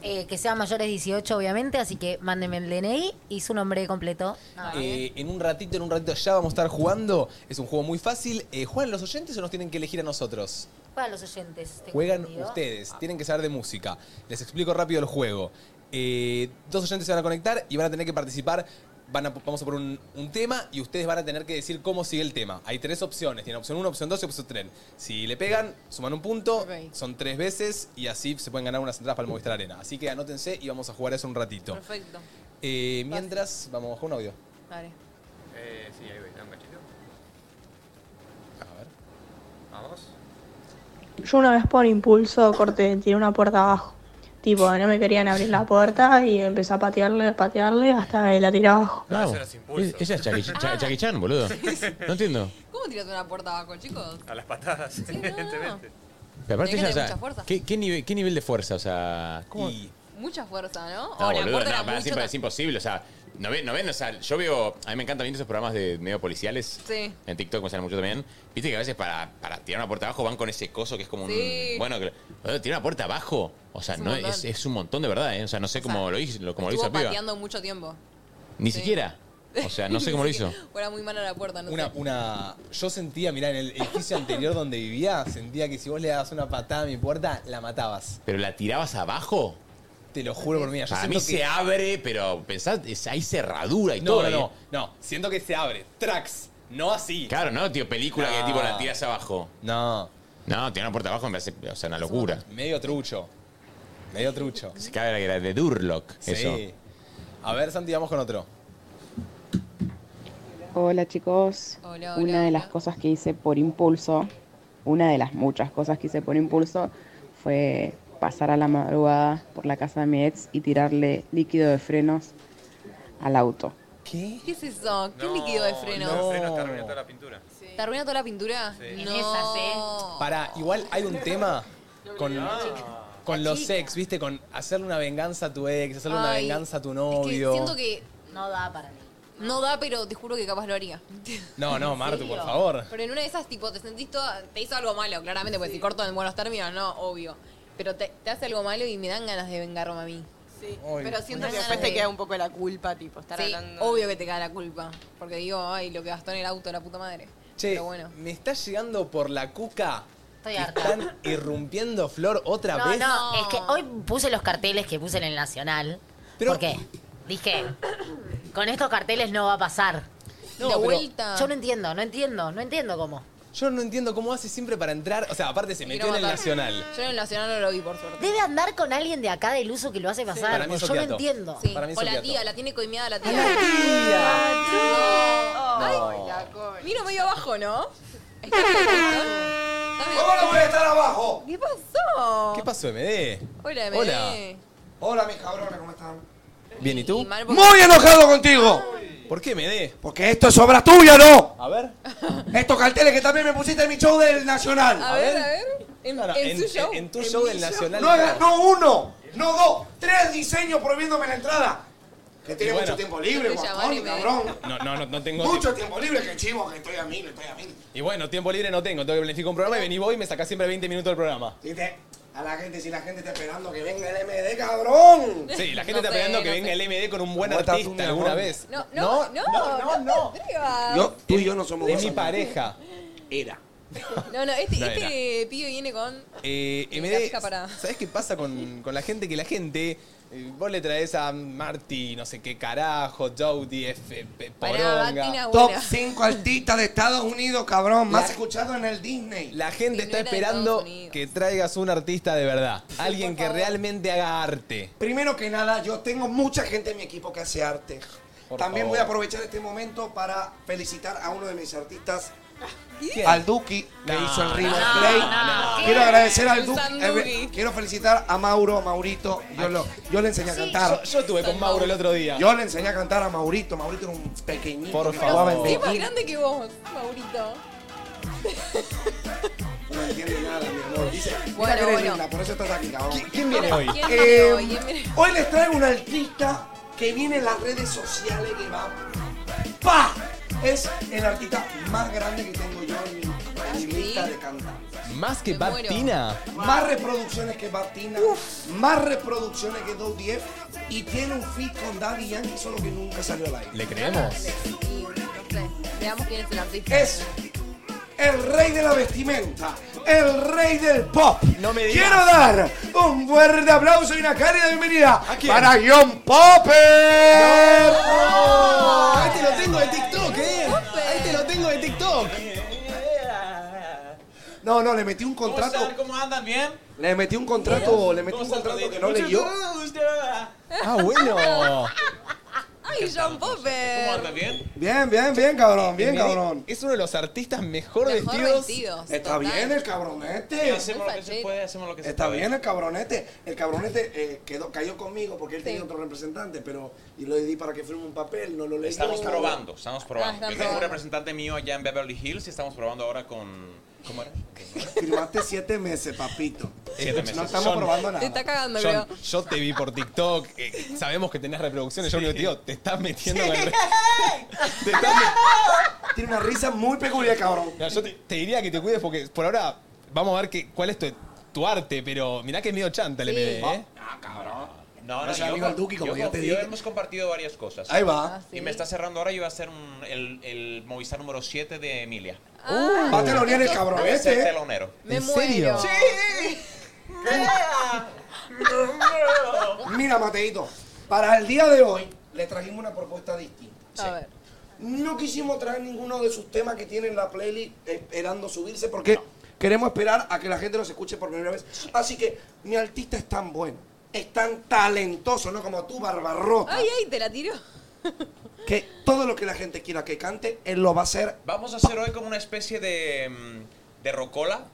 Eh, que sean mayores de 18, obviamente, así que mándenme el DNI y su nombre completo.
Eh, en un ratito, en un ratito ya vamos a estar jugando. Es un juego muy fácil. Eh, ¿Juegan los oyentes o nos tienen que elegir a nosotros?
Para los oyentes. tengo
Juegan
entendido.
ustedes,
Ah.
tienen que saber de música. Les explico rápido el juego. Eh, dos oyentes se van a conectar y van a tener que participar. Van a- vamos a poner un, un tema y ustedes van a tener que decir cómo sigue el tema. Hay tres opciones. Tienen opción 1, opción 2 y opción 3. Si le pegan, suman un punto. Son tres veces y así se pueden ganar unas entradas para el Movistar Arena. Así que anótense y vamos a jugar eso un ratito.
Perfecto.
Eh, mientras, vamos a bajar un audio.
Dale.
Eh, sí, ahí voy, dame un cachito.
A ver.
Vamos.
Yo una vez por impulso corté, tiré una puerta abajo. Tipo, no me querían abrir la puerta y empecé a patearle, patearle hasta que la tiré abajo.
No, es- ella es Jackie,
Ah.
Cha- Jackie Chan, boludo. No entiendo.
¿Cómo tiras una puerta abajo, chicos?
A las patadas, evidentemente.
Pero
Tenés que
aparte ella, o
tener
sea,
mucha fuerza.
¿qué, qué nivel, ¿qué nivel de fuerza? O sea, ¿cómo?
Mucha fuerza, ¿no?
No,
O la
boludo,
puerta
no,
era
para
muy
siempre
chota.
es imposible. O sea, no ven, no ven, o sea, yo veo, a mí me encantan bien esos programas de medio policiales.
Sí.
En TikTok me salen mucho también. Viste que a veces para, para tirar una puerta abajo van con ese coso que es como
Sí.
un. Bueno, que, boludo, tirar una puerta abajo. O sea,
Es un
no
montón.
es, es un montón de verdad, ¿eh? O sea, no sé cómo lo hizo, lo- como lo hizo
Estuvo
la piba.
pateando mucho tiempo.
Ni
Sí.
siquiera. O sea, no sé
[laughs]
cómo lo hizo.
O era muy mala la puerta, no
Una,
sé.
una. Yo sentía, mirá, en el edificio anterior donde vivía, sentía que si vos le dabas una patada a mi puerta, la matabas.
¿Pero la tirabas abajo?
Te lo juro por mí. Yo
Para
siento
mí
que-
se abre, pero pensás, es- hay cerradura y
No,
todo.
no,
ahí.
no, no. Siento que se abre. Tracks. No así.
Claro, ¿no? Tío, película
No.
que tipo la tiras abajo.
No.
No, tirar una puerta abajo me parece, o sea, una locura.
Medio trucho. Medio trucho.
Se cabe la que era de Durlock, eso.
Sí. A ver, Santi, vamos con otro.
Hola chicos,
Hola,
una de las cosas que hice por impulso, una de las muchas cosas que hice por impulso fue pasar a la madrugada por la casa de mi ex y tirarle líquido de frenos al auto.
¿Qué?
¿Qué es eso? ¿Qué líquido de freno?
No, el freno está arruinando toda la pintura.
¿Te arruina toda la pintura? No.
Pará, igual hay un tema con, con los ex, ¿viste? Con hacerle una venganza a tu ex, hacerle una
Ay,
venganza a tu
Es que
novio.
siento que. No da para mí. No da, pero te juro que capaz lo haría. [laughs]
No, no, Martu, por favor.
Pero en una de esas, tipo, te sentís toda. Te hizo algo malo, claramente, porque si corto en buenos términos, no, obvio. Pero te, te hace algo malo y me dan ganas de vengarme a mí.
Sí,
Ay,
pero siento
Ay,
que
no,
después
no,
te
no.
queda un poco la culpa, tipo, estar
Sí,
hablando.
obvio que te cae la culpa. Porque digo, ay, lo que gastó en el auto, la puta madre.
Che,
Pero bueno.
me está llegando por la cuca.
Estoy
que
harta.
Están irrumpiendo Flor otra
No,
vez.
no, es que hoy puse los carteles que puse en el Nacional. ¿Por qué? Dije, con estos carteles no va a pasar.
No, De pero- vuelta.
Yo no entiendo, no entiendo, no entiendo cómo.
Yo no entiendo cómo hace siempre para entrar. O sea, aparte se metió en
quiero
el
matar.
Nacional.
Yo en el Nacional no lo vi, por suerte.
Debe andar con alguien de acá del uso que lo hace pasar.
Para mí es
Yo no
Occhiato.
entiendo.
Sí. Para mí es
O la
Occhiato.
tía, la tiene coimeada la tía. ¡La tía!
No.
Miro medio abajo, ¿no? ¿Está bien?
¿Cómo no voy a estar abajo?
¿Qué pasó?
¿Qué pasó, MD?
Hola, MD.
Hola, mis cabrones, ¿cómo están?
Bien, ¿y tú?
Muy enojado contigo.
¿Por qué, MD?
Porque esto es obra tuya, ¿no?
A ver.
Estos carteles que también me pusiste en mi show del Nacional.
A ver, a ver. En,
Claro,
en
en-
su show.
en tu Ah, show
mi
del Nacional.
No hagas, no uno, no dos, tres diseños prohibiéndome la entrada. Que
Y
tiene
bueno.
mucho tiempo libre,
Te llamar y
guapón,
me-
cabrón.
No, no, no, no tengo.
Mucho tiempo libre, que chivo, que estoy a mí, que estoy a mí.
Y bueno, tiempo libre no tengo. Tengo que planificar un programa y venís vos y me sacás siempre 20 minutos del programa.
Viste, a la gente, si la gente está esperando que venga el MD, cabrón.
Sí, la gente
No
está
sé,
esperando que
no
venga el MD con un buen
Como está tu
artista alguna
mejor.
vez.
No, no, no, no, no, te atrevas.
Yo, tú y yo no somos
Es
dos
mi
amigos.
pareja.
Era.
No, no, este,
No
este pibe viene con.
Eh,
la fija
MD,
para-
¿sabes qué pasa con, con la gente? Que la gente eh, vos le traes a Marty, no sé qué carajo, Jody, F, P-
Pará,
Poronga.
Top 5 artistas de Estados Unidos, cabrón. Más escuchado en el Disney.
La gente está esperando que traigas un artista de verdad. Alguien que realmente haga arte.
Primero que nada, yo tengo mucha gente en mi equipo que hace arte.
Por
También
favor.
voy a aprovechar este momento para felicitar a uno de mis artistas,
¿Quién?
al Duki, que
No,
hizo el
no,
River
no,
Play.
no.
Quiero agradecer al
El
Duki.
Sanduki.
eh, quiero felicitar a Mauro, Maurito. Yo, lo- yo le enseñé a cantar.
Yo, yo estuve con Mauro el otro día.
Yo le enseñé a cantar a Maurito. Maurito era un pequeñito.
Por
que
favor.
jugaba en
Sí, más
Beijing.
grande que vos, Maurito.
No entiende nada, mi amor. Dice, mira
Bueno,
que eres
bueno.
linda, por eso estás aquí, cabrón.
¿Quién viene hoy?
¿Quién viene
Eh,
hoy? ¿Quién viene?
Hoy les traigo un artista que viene en las redes sociales que va. ¡Pa! Es el artista más grande que tengo yo en
Ah,
mi, en mi lista de cantantes.
Más que Patina.
Más reproducciones que Batina, más reproducciones que 210 y tiene un feat con Daddy Yankee, solo que nunca salió al aire.
¿Le creemos?
Veamos quién es el artista.
es el rey de la vestimenta, el rey del pop. Quiero dar un fuerte aplauso y una cálida bienvenida para John Popper.
¡Ahí te ¡Eh, Este lo tengo de TikTok, eh! ¡Ahí te lo tengo de TikTok!
No, no, le metí un contrato.
¿Cómo andan? ¿Bien?
Le metí un contrato, le metí un contrato que no leyó.
Ah, bueno.
¡Ay, John Popper!
bien?
Bien, bien, bien, cabrón, bien,
Mira,
cabrón.
Es uno de los artistas mejor,
Mejor
vestidos.
vestidos,
Está bien el cabronete.
Hacemos lo que se puede, hacemos lo que se
Está
puede.
bien el cabronete. El cabronete eh, quedó, cayó conmigo porque él tenía otro representante, pero y lo di para que firme un papel, no lo leí.
Estamos probando, estamos
Ah,
probando.
están
Yo tengo un
probando.
representante mío allá en Beverly Hills y estamos probando ahora con. ¿Cómo era?
Firmaste siete meses, papito.
Siete meses.
No estamos
John,
probando nada.
Te está cagando,
John,
creo.
yo te vi por TikTok. eh, sabemos que tenés reproducciones. Yo le digo, tío, te estás metiendo con el re- te estás met-
Tiene una risa muy peculiar, cabrón.
Mira, yo te, te diría que te cuides porque por ahora vamos a ver qué- cuál es tu, tu arte, pero mirá que es medio chanta el MD, ¿eh?
Ah, cabrón.
No,
No
no,
sea
yo,
amigo del Duki, como
yo
ya te
confío,
dije.
hemos compartido varias cosas.
Ahí va. Ah,
Y me está cerrando ahora y va a ser un- el, el Movistar número 7 de Emilia.
Ah.
Uh. Va a telonear el cabrón
Voy a
¿Este?
ser
ese, ¿eh?
telonero.
Me ¿En serio? muero.
¡Sí!
Mira, Mateito, para el día de hoy le trajimos una propuesta distinta.
A ver.
No quisimos traer ninguno de sus temas que tienen la playlist esperando subirse porque queremos esperar a que la gente los escuche por primera vez. Así que mi artista es tan bueno, es tan talentoso, no como tú, Barbarrota,
¡Ay, ay! Te la tiro.
que todo lo que la gente quiera que cante, él lo va a hacer.
Vamos a hacer hoy como una especie de, mm, de rocola.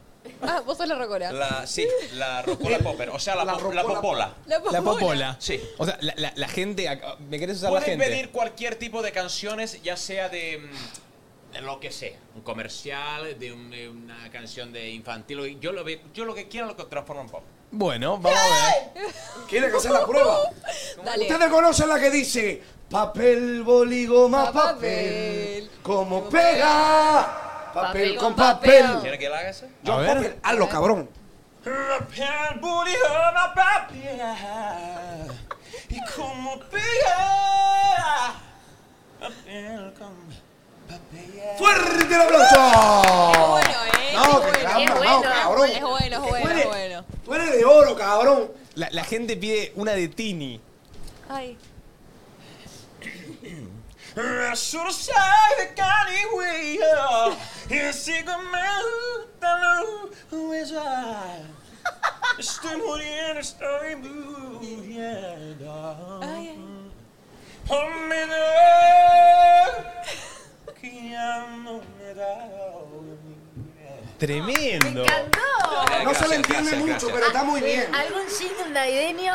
Ah, vos sos la rocola.
La, sí, la rocola popper. O sea, la, pop- la popola.
La popola.
La popola.
Sí.
O sea, la, la- la gente. acá- ¿Me querés usar la
Pueden
gente?
pedir cualquier tipo de canciones, ya sea de, mm, de lo que sea. Un comercial, de, un- de una canción de infantil. o- Yo lo, ve- yo lo que quiera lo que transformo en pop.
Bueno, vamos a ver.
¿Quiere que hacer la prueba?
Dale.
Ustedes conocen la que dice papel, boligoma,
Pa'
papel. Como pega. Papel con papel.
¿Quiere que la haga eso?
Yo, papel, hazlo, cabrón.
Papel, bolijona, papel. Y como pega. Papel con papel.
¡Fuerte el aplauso!
Qué bueno,
eh,
No,
qué
que
bueno.
la han
Es
mamado,
bueno, es
cabrón.
bueno, es bueno, es bueno,
Huele-
es bueno.
Tú eres de oro, cabrón.
La, la gente pide una de Tini.
Ay.
Resurrección de Cali, güey, oh. Y sigo me huella. Estoy muriendo, estoy muriendo. Ponme de- que ya no me da.
Tremendo.
No se le entiende mucho, pero está muy bien.
¿Algún jingle navideño?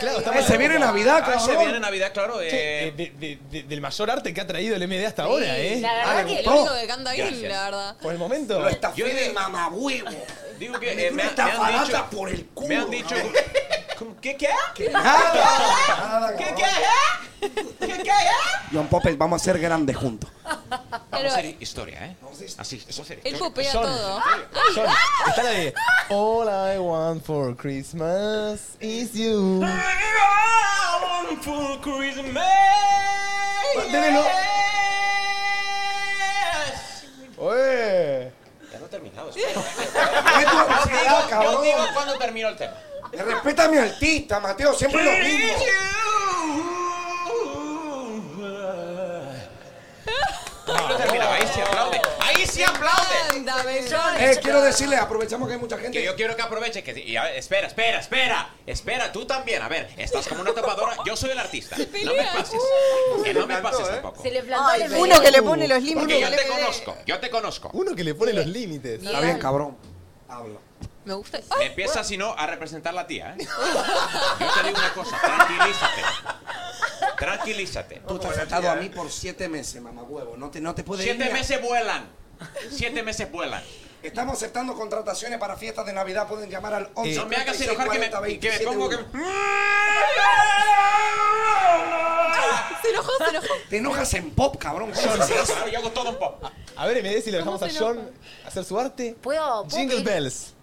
Claro, estamos
Eh, se viene Navidad,
Ah,
cabrón.
se viene
Navidad, claro. eh.
Che, eh, de- de- de- del mayor arte que ha traído el MD hasta ahora, ¿eh?
La verdad
Ah, le
que
gustó.
lo único que canta bien,
Gracias.
la verdad.
Por el momento.
Lo estafé de mamabuevo.
Digo que eh, me, me
una
han dicho
estafadata por el culo.
Me han dicho. ¿Cómo- ¿Qué qué? ¿Qué
nada,
¿Qué qué? ¿Qué qué?
John Popper, vamos a ser grandes juntos.
Vamos a hacer historia, ¿eh? Así, vamos a hacer
Él
historia.
popea
John.
todo.
John, está la de All I want for Christmas is you.
Manténelo.
Ué.
Ya no he terminado.
Yo
espera. Yo digo-
cabrón.
yo digo cuándo termino el tema.
Respeta a mi altista, Mateo, siempre lo mismo.
No terminaba, ahí sí aplaude. Ahí sí aplaude.
Eh, quiero decirle, aprovechamos que hay mucha
Que
gente.
yo quiero que aproveche que y a ver, espera, espera, espera, espera, tú también, a ver, estás como una tapadora, yo soy el artista, no me pases, que no me pases tampoco.
Uh. Se le plantó
Ay, uh,
el
uno que le pone los límites.
Porque yo
al
te
MD.
conozco, yo te conozco.
Uh.
Uno que le pone los límites.
Está bien, cabrón. Hablo.
Me gusta.
Empieza, si no, a representar la tía, ¿eh?
Uh.
Yo te digo una cosa, tranquilízate. Tranquilízate.
Tú te has atado a mí por siete meses, mamahuevo. No te, no te puedes ir
Siete
ni a-
meses vuelan. Siete meses vuelan.
Estamos aceptando contrataciones para fiestas de Navidad. Pueden llamar al 11.
Eh, No me hagas enojar que me, que me pongo que... Mm,
Se enojó, se enojó.
Te enojas en pop, cabrón.
Claro, yo hago todo un pop.
A ver, MD, si le dejamos a
¿Cómo se
John hacer su arte.
¿Puedo? puedo
Jingle
pedir-
Bells.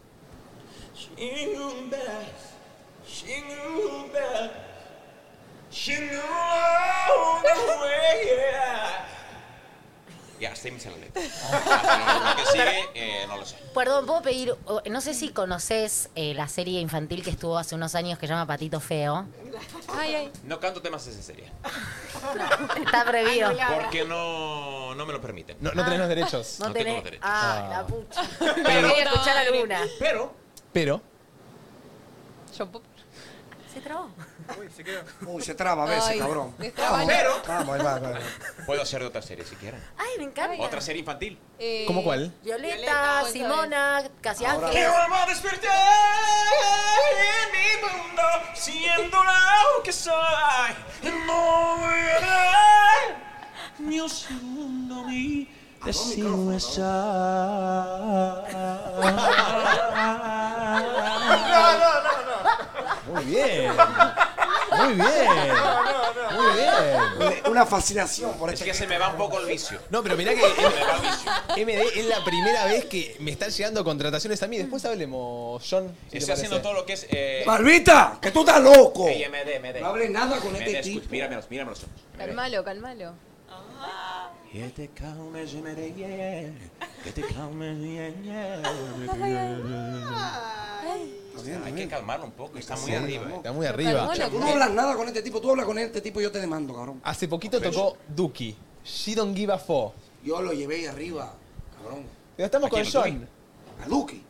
Ya, estoy mis Ah, Lo que sigue, eh, no lo sé.
Perdón, ¿puedo pedir? o- No sé si conoces eh, la serie infantil que estuvo hace unos años que se llama Patito Feo.
Ay, ay.
No canto temas en serie.
[laughs] Está prohibido.
Porque no, no me lo permiten.
No, no tenés los derechos.
No, tenés.
tengo los derechos.
Ah,
Ah.
la pucha.
Pero-
Quería escuchar alguna.
Pero.
Pero.
John Pop.
Se trabó.
Uy, se quedó.
Uy, se traba a veces,
Ay,
cabrón.
se traba,
Vamos,
¿no?
Pero-
Vamos, ahí va, ahí va.
Puedo hacer de otra serie si quieren.
Ay, me encanta.
Otra serie infantil.
Eh,
¿Cómo cuál?
Violeta,
Violeta,
Simona, Casi
Ahora-
Ángel.
Que vuelva a despertar en mi mundo, siendo lo que soy. No veré ni un segundo mi
[laughs]
destino es
No, no, no, no.
Muy bien. Muy bien. Muy bien.
Una fascinación por
Es
este.
que se me va un poco el vicio.
No, pero mirá que
[laughs]
M- MD es la primera vez que me están llegando contrataciones a mí. Después hablemos, John. si te
Estoy haciendo
parece.
todo lo que es. Eh,
¡Malvita! ¡Que tú estás loco!
ey, MD, MD.
No hables nada con
MD,
este
escucha,
tipo.
Mírame los, mírame los ojos.
Calmalo, calmalo.
Que te calmes, MD, yeah. Que te calmes, yeah, yeah.
Está
Hay
bien, está
que
bien.
calmarlo un poco, está muy
Sí,
arriba. eh.
Está muy arriba.
Calmalo,
Tú no hablas nada con este tipo. Tú hablas con este tipo y yo te demando, cabrón.
Hace poquito tocó Duki. She don't give a fo.
Yo lo llevé ahí arriba, cabrón.
Pero estamos
¿A
con
quién,
John.
A Duki.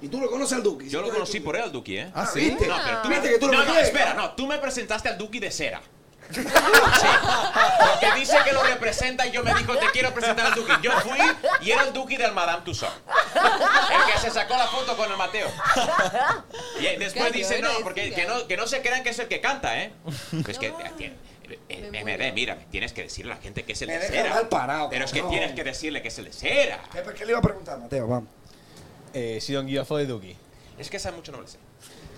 Y tú lo conoces al Duki.
Yo lo conocí por él al Duki, ¿eh?
¿Ah,
Ah,
sí?
¿viste?
No, pero tú
¿Viste que tú lo
No, no,
conoces?
espera, no, tú me presentaste al Duki de cera. Sí, porque dice que lo representa y yo me dijo, te quiero presentar al Duki. Yo fui y era el Duki del Madame Tussauds. El que se sacó la foto con el Mateo. Y eh, después
Qué
dice, no,
buena
porque
historia.
que no, que no se crean que es el que canta, ¿eh? Pues que, eh, tiene- eh, eh,
Me
MD, mírame, tienes que decirle a la gente que es el
Me
de
deja
cera.
mal parado,
Pero es que
cabrón.
tienes que decirle que es el de cera.
¿Qué, qué le iba a preguntar, Mateo? Vamos.
Eh, she don't give a fo de Duki.
Es que esa mucho no me la sé.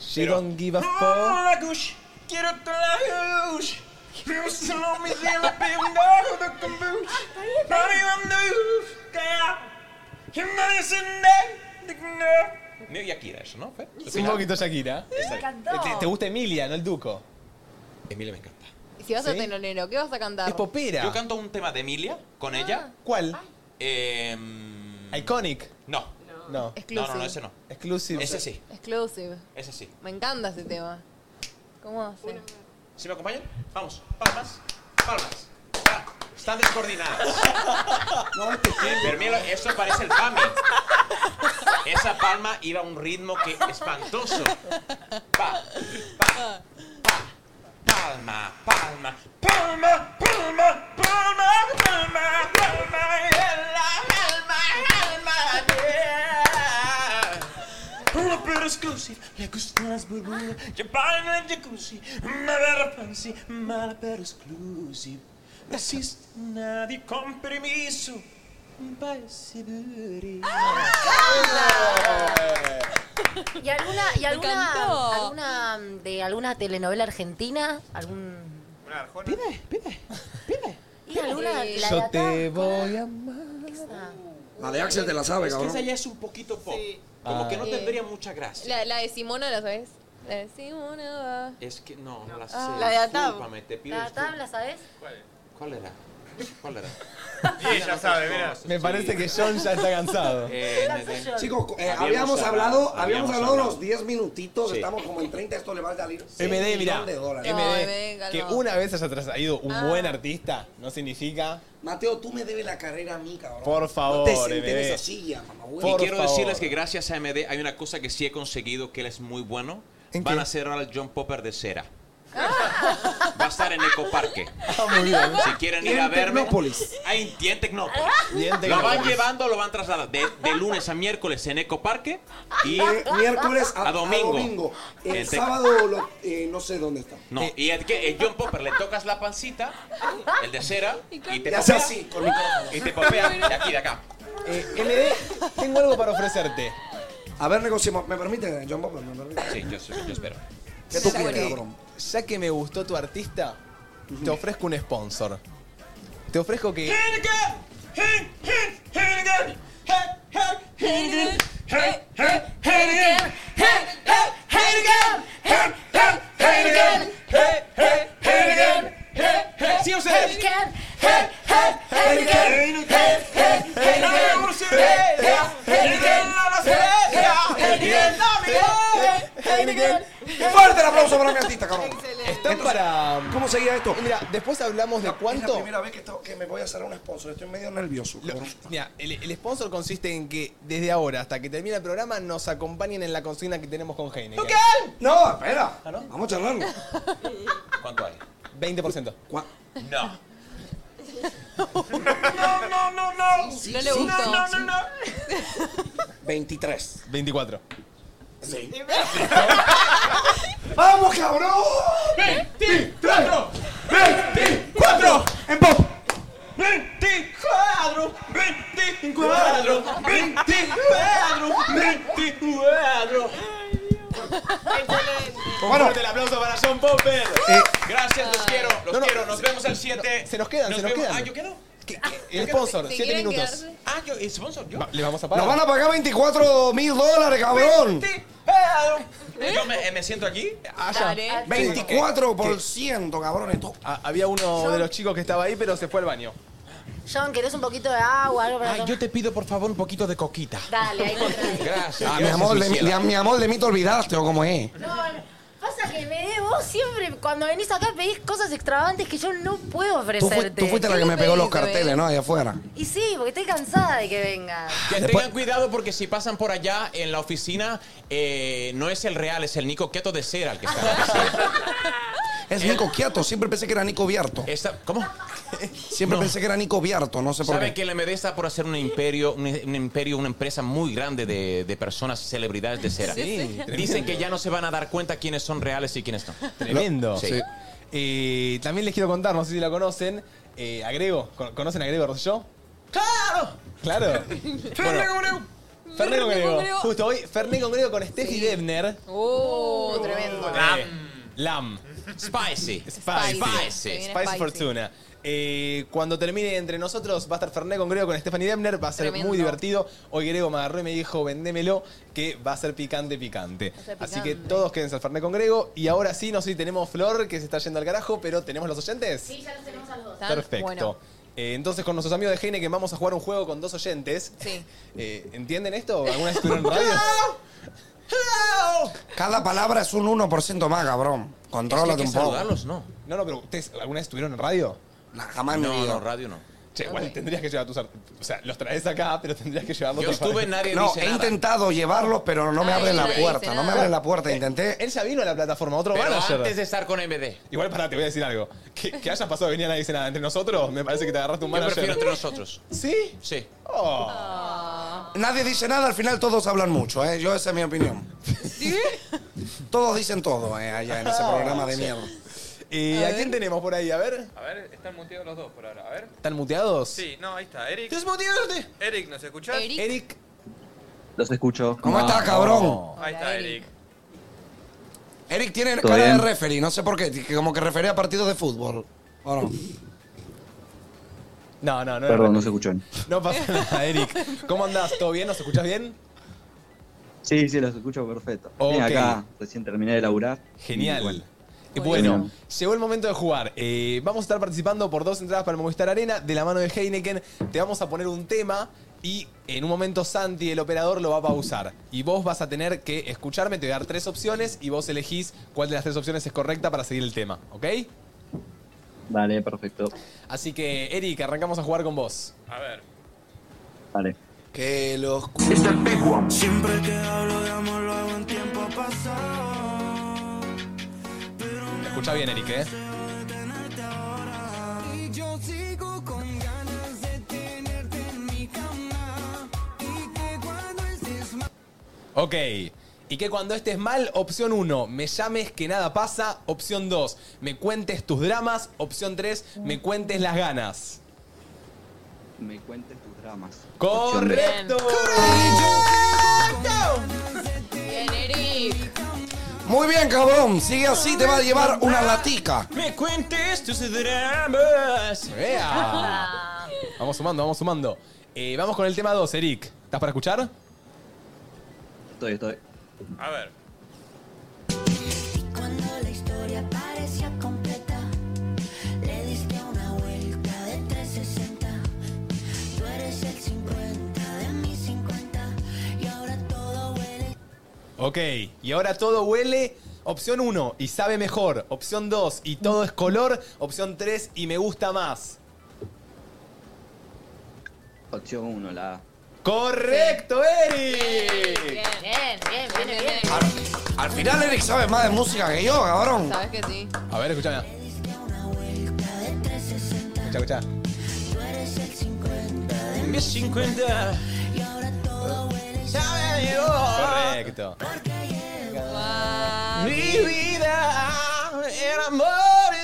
She
Pero-
don't give a fo.
quiero
[laughs] Ah,
Medio Yakira eso, ¿no? Fer?
Es un poquito Shakira.
Está bien.
¿Te, te gusta Emilia, no el Duco?
Emilia me encanta.
Y Si vas a
¿Sí?
telonero, ¿qué vas a cantar?
Es popera.
Yo canto un tema de Emilia con
Ah.
ella.
¿Cuál?
Em,
Iconic.
no.
No.
no, no,
Exclusive.
no, ese no.
Exclusive.
Ese sí,
Exclusive.
ese sí.
Me encanta ese tema. ¿Cómo hace?
¿Sí me acompañan? Vamos, palmas, palmas. Pa- Están descoordinadas.
No, este
Eh, pero mira, eso parece el PAMI. Esa palma iba a un ritmo que espantoso. Pa, pa, pa. Palma, palma, palma, palma, palma, palma, palma, alma, alma, alma. Una pero exclusive, le gustan las burbujas, yo bailo en el jacuzzi, una vera fancy, mala pero exclusive. No existe nadie con permiso. Ah,
¿Y alguna, y
encantó.
alguna, alguna mm, de alguna telenovela argentina? ¿Algún.?
Una arjona.
¿Y alguna?
Eh,
la de
Yo
acá?
te voy a amar.
Esa.
La de Axel te la sabe,
Es que
cabrón.
esa ya es un poquito pop. Como
Ah.
que no
Eh.
tendría mucha gracia.
La, la de Simona, ¿la sabes? La de Simona va.
Es que no, no la sé.
La de Atab.
Discúlpame, te pido
¿La
disculpas.
tabla, sabes?
¿Cuál?
¿Cuál era? ¿Cuál era?
Sí, ya sabe, mira.
Me parece que John ya está cansado.
Chicos, eh, habíamos, hablado, habíamos hablado unos 10 minutitos, estamos como en 30, esto le va a salir.
MD, mira,
millón de dólares.
MD, que una vez haya traído un
Ah.
buen artista no significa,
Mateo, tú me debes la carrera a mí, cabrón.
por favor,
No te sentes
MD.
esa silla, mamá, güey.
Por
y quiero
favor.
decirles que gracias a MD hay una cosa que sí he conseguido que él es muy bueno. Van a hacer ahora el John Popper de cera. Va a estar en Ecoparque.
ah, muy bien.
Si quieren ir a verme. Ahí, y en Tecnópolis.
Y en
Lo van
Tecnópolis.
llevando, lo van trasladando. De, de lunes a miércoles en Ecoparque. Y
Eh, miércoles a,
a domingo.
El
En Tec-
sábado, lo- eh, no sé dónde está.
No,
eh,
y es que el John Popper le tocas la pancita, el de cera, y te
Y
popea.
hace así, con micrófono.
Y te popea de aquí, de acá.
Eh, MD, tengo algo para ofrecerte.
A ver, negociemos. ¿Me permite, John Bob? ¿Me permite?
Sí, yo, yo espero.
¿Qué tú
Ya
quieres,
que-
cabrón?
Ya que me gustó tu artista, te ofrezco un sponsor. Te ofrezco que.
Sí, ustedes.
Fuerte el aplauso para mi artista, cabrón.
Están para.
¿Cómo seguía esto?
Mira, después hablamos de
Es la
cuánto.
primera vez que, to- que me voy a cerrar un sponsor. Estoy medio nervioso.
Lo- Mira, el, el sponsor consiste en que desde ahora hasta que termine el programa nos acompañen en la consigna que tenemos con Heineken.
No, espera. Vamos a charlarlo.
¿Cuánto hay?
20%.
No.
No, no, no.
No le gustó.
No, no, no.
23.
24.
Sí. ¡Vamos, cabrón! ¡23! ¡24! ¡En pop!
24, 24, 24, 24.
Bueno. Fuerte el aplauso para John Popper.
Gracias, los quiero, los quiero. Nos vemos el 7.
se nos quedan, se nos
vemos-
quedan.
Ah, yo quedo.
El sponsor, 7 minutos.
Ah, yo, el sponsor, yo.
Va- le vamos a pagar.
Nos van a pagar 24 mil dólares, cabrón.
Yo me, eh, me siento aquí.
Allá. Dale.
Ah.
24%, cabrón. Esto.
Ah, había uno de los chicos que estaba ahí, pero se fue al baño.
John, ¿querés un poquito de agua? Algo para tomar?
te pido por favor un poquito de coquita.
[laughs]
Dale, ahí te traigo.
Gracias.
Ah, mi amor, de, mí- de- mi amor, de mí te olvidaste o cómo es.
No, no. Pasa que me de vos siempre, cuando venís acá pedís cosas extravagantes que yo no puedo
Tú, fu-
ofrecerte.
tú fuiste la que me pegó los carteles, ¿no? Allá afuera.
Y sí, porque estoy cansada de que vengas.
Que tengan cuidado porque si pasan por allá en la oficina, eh, no es el real, es el Nico Quieto de cera el que está. en la oficina.
[laughs]
Eh,
Es Nico Quiato, siempre pensé que era Nico Viarto.
Esta- ¿Cómo?
Siempre pensé que era Nico Viarto, no sé por
Saben
qué.
que el MD está por hacer un imperio, un, un imperio, una empresa muy grande de, de personas, celebridades de cera.
Sí, sí.
[laughs] Dicen
Tremendo.
que ya no se van a dar cuenta quiénes son reales y quiénes no.
Tremendo.
Sí.
Eh, también les quiero contar, no sé si la conocen, eh, Agrego. ¿Con- ¿Conocen a Grego Rosselló?
¡Claro!
[laughs] Claro. bueno, Ferné con Grego. Justo hoy, Ferné con Grego con Steffi Debner.
Uh, tremendo.
Eh, Lam.
Ah,
Spicy.
Spicy. Spicy.
Spicy,
Spicy.
Fortuna. Eh, cuando termine entre nosotros va a estar Ferné con Grego con Stephanie Demner, va a ser
Tremendo.
muy divertido. Hoy Grego me agarró y me dijo, vendémelo, que va a ser picante, picante.
ser
Así que
picante.
todos quédense al Ferné con Grego. Y ahora sí, no sé si tenemos Flor que se está yendo al carajo, pero ¿tenemos los oyentes?
Sí, ya los tenemos a los dos.
Perfecto. Eh, entonces con nuestros amigos de Heineken vamos a jugar un juego con dos oyentes.
Sí.
Eh, ¿Entienden esto? ¿Alguna vez estuvieron en
[laughs]
radio?
Cada palabra es un 1% más, cabrón. Contrólate un poco.
no.
No, no, pero ¿ustedes alguna vez estuvieron en radio?
jamás en mi
No,
vida.
no, radio no.
Che, igual tendrías que llevar tus art- O sea, los traes acá, pero tendrías que llevarlos
Yo
a otra
estuve,
radio.
nadie
No,
dice
he
nada.
intentado llevarlos, pero no me
Ay,
abren la
nadie dice
puerta. No me
nada. Eh,
abren la puerta, intenté.
Él ya vino a la plataforma, otro
Pero
manager.
antes de estar con MD.
Igual pará, te voy a decir algo. Que, que hayas pasado de venir a nadie dice nada entre nosotros, me parece que te agarraste un
Yo
manager.
prefiero entre nosotros.
¿Sí?
Sí.
Oh.
Nadie dice nada, al final todos hablan mucho, ¿eh? Yo, esa es mi opinión. Todos dicen todo, ¿eh? Allá en ese programa de
Oh, Sí.
mierda.
Eh, ¿A quién tenemos por ahí? A ver.
A ver, están muteados los dos por ahora. A ver.
¿Están muteados?
Sí, no, ahí está. Eric.
muteados de?
Eric, ¿nos escuchás?
Eric.
Los escucho.
¿Cómo estás, cabrón?
Ahí está Eric.
Eric tiene
¿Todo
cara de
bien?
referee, no sé por qué. que Como que refería a partidos de fútbol. ¿O no?
No, no, no.
Perdón, no se escuchó.
No pasa nada, Eric. ¿Cómo andás? ¿Todo bien? ¿Nos escuchás bien?
Sí, sí, los escucho perfecto.
Ok.
Vine acá, recién terminé de laburar.
Genial. Eh,
Y bueno,
Bueno, llegó el momento de jugar. Eh, vamos a estar participando por dos entradas para el Movistar Arena de la mano de Heineken. Te vamos a poner un tema y en un momento Santi, el operador, lo va a pausar. Y vos vas a tener que escucharme, te voy a dar tres opciones y vos elegís cuál de las tres opciones es correcta para seguir el tema, ¿ok?
Vale, perfecto.
Así que, Eric, arrancamos a jugar con vos.
A ver.
Vale.
Que los
Siempre que hablo de amor lo hago en tiempo pasado.
Escucha bien, Eric, ¿eh?
Y yo sigo con ganas de tenerte en mi cama. Y que cuando estés mal.
Ok. Y que cuando estés mal, opción 1, me llames que nada pasa. Opción 2, me cuentes tus dramas. Opción 3, me cuentes las ganas.
Me cuentes tus dramas.
¡Correcto!
Bien, Eric.
Muy bien, cabrón. Sigue así, te va a llevar una latica.
Me cuentes tus dramas.
¡Ea! Vamos sumando, vamos sumando. Eh, vamos con el tema 2, Eric. ¿Estás para escuchar?
Estoy, estoy.
A ver.
Cuando la historia parecía completa, le diste una vuelta de 360. Tú eres el 50 de mis 50 y ahora todo huele.
Ok, y ahora todo huele. Opción 1, y sabe mejor. Opción 2, y todo es color. Opción 3, y me gusta más.
Opción 1, la A.
¡Correcto, Eric!
Bien, bien, bien, bien.
Al final, Eric sabe más de música que yo, cabrón.
Sabes que sí.
A ver, escuchame. Escucha, escucha.
Tú eres el 50 de
Mis 50.
y ahora todo huele.
Sabe a Dios.
Correcto.
Mi vida, el amor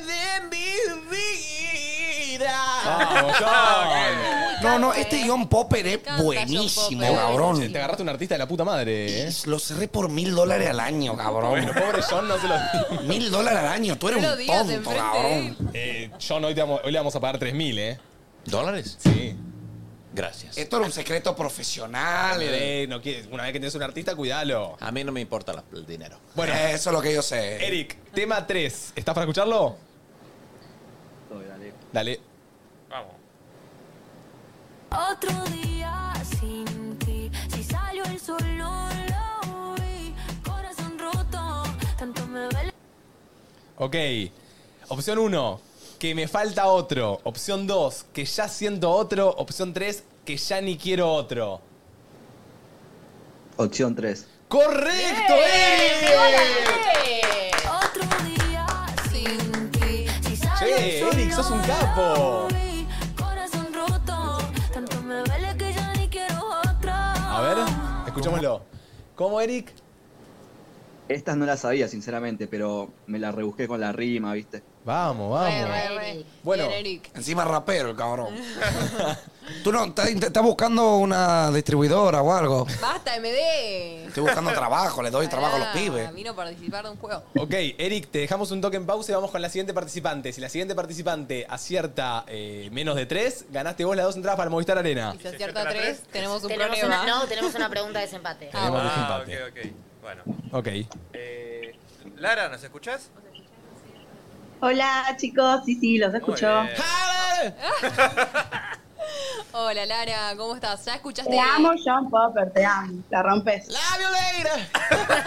de mi vida.
Vamos, John.
No, no, este John Popper es
Ah. encanta John
buenísimo,
Popper.
cabrón.
Te agarraste un artista de la puta madre, eh.
Lo cerré por mil dólares al año, cabrón.
Bueno, pobre John, no se [laughs] lo
Mil dólares al año, tú eres
No lo
un
digas
tonto,
enfrente de él.
cabrón.
Eh, John, hoy, te vamos- hoy le vamos a pagar 3.000, eh.
¿Dólares?
Sí.
Gracias.
Eh.
Esto era un secreto profesional. eh.
Eh, no quiere- una vez que tenés un artista, cuidalo.
A mí no me importa la- el dinero.
Bueno,
Eso es lo que yo sé.
Eric, tema 3. ¿Estás para escucharlo?
Estoy, dale.
Dale.
Vamos.
Otro día sin ti, si salió el sol no lo vi, corazón roto, tanto me duele.
Ok. Opción 1, que me falta otro. Opción 2, que ya siento otro. Opción 3, que ya ni quiero otro.
Opción 3.
¡Correcto,
¡Eh!
eh. Eric!
Otro día sin ti, si salió
Che,
el sol
Eric, sos un
no
capo.
lo vi, corazón roto, tanto me duele que ya ni quiero otro.
A ver, escuchémoslo. ¿Cómo, Eric?
Estas no las sabía, sinceramente, pero me las rebusqué con la rima, ¿viste?
Vamos,
Re,
vamos.
re, re.
Bueno.
Bien, Eric.
Encima es rapero, el cabrón.
[laughs]
Tú no, estás estás buscando una distribuidora o algo.
Basta, MD.
Estoy buscando trabajo, le doy trabajo a los
Pará,
pibes.
Vino para participar de un juego.
Ok, Eric, te dejamos un toque en pausa y vamos con la siguiente participante. Si la siguiente participante acierta eh, menos de 3, ganaste vos las dos entradas para el Movistar Arena.
Y si acierta tres, tenemos un
Tenemos
problema.
una, no, tenemos una pregunta de desempate.
Tenemos
Ah,
desempate.
ok, ok. Bueno.
Ok.
Eh, Lara, ¿nos escuchás?
Hola chicos, sí, sí, los escucho.
Muy bien.
Ah. Hola, Lara, ¿cómo estás? ¿Ya escuchaste?
Te amo, John Popper, te amo, la rompes.
¡La violera!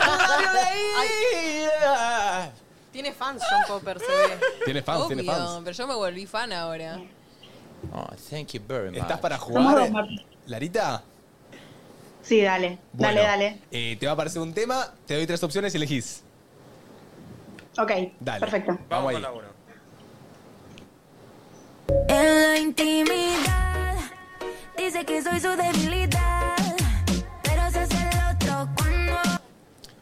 ¡La violera!
Tiene fans John Popper, se ve.
Tiene fans,
Obvio,
tiene fans.
pero yo me volví fan ahora.
Oh, thank you very much.
¿Estás para
Somos
jugar?
dos, Martín.
¿Larita?
Sí, dale,
Bueno,
dale, dale.
eh, te va a aparecer un tema, te doy tres opciones y elegís.
Ok,
Dale.
perfecto.
Vamos
Vamos
con
ahí.
la 1.
En la intimidad dice que soy su debilidad, pero se hace el otro cuando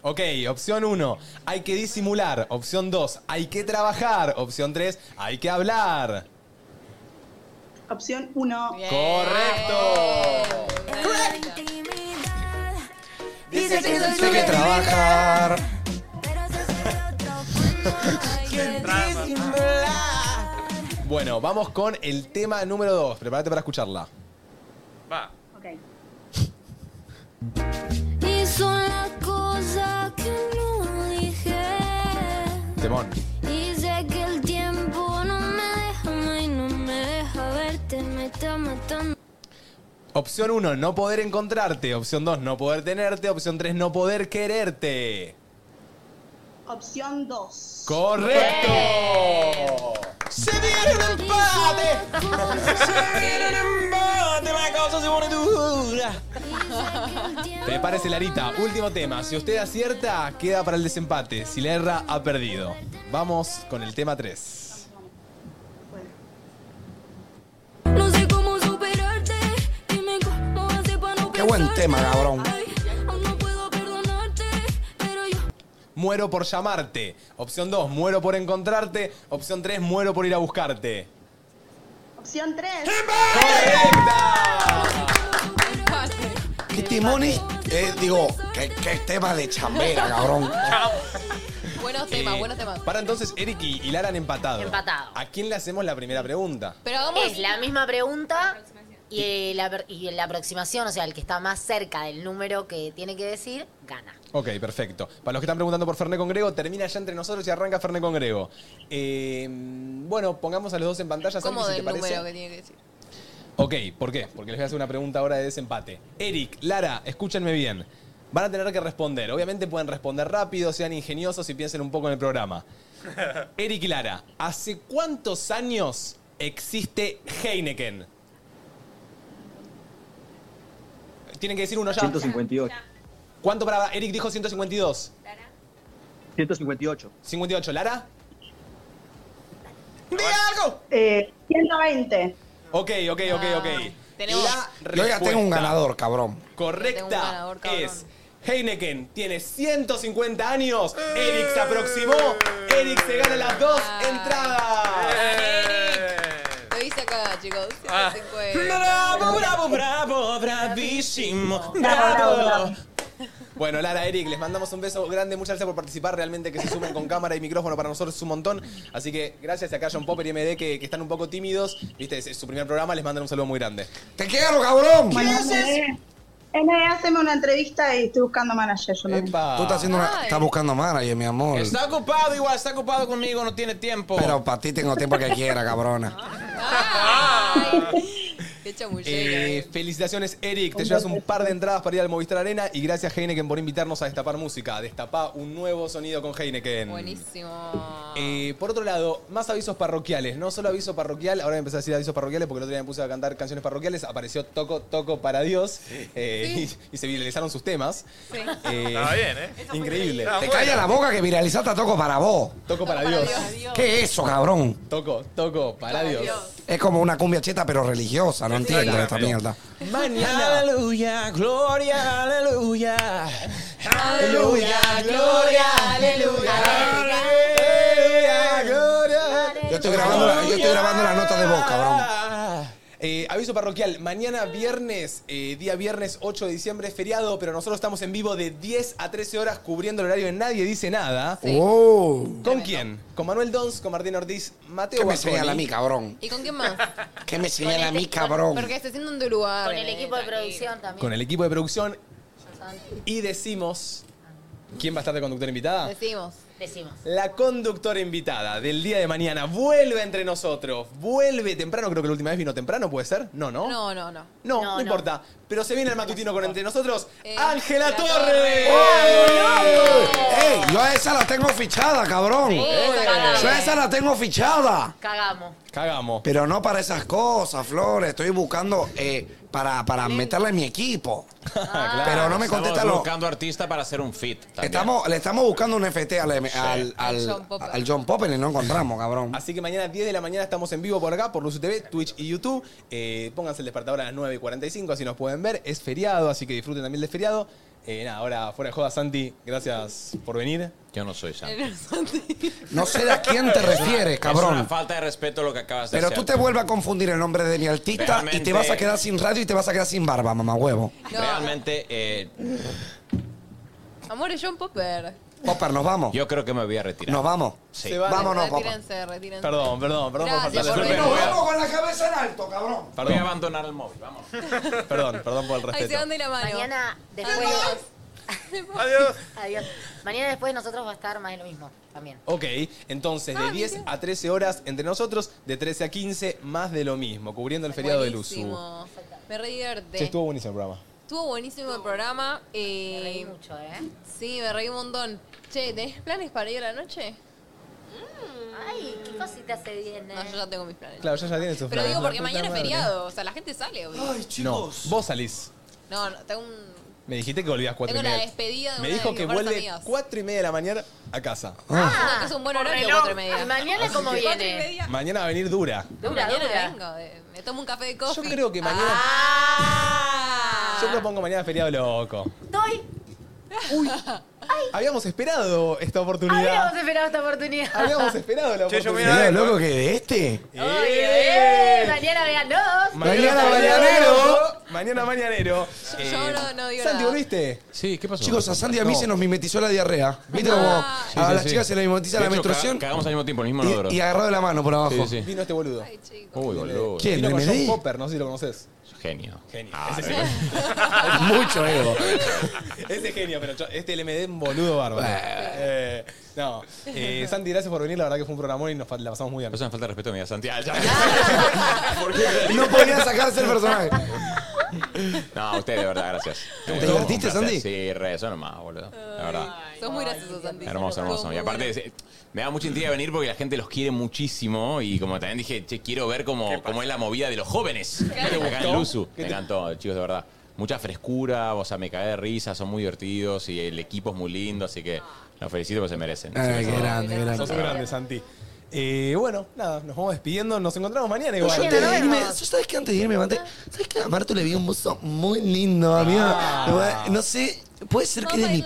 Ok, opción 1, hay que disimular. Opción 2, hay que trabajar. Opción 3, hay que hablar.
Opción 1.
Bien.
¡Correcto!
en la intimidad
Dice que soy
Hay que trabajar.
pero se hace el otro cuando hay que
Bueno, vamos con el tema número 2. Prepárate para escucharla.
Va.
Ok.
Y son las cosas que no dije
Temón.
y matando.
Opción 1, no poder encontrarte. Opción 2, no poder tenerte. Opción 3, no poder quererte.
Opción 2.
¡Correcto!
¡Se viene el empate! ¡Se viene el empate! La cosa se pone dura.
Prepárese, Larita. Último tema. Si usted acierta, queda para el desempate. Si la erra, ha perdido. Vamos con el tema 3.
No sé cómo superarte. Dime cómo hacer para no
Qué buen tema, cabrón.
Muero por llamarte. Opción 2, muero por encontrarte. Opción 3, muero por ir a buscarte.
Opción 3.
¿Qué timones? Eh, digo, ¿qué, qué tema de chambera, cabrón.
Buenos temas,
Eh,
buenos temas.
Para entonces, Eric y y Lara han empatado.
Empatado.
¿A quién le hacemos la primera pregunta?
Pero vamos-
Es la misma pregunta y, eh, la, per- y la aproximación, o sea, el que está más cerca del número que tiene que decir, gana.
Ok, perfecto. Para los que están preguntando por Ferné con Grego, termina ya entre nosotros y arranca Ferné con Grego. Eh, bueno, pongamos a los dos en pantalla, Santi,
¿Cómo
si te
del
parece.
número que tiene que decir?
Ok, ¿por qué? Porque les voy a hacer una pregunta ahora de desempate. Eric, Lara, escúchenme bien. Van a tener que responder. Obviamente pueden responder rápido, sean ingeniosos y piensen un poco en
[laughs]
el programa. Eric y Lara, ¿hace cuántos años existe Heineken? Tienen que decir uno ya.
158.
¿Cuánto para Eric dijo 152?
158.
58, Lara.
¡Di algo! Eh, 120.
Ok, ok, ok, ok.
Ah, tenemos-
La
Yo ya tengo un
respuesta
ganador, cabrón.
Correcta es Heineken. Tiene 150 años. Eric se aproximó.
Eh.
Eric se gana las dos
Ah.
entradas.
Lo hice acá, chicos.
Ah.
Se fue.
Bravo, bravo,
bravo, bravísimo,
bravo.
Bueno, Lara, Eric, les mandamos un beso grande. Muchas gracias por participar. Realmente que se sumen con cámara y micrófono para nosotros es un montón. Así que gracias acá a John Popper y MD que, que están un poco tímidos. Viste, es su primer programa. Les mandan un saludo muy grande.
¡Te quiero, cabrón!
Bueno, NDA, NDA, haceme una entrevista y estoy buscando manager. Yo también.
Tú estás haciendo una. Estás buscando manager, mi amor.
Está ocupado igual, está ocupado conmigo, no tiene tiempo.
Pero para ti tengo tiempo que quiera, cabrona.
Qué chamullero.
Eh, felicitaciones, Eric. Te llevas un par de entradas para ir al Movistar Arena y gracias, Heineken, por invitarnos a destapar música. Destapá un nuevo sonido con Heineken.
Buenísimo.
Eh, por otro lado, más avisos parroquiales. No solo aviso parroquial, ahora voy a empezar a decir avisos parroquiales porque el otro día me puse a cantar canciones parroquiales. Apareció Toco, Toco para Dios eh, Y, y se viralizaron sus temas.
Sí.
Eh,
Estaba bien, ¿eh?
Increíble.
Te calla la boca que viralizaste a Toco para vos.
Toco para Dios.
¿Qué es eso, cabrón?
Toco, Toco para Dios.
Es como una cumbia cheta, pero religiosa. No entiendo
Claro.
esta mierda.
Mañana.
Aleluya, gloria, aleluya.
Aleluya, gloria, aleluya.
Aleluya, gloria.
Yo estoy grabando, la, yo estoy grabando la nota de voz, cabrón.
Eh, aviso parroquial, mañana viernes, eh, día viernes 8 de diciembre, es feriado, pero nosotros estamos en vivo de 10 a 13 horas cubriendo el horario en Nadie Dice Nada. ¿Con quién? Con Manuel Dons, con Martín Ortiz, Mateo
Oh. ¿Qué me
Guaconi.
señala a mí, cabrón?
¿Y con
[laughs]
quién más?
¿Qué me señala a mí, cabrón?
Porque se siente un lugar.
Con el equipo de producción también.
Con el equipo de producción y decimos... ¿Quién va a estar de conductora invitada?
Decimos.
Decimos.
La conductora invitada del día de mañana vuelve entre nosotros. Vuelve temprano, creo que la última vez vino temprano, ¿puede ser? No, no.
No, no, no.
No, no,
no.
importa. Pero se viene el matutino con entre nosotros
Eh,
Ángela
Ángela
Torres.
¡Ey! Yo a esa la tengo fichada, cabrón.
Sí, cagamos.
Yo a esa la tengo fichada.
Cagamos.
Cagamos.
Pero no para esas cosas, Flores. Estoy buscando eh, para, para meterla en mi
[laughs]
equipo. Pero no me contesta
Estamos
lo.
buscando artista para hacer un fit. también.
Estamos, le estamos buscando un FT al, al, al,
Al
al,
John Popper.
John Popper y no encontramos, cabrón.
Ah,
Así que mañana 10 de la mañana estamos en vivo por acá, por Luzu TV, Twitch y YouTube. Eh, pónganse el despertador a las 9 y 45, así nos pueden ver. Es feriado, así que disfruten también del feriado. Eh, nada, ahora fuera de joda, Santi, gracias por venir.
Yo no soy Santi.
[laughs]
No sé a quién te
[laughs]
refieres,
Es una
cabrón.
falta de respeto lo que acabas de
Pero
hacer.
tú te vuelves a confundir el nombre de mi artista y te
Realmente-
vas a quedar sin radio y te vas a quedar sin barba, mamá huevo.
Realmente, eh,
Amor, es John Popper.
Popper, nos vamos.
yo creo que me voy a retirar.
Nos vamos.
Sí.
Se van. Vámonos,
Retírense, retírense.
Perdón, perdón, perdón
Gracias
por
por
faltarle el
venir.
respeto.
Nos
con la cabeza en alto, cabrón.
Voy
Perdón.
a abandonar el móvil, vamos.
Perdón, perdón por el
Ay, se
respeto.
van de la mano.
Mañana, después,
Adiós.
[laughs] Adiós. Mañana después nosotros va a estar más de lo mismo también.
Ok, entonces
Ah,
de 10 a 13 horas entre nosotros, de 13 a 15, más de lo mismo, cubriendo el feriado del uso.
Buenísimo. Me re divierte.
Che, estuvo buenísimo el programa.
Estuvo buenísimo el programa. me reí mucho, ¿eh? Sí, me reí un montón. Che, ¿tenés planes para ir a la noche?
Ay, qué cosita se viene.
No, yo ya tengo mis planes.
Claro, ya ya tienes tus
Pero digo
planes.
porque
La
mañana es
puta madre.
feriado, o sea, la gente sale, obvio.
No, vos salís.
No, no, tengo un...
Me dijiste que volvías 4
Tengo
y
la
media.
despedida de
Me
una de
dijo
mis
que
mejores
vuelve
amigas.
4 y media de la mañana a casa.
No, que es un buen horario,
reloj.
4 y media.
¿Y mañana cómo
Así que-
viene?
Cuatro y media.
Mañana va a venir dura.
Dura,
mañana
dura.
vengo, eh, me tomo un café de coffee.
Yo creo que mañana.
Ah.
Yo propongo mañana feriado loco.
Estoy.
Uy. Habíamos esperado esta oportunidad.
Habíamos esperado esta oportunidad.
[laughs] Habíamos esperado la
Che, yo me
oportunidad.
voy a Mirá, loco que de este.
Eh, Mañana veganos.
Mañana
mañanero. Mañana mañanero. Este, Eh,
yo no- no digo
Santi,
nada.
¿volviste?
Sí, ¿qué pasó?
Chicos, a Sandy y a mí
No.
se nos mimetizó la diarrea. ¿Viste cómo
Sí,
a
sí,
las
sí.
chicas se les mimetiza
De
la
hecho,
menstruación?
ca- Cagamos al mismo tiempo, el mismo
Y-
inodoro.
y agarrado de la mano por abajo.
Sí, sí.
Vino este boludo.
Uy, boludo.
¿Quién?
Vino con
¿MD?
John Popper, no sé si lo conoces.
Genio.
Genio.
Ah,
Ese
bien.
sí.
Mucho ego.
Ese genio, pero yo- este LMD es un boludo bárbaro. Eh, no. Eh, Santi, gracias por venir. La verdad que fue un programón y nos fa- la pasamos muy bien.
Eso me falta de respeto, amiga Santi. Ah, ya.
No podía sacarse el personaje.
No, a ustedes, de verdad, gracias.
¿Te divertiste,
Un placer.
Sandy?
Sí, re, son nomás, boludo. La verdad.
Sos muy gracioso, Santi.
Hermoso, hermoso. Y aparte, es- me da mucha intriga venir porque la gente los quiere muchísimo. Y como también dije, che, quiero ver cómo, cómo es la movida de los jóvenes.
te
Acá
gustó?
en Luzu.
¿Qué
Me
te-
encantó, chicos, de verdad. Mucha frescura, o sea, me cagué de risa, son muy divertidos y el equipo es muy lindo, así que los felicito porque se merecen. Se
Ay,
merecen.
qué grande, qué grande.
Sos un grande, Santi. Eh, bueno, nada, nos vamos despidiendo. Nos encontramos mañana
Yo
igual.
antes de irme, yo sabes que antes de irme me levanté. ¿Sabes que a Martu le vi un buzo muy lindo, amiga? No sé, puede ser que es de mi,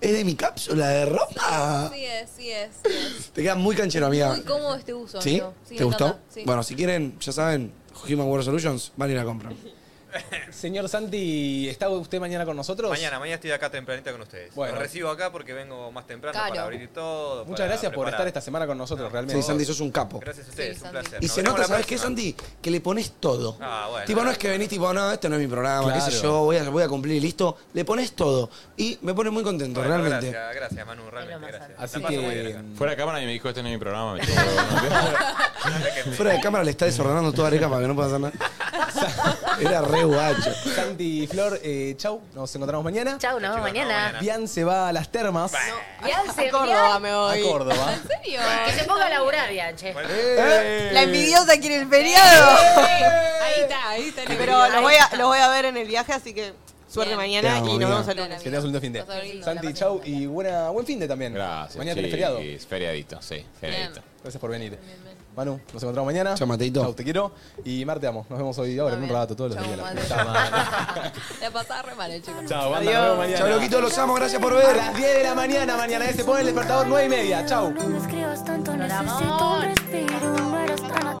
es de mi cápsula de
Ah.
ropa.
Sí es, sí es.
Te queda muy canchero, amiga.
Muy cómodo este uso.
¿Sí?
amigo.
¿Te
me
gustó?
encanta, sí.
Bueno, si quieren, ya saben, Human World Solutions, van y la compran.
Señor Santi, ¿está usted mañana con nosotros?
Mañana, mañana estoy acá tempranito con ustedes.
Bueno.
Los recibo acá porque vengo más temprano
Claro.
para abrir todo.
Muchas
para
gracias por
preparar.
estar esta semana con nosotros, realmente.
Sí, Sandy, sos un capo.
Gracias a ustedes, un placer.
Y
Nos
se
vemos
nota,
la
¿sabes qué,
próxima.
Santi? Que le pones todo.
Ah, bueno.
Tipo, no es que venís tipo, no, esto no es mi programa, qué sé
Claro.
yo, voy a, voy a cumplir y listo. Le pones todo. Y me pone muy contento,
Bueno,
realmente.
Gracias, gracias, Manu, realmente gracias.
Así
La paso muy bien
que-
acá.
Fuera de cámara y me dijo, este no es mi
[laughs]
programa. me dijo,
Fuera de cámara le está desordenando toda Areca para que no pueda hacer nada. [laughs] Era re guacho.
Santi y Flor, eh, chau, nos encontramos mañana. Chau,
nos vemos mañana.
Bian se va a las termas.
Biance,
A Córdoba me
A
voy.
Córdoba. [laughs]
¿En serio? Que se ponga a laburar, Bianche.
Eh.
La envidiosa quiere el feriado.
Ahí está, ahí está.
Pero los voy, a, los voy a ver en el viaje, así que suerte mañana
Te amo,
y nos
amiga.
vemos el lunes.
Que tengas un lindo fin de. Santi, chau y buena, buen fin de también. Gracias. Mañana tenés feriado.
Sí, es feriadito, sí, feriadito.
Gracias por venir. Manu, nos encontramos mañana.
Chau, Mateito.
Chau, te quiero. Y Mar, te amo. Nos vemos hoy ahora en un rato, todos los días. la puta madre.
La pasaba re mal, chicos.
Chau, banda, nos vemos mañana.
Chau, loquitos, los amo, gracias por ver.
A las 10 de la este, mañana, mañana. eh, Se pone el despertador 9 y media. Chau.
No me escribas tanto, necesito un respiro. No eres